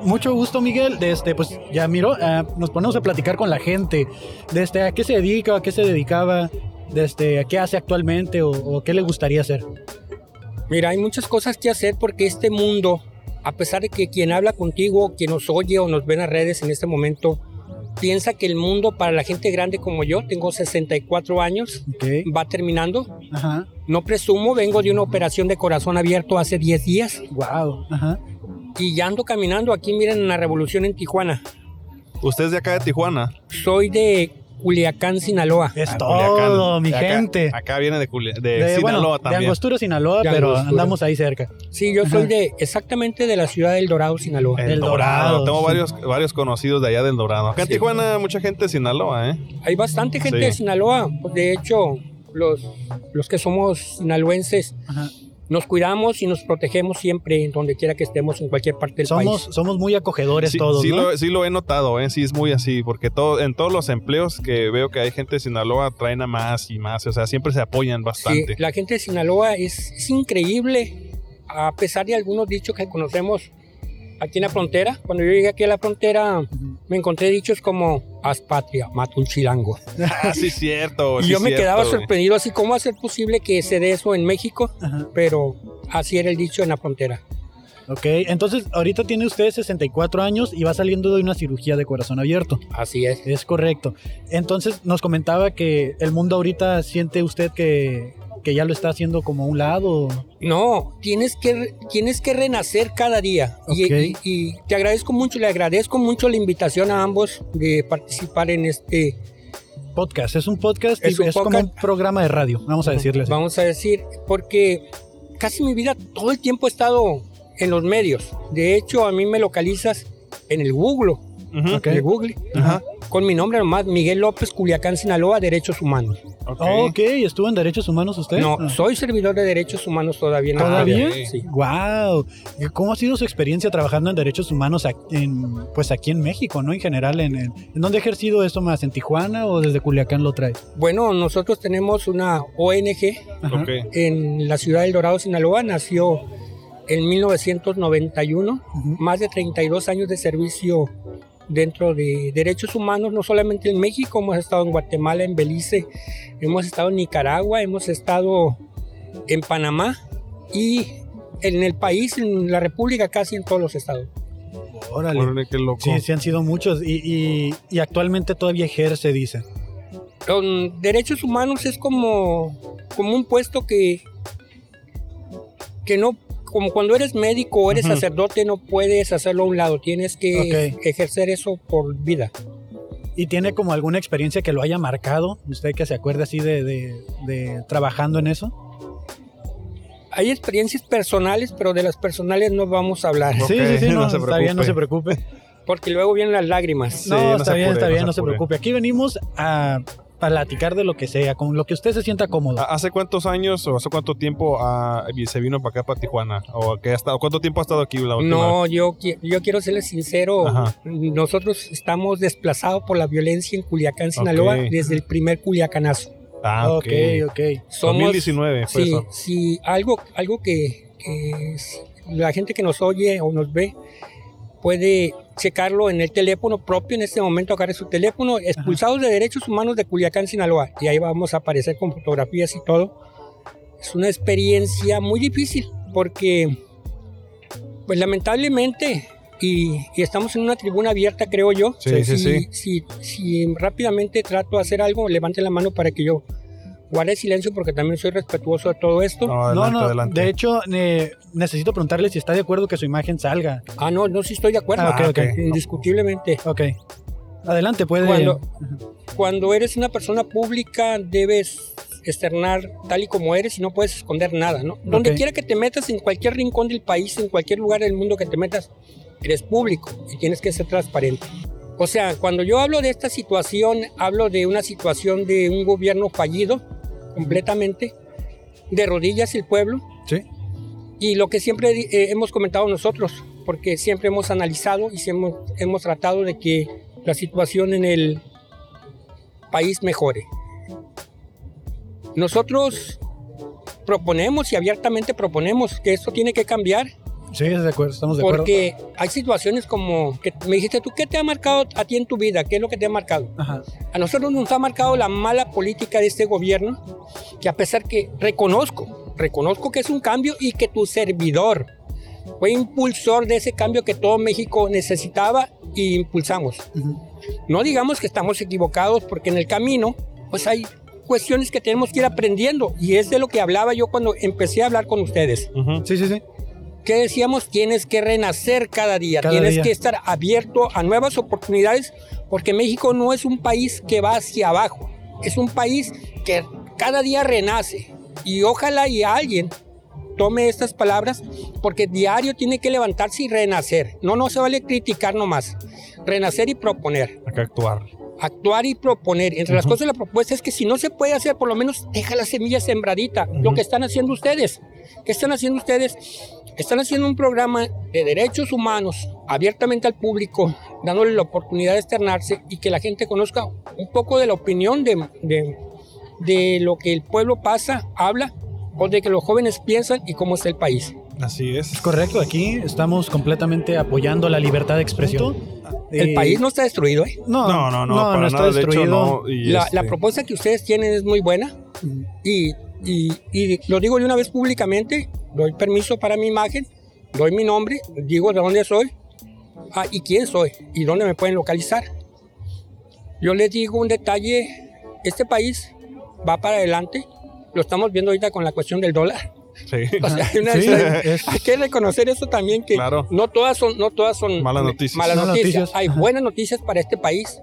Mucho gusto, Miguel. De Este, pues ya miro, ah, nos ponemos a platicar con la gente. De este, ¿A qué se dedica? ¿A qué se dedicaba? De este, ¿A qué hace actualmente? O, o qué le gustaría hacer?
Mira, hay muchas cosas que hacer porque este mundo, a pesar de que quien habla contigo, quien nos oye o nos ve en las redes en este momento, piensa que el mundo para la gente grande como yo, tengo 64 años,
Ok.
va terminando.
Ajá.
No presumo, vengo de una operación de corazón abierto hace 10 días
Wow. Ajá.
y ya ando caminando aquí, miren, en la revolución en Tijuana.
Usted es de acá de Tijuana.
Soy de Culiacán, Sinaloa.
Es
Ah,
todo,
Culiacán.
mi
De acá-
gente.
Acá viene de, Culi- de
de, bueno,
Sinaloa
de
también.
Angostura, Sinaloa,
De
pero
Angostura.
andamos ahí cerca.
Sí, yo soy de exactamente de la ciudad del Dorado, Sinaloa.
Del Dorado,
Tengo
sí.
varios, varios conocidos de allá del Dorado. Acá en
Sí.
Tijuana, mucha gente de Sinaloa, ¿eh?
Hay bastante gente
Sí.
de Sinaloa. Pues, de hecho, los, los que somos sinaloenses
Ajá.
nos cuidamos y nos protegemos siempre en donde quiera que estemos, en cualquier parte del
Somos,
país.
somos muy acogedores
sí,
todos,
sí
¿no?
lo, sí lo he notado, ¿eh? sí es muy así, porque todo, en todos los empleos que veo que hay gente de Sinaloa traen a más y más, o sea, siempre se apoyan
Sí,
bastante.
la gente de Sinaloa es, es increíble, a pesar de algunos dichos que conocemos aquí en la frontera. Cuando yo llegué aquí a la frontera, me encontré dichos como, haz patria, mata un chilango.
Ah, sí, cierto.
Y
sí
yo me
cierto,
quedaba
güey.
sorprendido así, ¿cómo hacer posible que se dé eso en México?
Ajá.
Pero así era el dicho en la frontera.
Ok, entonces ahorita tiene usted 64 años y va saliendo de una cirugía de corazón abierto.
Así es.
Es correcto. Entonces nos comentaba que el mundo ahorita siente usted que, que ya lo está haciendo como a un lado.
No, tienes que, re- tienes que renacer cada día. Y-
Ok.
Y, y te agradezco mucho, le agradezco mucho la invitación a ambos de participar en este,
Podcast, es un podcast,
Es
y
un
es como un
podcast.
programa de radio, vamos a decirle así.
vamos a decir, porque casi mi vida todo el tiempo he estado en los medios. De hecho, a mí me localizas en el Google,
Ujú.
Ok.
en el Google,
Ajá.
con mi nombre nomás, Miguel López, Culiacán, Sinaloa, Derechos Humanos.
Ok.
Ok, ¿estuvo en Derechos Humanos usted?
No,
Ah.
soy servidor de Derechos Humanos todavía. en la
¿Todavía?
actualidad, Sí.
Wow, ¿cómo ha sido su experiencia trabajando en derechos humanos ac- en, pues aquí en México, no? En general, en, en, ¿en dónde ha ejercido eso más? ¿En Tijuana o desde Culiacán lo trae?
Bueno, nosotros tenemos una ONG
Ajá.
Ok.
en la ciudad del Dorado, Sinaloa. Nació en 1991,
Ujú.
más de 32 años de servicio dentro de derechos humanos, no solamente en México, hemos estado en Guatemala, en Belice, hemos estado en Nicaragua, hemos estado en Panamá y en el país, en la República, casi en todos los estados.
Órale.
Órale, qué loco.
Sí, sí han sido muchos y, y- y actualmente todavía ejerce, dice.
Con derechos humanos es como, como un puesto que, que no, como cuando eres médico o eres
Ujú.
sacerdote, no puedes hacerlo a un lado, tienes que
Ok.
Eh, ejercer eso por vida.
¿Y tiene como alguna experiencia que lo haya marcado? ¿Usted que se acuerde así de, de- de trabajando en eso?
Hay experiencias personales, pero de las personales no vamos a hablar,
Ok,
sí, sí, sí, no,
no se
está bien, no
preocupe.
se preocupe.
porque luego vienen las lágrimas.
no,
no
está
se
bien,
apure,
está
no
bien,
se
no se
apure.
preocupe. Aquí venimos a platicar de lo que sea, con lo que usted se sienta cómodo.
¿Ha- ¿Hace cuántos años o hace cuánto tiempo ah, se vino para acá, para Tijuana? ¿O que ha estado, cuánto tiempo ha estado aquí la última?
No, yo, qui- yo quiero serles sincero,
Ajá.
nosotros estamos desplazados por la violencia en Culiacán, Sinaloa,
Ok.
desde el primer Culiacanazo.
Ah, ok.
ok.
Somos,
2019 fue
Sí,
eso.
sí, algo, algo que, que es- la gente que nos oye o nos ve puede checarlo en el teléfono propio en este momento, agarre su teléfono, expulsados de derechos humanos de Culiacán, Sinaloa, y ahí vamos a aparecer con fotografías y todo. Es una experiencia muy difícil porque, pues lamentablemente, y, y estamos en una tribuna abierta, creo yo.
Sí,
si,
sí, sí.
Si, si rápidamente trato de hacer algo, levanten la mano para que yo guarde silencio porque también soy respetuoso de todo esto.
No, adelante,
no, no,
adelante.
de hecho, eh, necesito preguntarle si está de acuerdo que su imagen salga.
Ah, no, no, sí estoy de acuerdo.
Ah, ok, ok.
Indiscutiblemente.
Ok. Adelante, puede.
Cuando, cuando eres una persona pública debes externar tal y como eres y no puedes esconder nada, ¿no? Donde
Ok.
quiera que te metas, en cualquier rincón del país, en cualquier lugar del mundo que te metas, eres público y tienes que ser transparente. O sea, cuando yo hablo de esta situación, hablo de una situación de un gobierno fallido completamente, de rodillas el pueblo,
Sí.
y lo que siempre eh, hemos comentado nosotros, porque siempre hemos analizado y siempre hemos, hemos tratado de que la situación en el país mejore. Nosotros proponemos y abiertamente proponemos que esto tiene que cambiar
Sí, de acuerdo, estamos de acuerdo.
porque hay situaciones como que me dijiste tú, ¿qué te ha marcado a ti en tu vida? ¿Qué es lo que te ha marcado?
Ajá.
A nosotros nos ha marcado la mala política de este gobierno, que a pesar que reconozco, reconozco que es un cambio y que tu servidor fue impulsor de ese cambio que todo México necesitaba y impulsamos.
Ujú.
No digamos que estamos equivocados porque en el camino pues hay cuestiones que tenemos que ir aprendiendo y es de lo que hablaba yo cuando empecé a hablar con ustedes.
Ujú.
Sí, sí, sí.
¿Qué decíamos? Tienes que renacer cada día,
Cada
tienes
día.
que estar abierto a nuevas oportunidades, porque México no es un país que va hacia abajo, es un país que cada día renace. Y ojalá y alguien tome estas palabras, porque diario tiene que levantarse y renacer. No, no se vale criticar nomás, renacer y proponer.
Hay que actuar.
Actuar y proponer. Entre las cosas, la propuesta es que si no se puede hacer, por lo menos deja la semilla sembradita. Lo que están haciendo ustedes. ¿Qué están haciendo ustedes? Están haciendo un programa de derechos humanos abiertamente al público, dándole la oportunidad de externarse y que la gente conozca un poco de la opinión de, de- de lo que el pueblo pasa, habla, o de que los jóvenes piensan y cómo está el país.
Así es.
Es correcto, aquí estamos completamente apoyando la libertad de expresión.
El
Eh,
país no está destruido. ¿eh?
No,
No, no, no, para
está
nada. De
destruido. Mm.
hecho, no. y
La,
este,
la propuesta que ustedes tienen es muy buena y, y- y lo digo de una vez públicamente, doy permiso para mi imagen, doy mi nombre, digo de dónde soy ah, y quién soy y dónde me pueden localizar. Yo les digo un detalle, este país va para adelante, lo estamos viendo ahorita con la cuestión del dólar.
sí.
O sea, hay, una-
Sí, es-
hay que reconocer eso también que
Claro.
no todas son no todas son
Malas noticias.
malas
Malas
noticias.
noticias.
Hay
Ajá.
buenas noticias para este país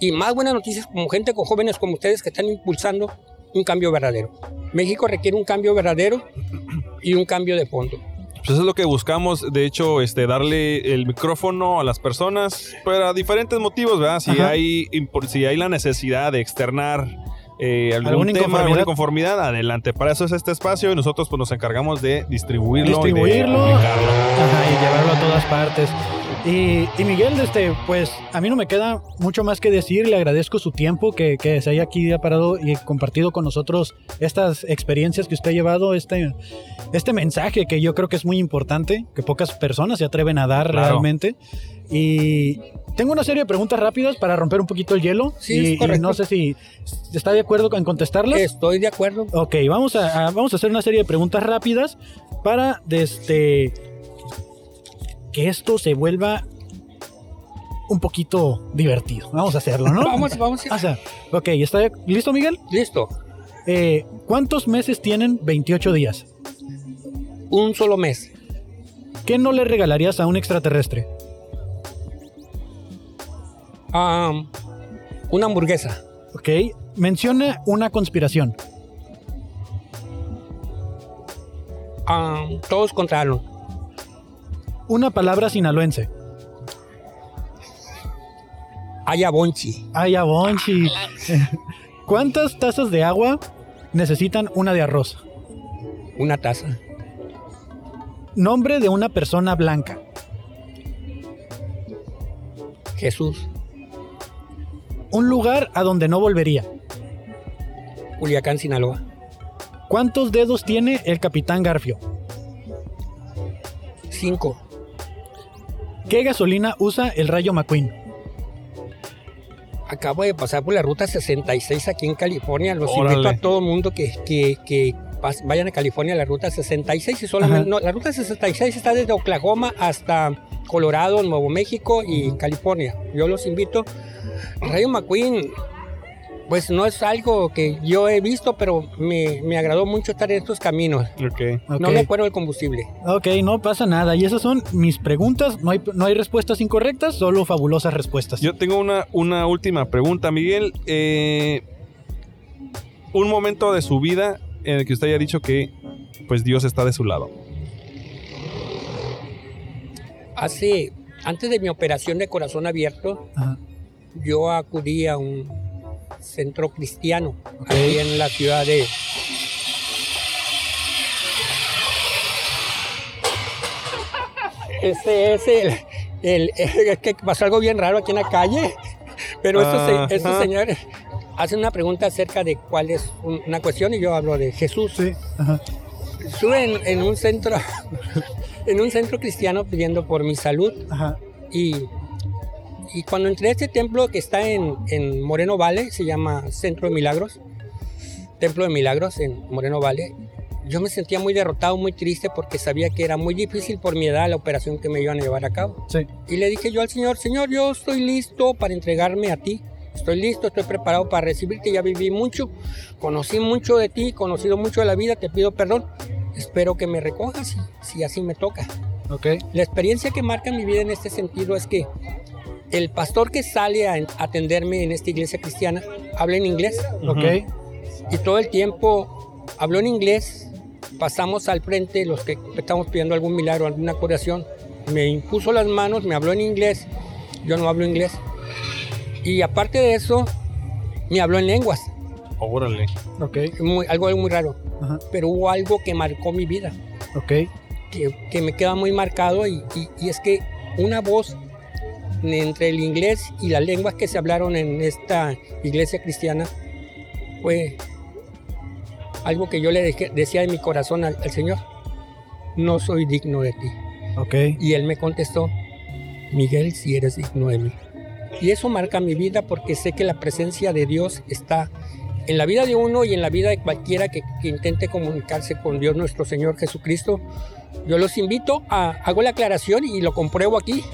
y más buenas noticias como gente con jóvenes como ustedes que están impulsando un cambio verdadero. México requiere un cambio verdadero y un cambio de fondo.
Pues eso es lo que buscamos, de hecho, este, darle el micrófono a las personas para diferentes motivos, ¿verdad? Si,
Ajá.
hay, impor- si hay la necesidad de externar eh, algún
Alguna
tema, alguna
inconformidad.
inconformidad, adelante. Para eso es este espacio y nosotros pues, nos encargamos de distribuirlo. y de
Distribuirlo.
comunicarlo.
Ajá, y llevarlo a todas partes. Y, y Miguel, este, pues a mí no me queda mucho más que decir. Le agradezco su tiempo que, que se haya aquí parado y compartido con nosotros estas experiencias que usted ha llevado, este, este mensaje que yo creo que es muy importante, que pocas personas se atreven a dar
Claro.
realmente. Y tengo una serie de preguntas rápidas para romper un poquito el hielo.
Sí,
y,
es
y
correcto.
no sé si está de acuerdo en contestarlas.
Estoy de acuerdo.
Ok, vamos a, a- vamos a hacer una serie de preguntas rápidas para desde que esto se vuelva un poquito divertido. Vamos a hacerlo, ¿no? Ah,
Vamos, vamos.
O sea, ok, ¿está listo, Miguel?
Listo.
Eh, ¿Cuántos meses tienen 28 días?
Un solo mes.
¿Qué no le regalarías a un extraterrestre?
Ah, una hamburguesa.
Ok, menciona una conspiración.
Ah, todos contra Alan.
Una palabra sinaloense.
Ayabonchi.
Ay, Abonchi. ¿Cuántas tazas de agua necesitan una de arroz?
Una taza.
Nombre de una persona blanca.
Jesús.
Un lugar a donde no volvería.
Culiacán, Sinaloa.
¿Cuántos dedos tiene el capitán Garfio?
Cinco.
¿Qué gasolina usa el rayo McQueen?
Acabo de pasar por la ruta 66 aquí en California. Los
Órale.
invito a todo mundo que, que- que pas- vayan a California a la ruta 66 y solamente.
Ajá.
No, la ruta 66 está desde Oklahoma hasta Colorado, Nuevo México y California. Yo los invito. Rayo McQueen, pues no es algo que yo he visto, pero me, me agradó mucho estar en estos caminos.
Ok.
No
Ok.
me acuerdo del combustible.
Ok, no pasa nada. Y esas son mis preguntas. No hay, no hay respuestas incorrectas, solo fabulosas respuestas.
Yo tengo una, una última pregunta, Miguel. Eh, un momento de su vida en el que usted haya dicho que pues Dios está de su lado.
Hace. Antes de mi operación de corazón abierto,
Ajá.
yo acudí a un centro cristiano aquí en la ciudad de este es el, el- es que pasó algo bien raro aquí en la calle pero estos, se-
Ajá.
estos señores hacen una pregunta acerca de cuál es un- una cuestión y yo hablo de Jesús
Sí. ajá.
suben en un centro en un centro cristiano pidiendo por mi salud
Ajá.
y, y cuando entré a este templo que está en, en Moreno Vale, se llama Centro de Milagros, Templo de Milagros en Moreno Vale, yo me sentía muy derrotado, muy triste porque sabía que era muy difícil por mi edad la operación que me iban a llevar a cabo.
Sí.
Y le dije yo al Señor, Señor, yo estoy listo para entregarme a ti. Estoy listo, estoy preparado para recibirte, ya viví mucho, conocí mucho de ti, conocido mucho de la vida, te pido perdón. Espero que me recojas si así me toca.
Ok.
La experiencia que marca mi vida en este sentido es que el pastor que sale a en- atenderme en esta iglesia cristiana habla en inglés
Ok.
y todo el tiempo habló en inglés. Pasamos al frente los que estamos pidiendo algún milagro, alguna curación. Me impuso las manos, me habló en inglés. Yo no hablo inglés. Y aparte de eso, me habló en lenguas.
Órale.
Ok.
Muy- algo muy raro.
Ajá.
Pero hubo algo que marcó mi vida
Ok.
que, que me queda muy marcado y, y- y es que una voz entre el inglés y las lenguas que se hablaron en esta iglesia cristiana fue algo que yo le dejé- decía en mi corazón al, al Señor, no soy digno de ti.
Ok.
Y él me contestó, Miguel, si eres digno de mí. Y eso marca mi vida porque sé que la presencia de Dios está en la vida de uno y en la vida de cualquiera que, que intente comunicarse con Dios nuestro Señor Jesucristo. Yo los invito a, hago la aclaración y lo compruebo aquí.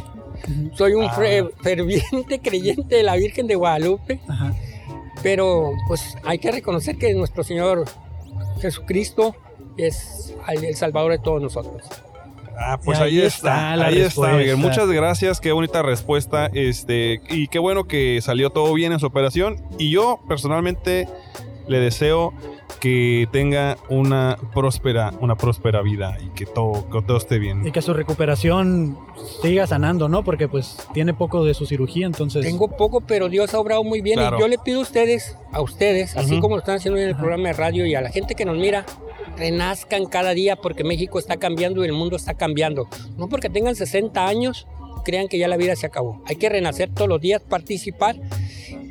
Soy un fe- ferviente creyente de la Virgen de Guadalupe,
Ajá.
pero pues hay que reconocer que nuestro Señor Jesucristo es el Salvador de todos nosotros.
Ah, pues
Y ahí
ahí, está,
está la
ahí está,
respuesta.
Miguel. Muchas gracias, qué bonita respuesta. Este, y qué bueno que salió todo bien en su operación. Y yo personalmente le deseo que tenga una próspera, una próspera vida y que todo, que todo esté bien.
Y que su recuperación siga sanando, ¿no? Porque pues tiene poco de su cirugía, entonces...
Tengo poco, pero Dios ha obrado muy bien.
Claro.
Y yo le pido a ustedes, a ustedes, así
Ujú.
como lo están haciendo en el
Ajá.
programa de radio y a la gente que nos mira, renazcan cada día porque México está cambiando y el mundo está cambiando. No porque tengan 60 años, crean que ya la vida se acabó. Hay que renacer todos los días, participar.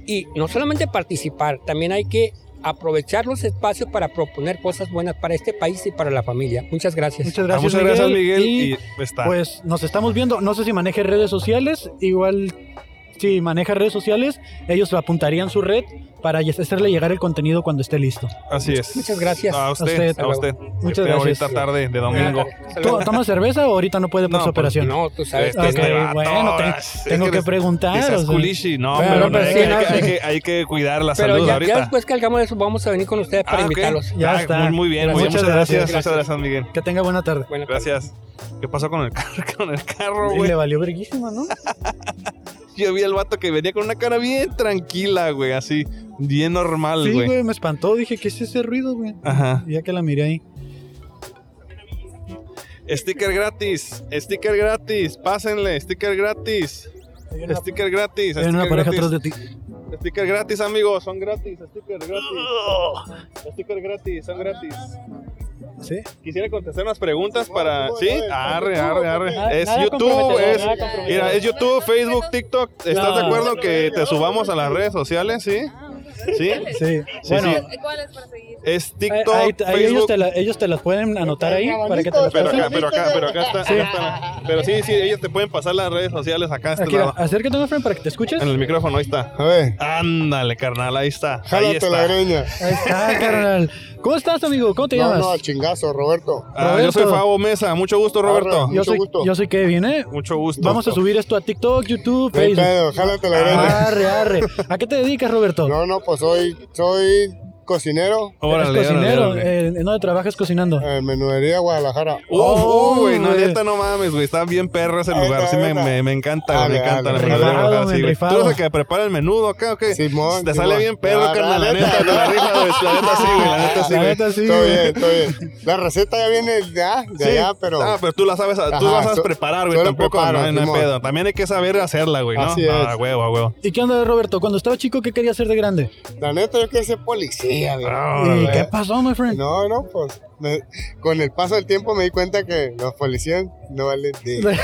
Y no solamente participar, también hay que aprovechar los espacios para proponer cosas buenas para este país y para la familia. Muchas gracias.
Muchas
Ah,
gracias,
muchas gracias, Miguel.
y-
Y, está.
Pues nos estamos viendo. No sé si maneje redes sociales. Igual, si maneja redes sociales, ellos apuntarían su red para hacerle llegar el contenido cuando esté listo.
así es.
muchas gracias.
A usted,
usted.
a usted.
Muchas
Que esté
gracias.
Ahorita tarde de domingo.
¿Tú tomas cerveza o ahorita no puede por
No,
su
pues,
operación?
No, tú sabes.
Ok,
Este vato,
bueno, te-
es
tengo que
eres-
preguntar.
que seas
o sea. pues
culichi. No,
Bueno,
pero, no,
pero
hay,
sí,
que-
no,
hay que, hay
sí.
que- hay que cuidar la
Pero
salud
ya, ya
ahorita.
después que hagamos eso, vamos a venir con ustedes para
Ah, ok.
invitarlos.
Ya
Ah,
está.
muy- Muy bien, muy bien.
Muchas
Muchas gracias,
gracias.
muchas gracias, Miguel.
Que tenga buena tarde.
Buenas tardes.
Gracias. ¿Qué pasó con el carro, con el carro,
Y
güey?
le valió verguísima, ¿no?
Yo vi al vato que venía con una cara bien tranquila, güey, así, bien normal,
Sí,
güey.
güey, me espantó. Dije, ¿qué es ese ruido, güey?
Ajá.
Ya que la miré ahí.
Sticker gratis, sticker gratis, pásenle, sticker gratis, sticker gratis,
Hay una
sticker
pareja
gratis,
atrás de ti.
sticker gratis, amigos, son gratis, sticker gratis, sticker gratis, son gratis.
¿Sí?
Quisiera contestar unas preguntas para, sí, arre, arre,
Nada-
arre, es
nada
YouTube,
comprometedor,
es,
nada comprometedor.
mira, es YouTube, Facebook, TikTok, ¿estás de
No.
acuerdo que te subamos a las redes sociales, sí? Sí.
Sí.
Sí,
Bueno,
sí.
¿Cuál es para seguir?
Es
ahí-
TikTok,
ahí- ahí ellos,
Facebook,
te la- ellos te las pueden anotar ahí para que te las
Pero
pasen.
acá, pero acá, pero acá está. acá está la- pero sí, sí, ellos te pueden pasar las redes sociales acá a este
Aquí,
lado.
acércate, my friend, para que te escuches.
En el micrófono, ahí está.
A ver,
Ándale, carnal, ahí está. Ahí
jálate
está.
la greña.
Ahí está, carnal. ¿Cómo estás, amigo? ¿Cómo te
No,
llamas?
no, al chingazo, Roberto.
Ah, yo soy
Roberto.
Fabo Mesa. Mucho gusto, Roberto.
Arre.
yo,
mucho
soy,
gusto.
yo soy Kevin, ¿eh?
Mucho gusto.
Vamos a subir esto a TikTok, YouTube,
No hay
Facebook.
pedo, jálate la greña.
Arre, arre. ¿A qué te dedicas, Roberto?
No, no, pues soy, soy cocinero
Eres
Órale,
cocinero.
órale, órale.
eh, ¿En dónde trabajas cocinando?
en Menudería Guadalajara.
Uf,
Oh,
uh, güey, no,
güey.
neta, no mames, güey. Está bien perro ese
Ahí
lugar.
está,
Sí, me,
ahí está.
me, me encanta, güey, me
Dale,
encanta.
dale.
la menudería
Rifado,
Guadalajara,
men,
sí, güey. Tú
rifado.
eres el que prepara el menudo acá, ¿o qué?
Simón,
Te
Simón.
sale bien perro,
Ah,
carnal. La
la
neta,
neta,
te la rifas, güey. La neta, sí, güey. La neta, sí,
La
güey.
neta, sí.
Todo
güey.
bien, todo bien. La receta ya viene de, ah, de
Sí.
allá, pero
Ah, pero tú la sabes, tú
Ajá,
la sabes
so-
preparar, güey.
solo
Tampoco,
preparo,
no, no hay
Simón.
pedo. También hay que saber hacerla, güey, ¿no?
Así es.
Ah, huevo, a huevo.
¿Y qué onda, Roberto? Cuando estaba chico, ¿qué querías ser de grande?
la neta yo quería ser policía, güey.
¿Y
Órale.
qué pasó, my friend?
No, no, pues me- con el paso del tiempo me di cuenta que los policías no valen de...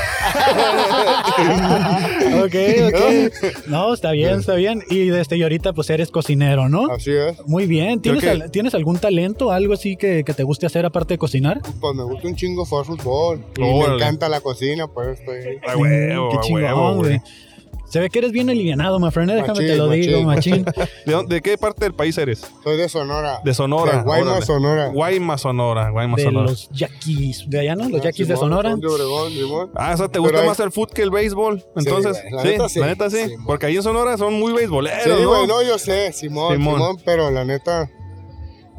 ok, ok. No, está bien, está bien. Y desde y ahorita, pues eres cocinero, ¿no?
Así es,
Muy bien.
Creo
¿Tienes,
que-
al- ¿tienes algún talento, algo así que, que te guste hacer aparte de cocinar?
pues me gusta un chingo jugar fútbol y
Órale.
me encanta la cocina, por eso estoy...
A huevo,
Qué
a
chingón,
huevo, güey.
güey. Se ve que eres bien alivianado, my friend. eh, Déjame
Machín,
te lo
machín.
digo, machín.
¿De, dónde- de qué parte del país eres?
Soy de Sonora.
De Sonora.
De Guaymas,
órale.
Sonora.
Guaymas, Sonora. Guaymas,
de
Sonora.
los yaquis. De allá, ¿no? Los
Ah,
yaquis de
Simón,
Sonora.
son de Obregón, Simón.
Ah, o sea, ¿te gusta
Pero hay-
más el fútbol que el béisbol? Entonces, sí,
güey, la
la neta
neta
sí.
sí. Sí,
Porque ahí en Sonora son muy beisboleros,
Sí,
¿no?
güey, no, yo sé, Simón,
Simón.
Simón, pero la neta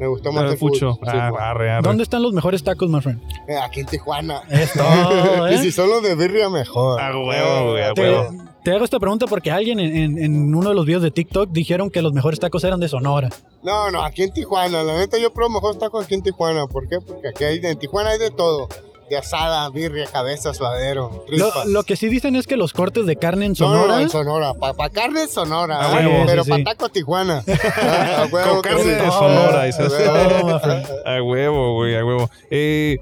me gustó más
Pero
el
el fucho.
fútbol.
Ah,
Simón.
arre, arre.
¿Dónde están los mejores tacos, my friend?
Eh, Aquí en Tijuana.
Es todo,
Y
¿eh?
si son los de birria, mejor.
A huevo, güey, a
Te,
huevo.
te hago esta pregunta porque alguien en, en- en uno de los videos de TikTok dijeron que los mejores tacos eran de Sonora.
No, no, aquí en Tijuana. La neta, yo pruebo mejor tacos aquí en Tijuana. ¿Por qué? Porque aquí hay, en Tijuana hay de todo. De asada, birria, cabeza, suadero,
Lo,
tripas.
lo que sí dicen es que los cortes de carne en
No, no,
Sonora.
en Sonora. Para carne, Sonora.
Ah,
¿eh?
huevo,
pero
sí,
para
sí.
tacos, Tijuana. Ah, a huevo
Con
que
carne
sí.
de
Ah,
Sonora,
ah,
dices.
ah,
No, my friend.
A huevo, güey, a huevo. Eh,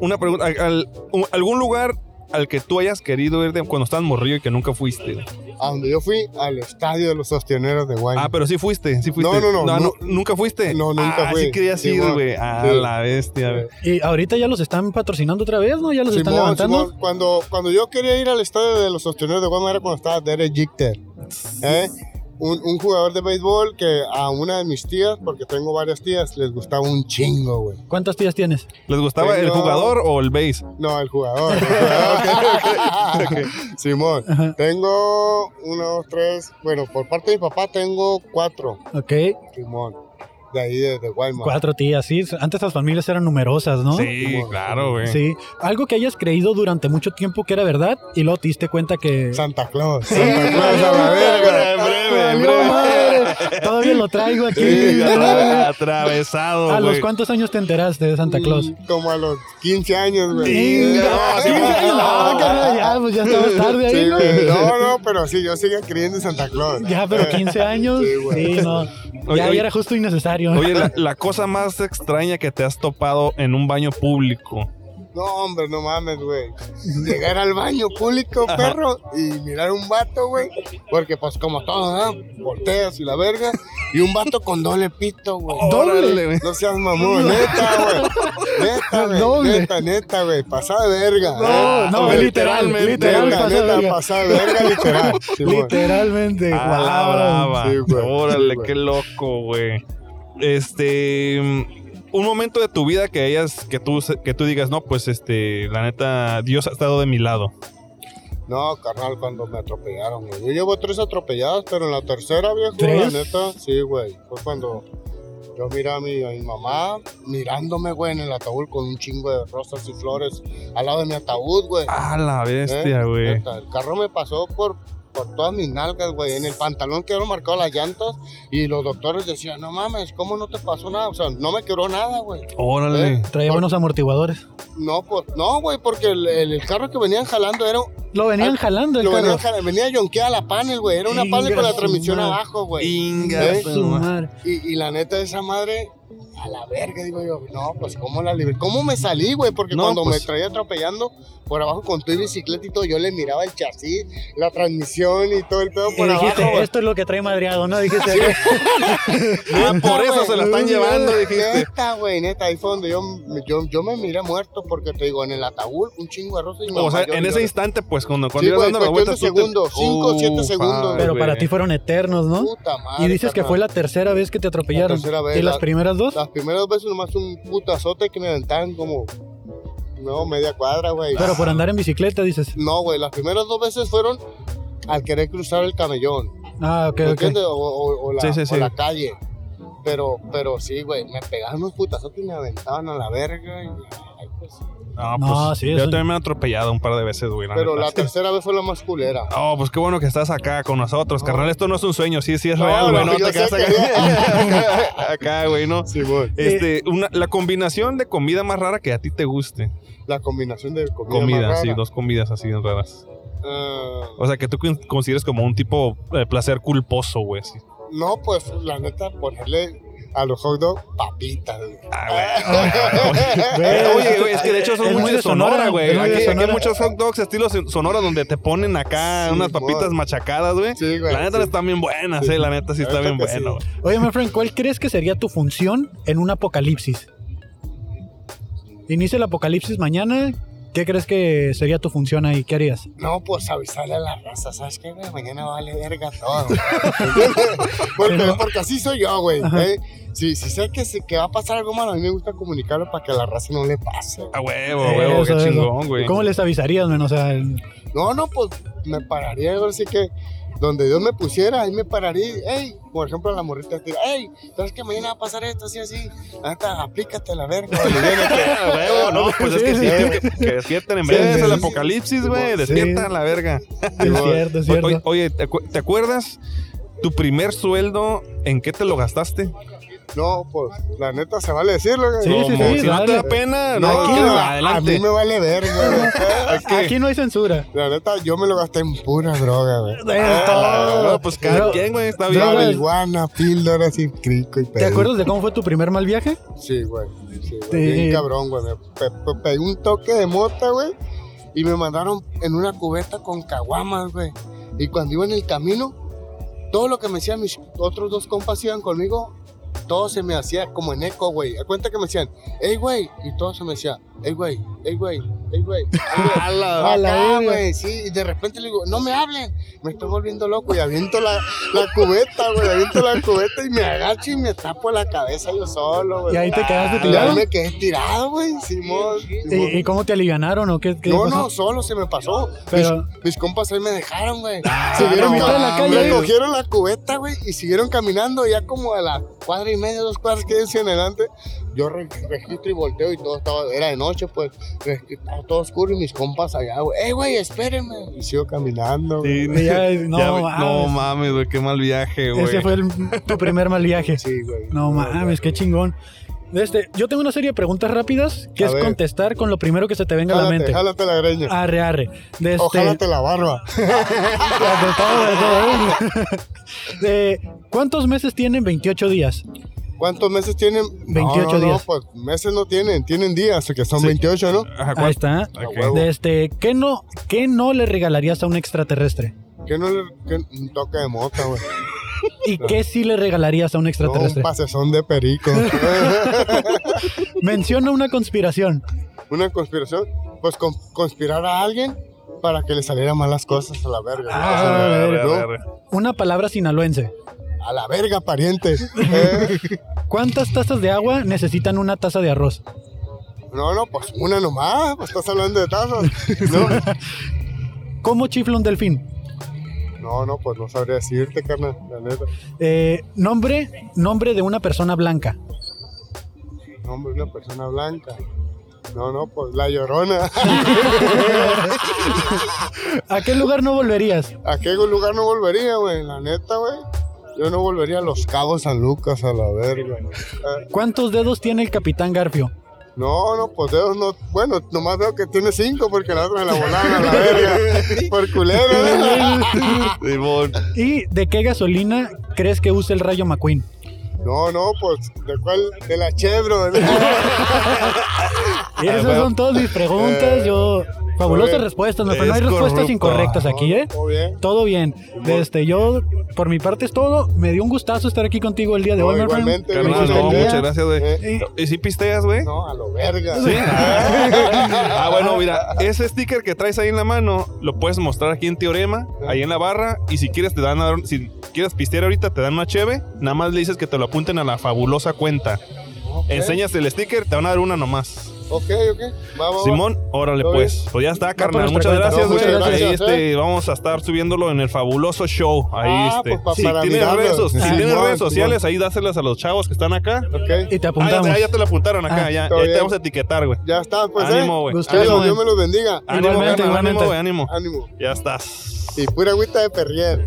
una pregunta, al- al- un- ¿algún lugar al que tú hayas querido ir de- cuando estabas morrillo y que nunca fuiste?
A donde yo fui, al estadio de los ostioneros de Guaymas.
Ah, pero sí fuiste, sí fuiste.
No, no, no, no.
¿Nunca fuiste?
No, nunca
ah,
fui.
sí querías
Sí,
ir,
bueno.
güey. A
Sí.
la bestia, güey.
Y ahorita ya los están patrocinando otra vez, ¿no? Ya los están
Simón,
levantando.
Simón, cuando, cuando yo quería ir al estadio de los ostioneros de Guaymas era cuando estaba Derek Jeter. ¿eh? Un, un jugador de béisbol que a una de mis tías, porque tengo varias tías, les gustaba un chingo, güey.
¿Cuántas tías tienes?
¿Les gustaba el
Tengo-
jugador o el base?
No, el jugador. el jugador. Simón,
Ajá.
tengo uno, dos, tres. Bueno, por parte de mi papá tengo cuatro,
Ok,
Simón. De ahí, de, de Guaymas.
cuatro tías, sí. Antes las familias eran numerosas, ¿no?
Sí, claro, güey.
Sí. Algo que hayas creído durante mucho tiempo que era verdad y luego te diste cuenta que.
Santa Claus. Santa Claus a la verga.
En breve, en
¡Valió
breve.
madre! Todavía lo traigo aquí.
Sí, atra- atravesado,
¿A los
güey.
cuántos años te enteraste de Santa Claus?
Mm, Como a los 15 años, güey.
Sí,
no, sí,
sí,
no.
no, carnal, ya, pues ya estabas tarde ahí,
Sí,
¿no?
güey. No, no, pero sí, yo sigo creyendo en Santa Claus.
Ya, pero 15 años.
Sí, güey.
Sí, no.
Oye,
Ya, ya
oye.
era justo y necesario.
Oye, la, la cosa más extraña que te has topado en un baño público.
No, hombre, no mames, güey. Llegar al baño público, perro, y mirar un vato, güey. Porque, pues, como todo, ¿no? Volteas y la verga. Y un vato con doble pito, güey.
Doble.
No seas mamón, neta, güey. Neta, güey.
Doble.
Neta, neta, güey. Pasada de verga. ¿eh?
No, no,
güey,
literal, literal, pasó
neta,
literalmente,
de
neta,
verga.
pasada de verga, literal. Sí, güey.
Literalmente.
Ah,
wow.
brava.
Sí, güey.
Órale,
Sí, güey.
qué loco, güey. Este. mm, Un momento de tu vida que hayas, que tú, se- que tú digas, no, pues este, la neta, Dios ha estado de mi lado.
No, carnal, cuando me atropellaron, güey. Yo llevo tres atropelladas, pero en la tercera, viejo,
¿Tres?
la neta, sí, güey. Fue cuando yo miré a mi, a mi mamá mirándome, güey, en el ataúd con un chingo de rosas y flores al lado de mi ataúd, güey.
Ah, la
¿Eh?
bestia, güey.
Neta, El carro me pasó por, por todas mis nalgas, güey. En el pantalón quedaron marcadas las llantas y los doctores decían, no mames, ¿cómo no te pasó nada? O sea, no me quebró nada, güey.
Órale.
¿Eh?
Traía buenos amortiguadores.
No, por, no, güey, porque el, el- el carro que venían jalando era
Lo venían jalando el
Lo venía,
carro.
jala- venía yonqueada la panel, güey. Era una
Inga
panel con la
su
transmisión
madre.
abajo, güey.
Inga,
¿Eh?
su madre.
Y, y la neta, esa madre, a la verga, digo yo, no, pues cómo la libré. ¿Cómo me salí, güey? Porque
No,
cuando
pues.
me traía atropellando por abajo con tu bicicleta y todo, yo le miraba el chasis, la transmisión y todo el pedo
Y
por
dijiste,
abajo. güey.
"Este
esto es lo que trae madreado, ¿no? Dijiste,
Ah, por eso se la están llevando, dijiste.
Neta, güey, neta, ahí fue donde yo, yo, yo me miré muerto porque te digo, en el ataúd, un chingo de rosas y mi
O sea,
mamá
en ese
llorando.
instante, pues, cuando, cuando
Sí,
ibas
güey,
dando las
cuestión
vueltas.
de segundos, cinco, siete segundos.
pero para ti
fue.
fueron eternos, ¿no?
Puta madre,
Y dices que
carnal.
fue la tercera vez que te atropellaron.
La tercera vez,
Pues ¿Y las
la-
primeras dos?
Las primeras dos veces nomás un putazote que me aventaban como, no, media cuadra, güey.
Pero por andar en bicicleta, dices.
No, güey, las primeras dos veces fueron al querer cruzar el camellón,
Ah, ok,
¿me
ok.
entiendes? O, o- o la,
Sí, sí,
o
sí.
la calle. Pero, pero sí, güey, me pegaban unos putazotes y me aventaban a la verga. y- ay, pues,
Ah, pues,
No, sí,
yo
eso-
también me he atropellado un par de veces, güey. la
pero
neta.
la tercera vez fue la más culera.
Oh, pues qué bueno que estás acá con nosotros, carnal. Esto no es un sueño, sí, sí es
No,
real, güey.
no,
No,
yo
te quedas
sé
acá. acá, güey, no.
Sí, güey.
Este, una, la combinación de comida más rara que a ti te guste.
La combinación de comida.
Comida,
más
sí,
rara.
dos comidas así raras.
Ah,
O sea, que tú con- consideres como un tipo de placer culposo, güey. así.
no, pues la neta, ponerle a los hot dogs papitas, güey.
Ah, Eh, Oye, güey, es que de hecho
eh,
Es
son muy
muy
de
de
Sonora,
Sonora,
güey.
es muy de
Aquí, aquí hay
Sonora.
muchos hot dogs estilo son- Sonora donde te ponen acá
Sí,
unas papitas
mon.
machacadas, güey.
Sí, güey,
La neta
sí.
están bien buenas, eh. La neta sí
La
está
neta
bien
que sí.
bueno, güey.
Oye, my friend, ¿cuál crees que sería tu función en un apocalipsis? Inicia el apocalipsis mañana. ¿Qué crees que sería tu función ahí? ¿Qué harías?
No, pues avisarle a la raza, ¿sabes qué, güey? Mañana vale verga todo. ¿Entiendes? porque, porque así soy yo, güey. ¿eh? Si, si sé que, se- que va a pasar algo malo, a mí me gusta comunicarlo para que a la raza no le pase.
A huevo, a huevo, qué
Eso, eso.
chingón, güey.
¿Cómo les avisarías, men? O sea,
No, no, pues me pararía, ahora sí que donde Dios me pusiera, ahí me pararía. Ey, por ejemplo, la morrita tira, ey, ¿sabes que mañana va a pasar esto, así, así? Hasta aplícate la verga. güey.
A huevo, no, pues es que sí, que, que despierten en
Sí,
vez del
sí, sí.
apocalipsis, güey. Despierta a la verga.
es cierto, es
O- oye,
cierto.
oye, ¿te, acu- te acuerdas tu primer sueldo? ¿En qué te lo gastaste?
No, pues la neta se vale decirlo, güey.
Sí, sí,
Como,
sí,
si no te
dale.
da pena, no,
Aquí,
no,
güey, a
adelante.
mí me vale verga. güey.
Aquí no hay censura.
La neta, yo me lo gasté en pura droga, güey. Ah,
Es todo.
No, pues cada
Pero-
quien, güey, está
Yo,
bien.
güey,
Marihuana, píldoras y crico y
¿Te
pedo.
acuerdas de cómo fue tu primer mal viaje?
Sí, güey. Sí, güey.
Sí.
Bien cabrón, güey. Me pe- pe- pegué un toque de mota, güey. Y me mandaron en una cubeta con caguamas, güey. Y cuando iba en el camino, todo lo que me decían mis otros dos compas iban conmigo, todo se me hacía como en eco, güey. A cuenta que me decían, hey, güey. Y todo se me decía, hey, güey, hey, güey, hey, güey.
A la-
A la
Ah, Acá,
verga.
güey, sí, y de repente le digo, no me hablen, me estoy volviendo loco y aviento la, la cubeta, güey, aviento la cubeta y me agacho y me tapo la cabeza yo solo, güey.
Y ahí te quedaste
Ah,
tirado. Eh,
ahí me quedé tirado, güey, Simón. Simón.
¿Y, y cómo te alivianaron o qué? qué
no,
pasó?
no, solo se me pasó.
Pero- Ah,
Mis, mis compas ahí me dejaron, güey. Siguieron
no,
ca-
a la calle.
me cogieron la cubeta, güey, y siguieron caminando ya como a la cuadra y media, dos cuadras que decía en adelante, yo re- registro y volteo y todo estaba, era de noche, pues, re- estaba todo oscuro y mis compas allá, güey, ¡eh, güey, espérenme! Y sigo caminando, güey.
Sí, ya, no,
Ya, güey,
mames.
no mames, güey, qué mal viaje, güey.
Ese fue el- tu primer mal viaje.
Sí, güey.
No mames, qué chingón. Este, yo tengo una serie de preguntas rápidas que
A
es
ver.
contestar con lo primero que se te venga a la
Jálate,
mente.
jálate la greña.
Arre, arre. De
O
este,
jálate la barba.
de todo, de todo, ¿eh? De, ¿Cuántos meses tienen 28 días?
¿Cuántos meses tienen?
28
no, no,
días.
No, pues meses no tienen, tienen días, que son
Sí.
28, ¿no?
Ajá,
Ahí
¿cuál?
está.
Ok.
A huevo.
De este, ¿qué no, ¿Qué no le regalarías a un extraterrestre?
Que no le- que un toque de mota, güey.
¿Y qué sí le regalarías a un
No, un
extraterrestre?
pasezón de perico.
Menciona una conspiración.
Una conspiración, pues con- conspirar a alguien para que le salieran malas cosas a la verga.
Ah,
a, la
verga,
verga, ¿no?
Una palabra sinaloense.
A la verga, pariente. Eh,
¿Cuántas tazas de agua necesitan una taza de arroz?
no, no, pues una nomás, pues estás hablando de tazas. No,
¿Cómo chifla un delfín?
no, no, pues no sabría decirte, carnal, la neta.
Eh, nombre, nombre de una persona blanca.
No, hombre, una persona blanca. No, no, pues la llorona.
¿A qué lugar no volverías?
¿A qué lugar no volvería, güey? La neta, güey. Yo no volvería a los cabos San Lucas a la verga. Eh,
¿Cuántos dedos tiene el capitán Garfio?
No, no, pues dedos no. Bueno, nomás veo que tiene cinco porque la otra me la volaron a la verga. Por culero. ¿eh?
Simón.
¿Y de qué gasolina crees que usa el rayo McQueen?
No, no, pues, ¿de cuál? De la Chevron.
Y esas son todas mis preguntas. Yo. Fabulosas
Pues,
Oye,
respuestas, no, pero no hay
es
respuestas
corrupto.
incorrectas aquí, ¿eh?
Todo bien.
Todo bien. Este, yo, por mi parte es todo. Me dio un gustazo estar aquí contigo el día de
No,
hoy, my friend. Me
igualmente,
Carnal,
gusta
no,
el día.
muchas gracias, güey.
Eh,
Y-
¿Y si pisteas, güey?
No, a lo verga.
Sí. Ah, bueno, mira, ese sticker que traes ahí en la mano lo puedes mostrar aquí en Teorema, ahí en la barra. Y si quieres, te dan, a- si quieres pistear ahorita, te dan una cheve. Nada más le dices que te lo apunten a la fabulosa cuenta. Enseñas el sticker, te van a dar una nomás.
Ok, ok. Vamos.
Simón, órale
Todo
pues. Pues ya está, carnal.
nuestra cuenta.
Muchas gracias,
No,
güey.
muchas
Ahí
gracias, ¿eh?
este, vamos a estar subiéndolo en el fabuloso show. Ahí
Ah,
este.
pues, pa-
si
para
tienes
mirarlo.
redes, so- si
Simón,
tienes redes
Simón.
sociales, ahí dáselas a los chavos que están acá.
Ok.
Y te
Ah, ya,
apuntamos.
ya te la apuntaron acá,
Ah,
ya.
todo
Ahí te
bien.
vamos a etiquetar, güey.
Ya está, pues,
Ánimo,
¿eh?
güey.
Ustedes,
Dios,
Ánimo.
Dios me los bendiga.
Ánimo,
Igualmente,
carnal, ánimo,
igualmente.
güey, ánimo.
Ánimo.
Ya estás.
Y pura agüita de perrier.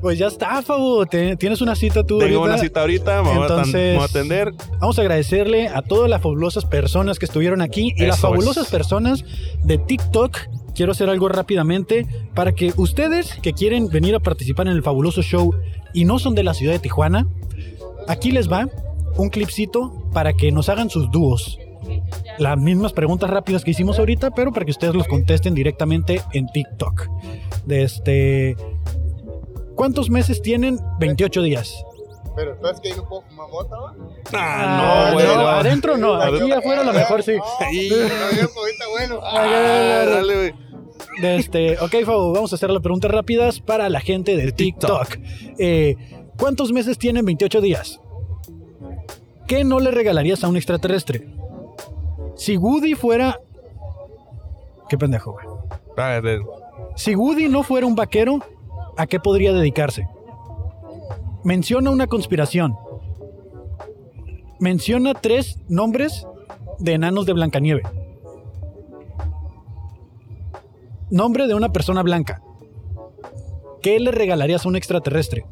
Pues ya está, Fabo. Te- Tienes una cita tú.
Tengo
ahorita.
una cita ahorita, me voy a tan-
Entonces-
me voy a atender.
Vamos a agradecerle a todas las fabulosas personas que estuvieron aquí y las
Eso
fabulosas
es.
personas de TikTok. Quiero hacer algo rápidamente para que ustedes que quieren venir a participar en el fabuloso show y no son de la ciudad de Tijuana, aquí les va un clipcito para que nos hagan sus dúos. Las mismas preguntas rápidas que hicimos ahorita, pero para que ustedes los contesten directamente en TikTok. De este, ¿Cuántos meses tienen 28 días?
Pero tú es que yo no puedo fumar mota, ¿va?
Ah, no, güey.
no,
no.
adentro no, aquí
Adentro.
afuera a lo mejor sí.
Ay, pero yo, pues, ahorita, bueno.
Ah, dale, güey.
De Este, ok, Fabo, vamos a hacer las preguntas rápidas para la gente de TikTok. Eh, ¿Cuántos meses tienen 28 días? ¿Qué no le regalarías a un extraterrestre? Si Woody fuera... Qué pendejo, güey.
Ah, de-
Si Woody no fuera un vaquero, ¿a qué podría dedicarse? Menciona una conspiración. Menciona tres nombres de enanos de Blancanieve. Nombre de una persona blanca. ¿Qué le regalarías a un extraterrestre?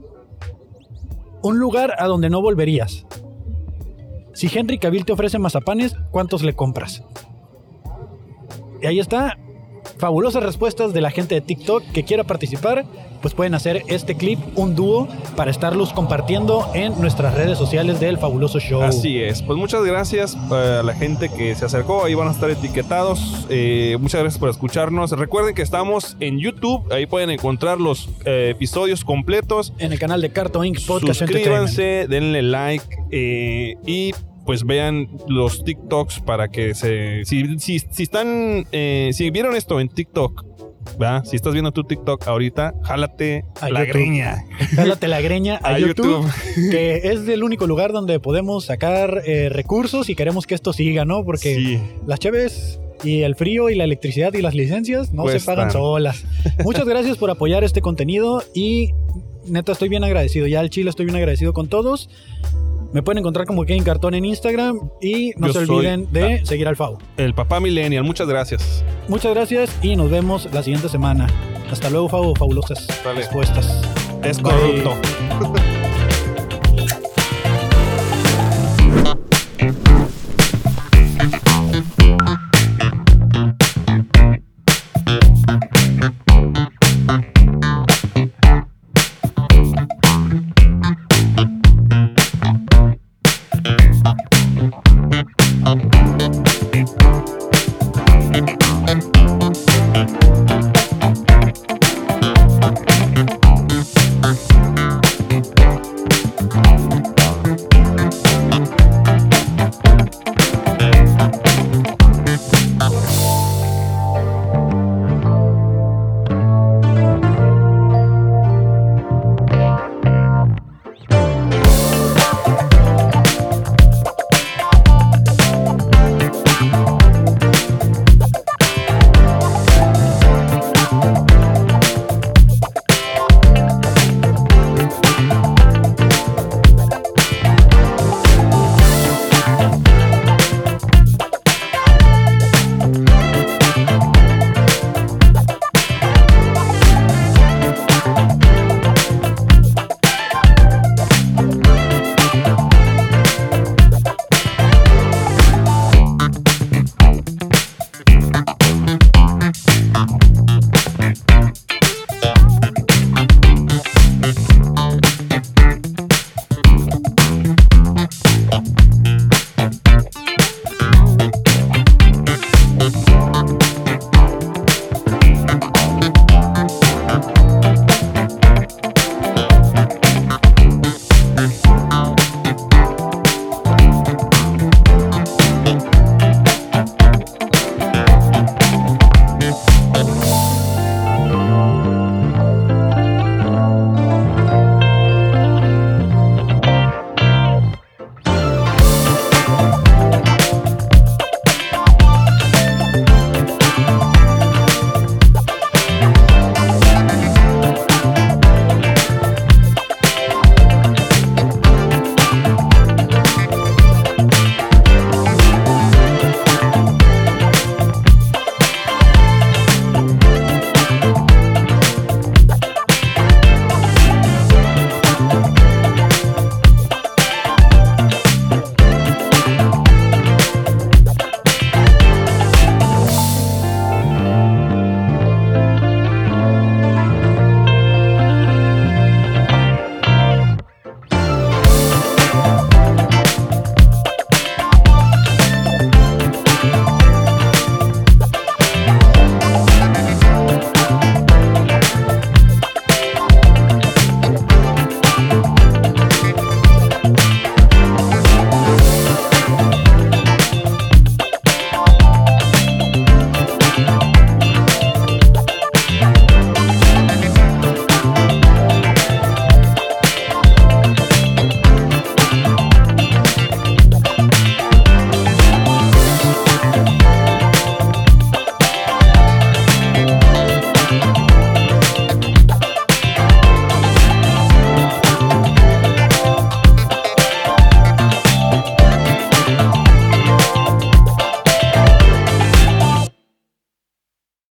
Un lugar a donde no volverías. Si Henry Cavill te ofrece mazapanes, ¿cuántos le compras? Y ahí está, fabulosas respuestas de la gente de TikTok que quiera participar, pues pueden hacer este clip un dúo para estarlos compartiendo en nuestras redes sociales del fabuloso show.
Así es. Pues muchas gracias eh, a la gente que se acercó. Ahí van a estar etiquetados. Eh, muchas gracias por escucharnos. Recuerden que estamos en YouTube. Ahí pueden encontrar los eh, episodios completos.
En el canal de Carto Inc. Podcast Entertainment.
Suscríbanse, denle like eh, y pues vean los TikToks para que se... Si, si, si están... eh, si vieron esto en TikTok, ¿verdad? Si estás viendo tu TikTok ahorita, jálate
A
la
YouTube.
greña
Jálate la greña a,
a
YouTube,
YouTube.
que es el único lugar donde podemos sacar eh, recursos y queremos que esto siga, ¿no? Porque
Sí.
las cheves y el frío y la electricidad y las licencias no se
Cuestan.
pagan solas. Muchas gracias por apoyar este contenido y neta, estoy bien agradecido. Ya al Chile estoy bien agradecido con todos. Me pueden encontrar como Kevin Cartón en Instagram y no
Yo
se
soy-
olviden de seguir al FAO.
El papá millennial, muchas gracias.
Muchas gracias y nos vemos la siguiente semana. Hasta luego, FAO, fabulosas respuestas.
Es
Bye.
corrupto.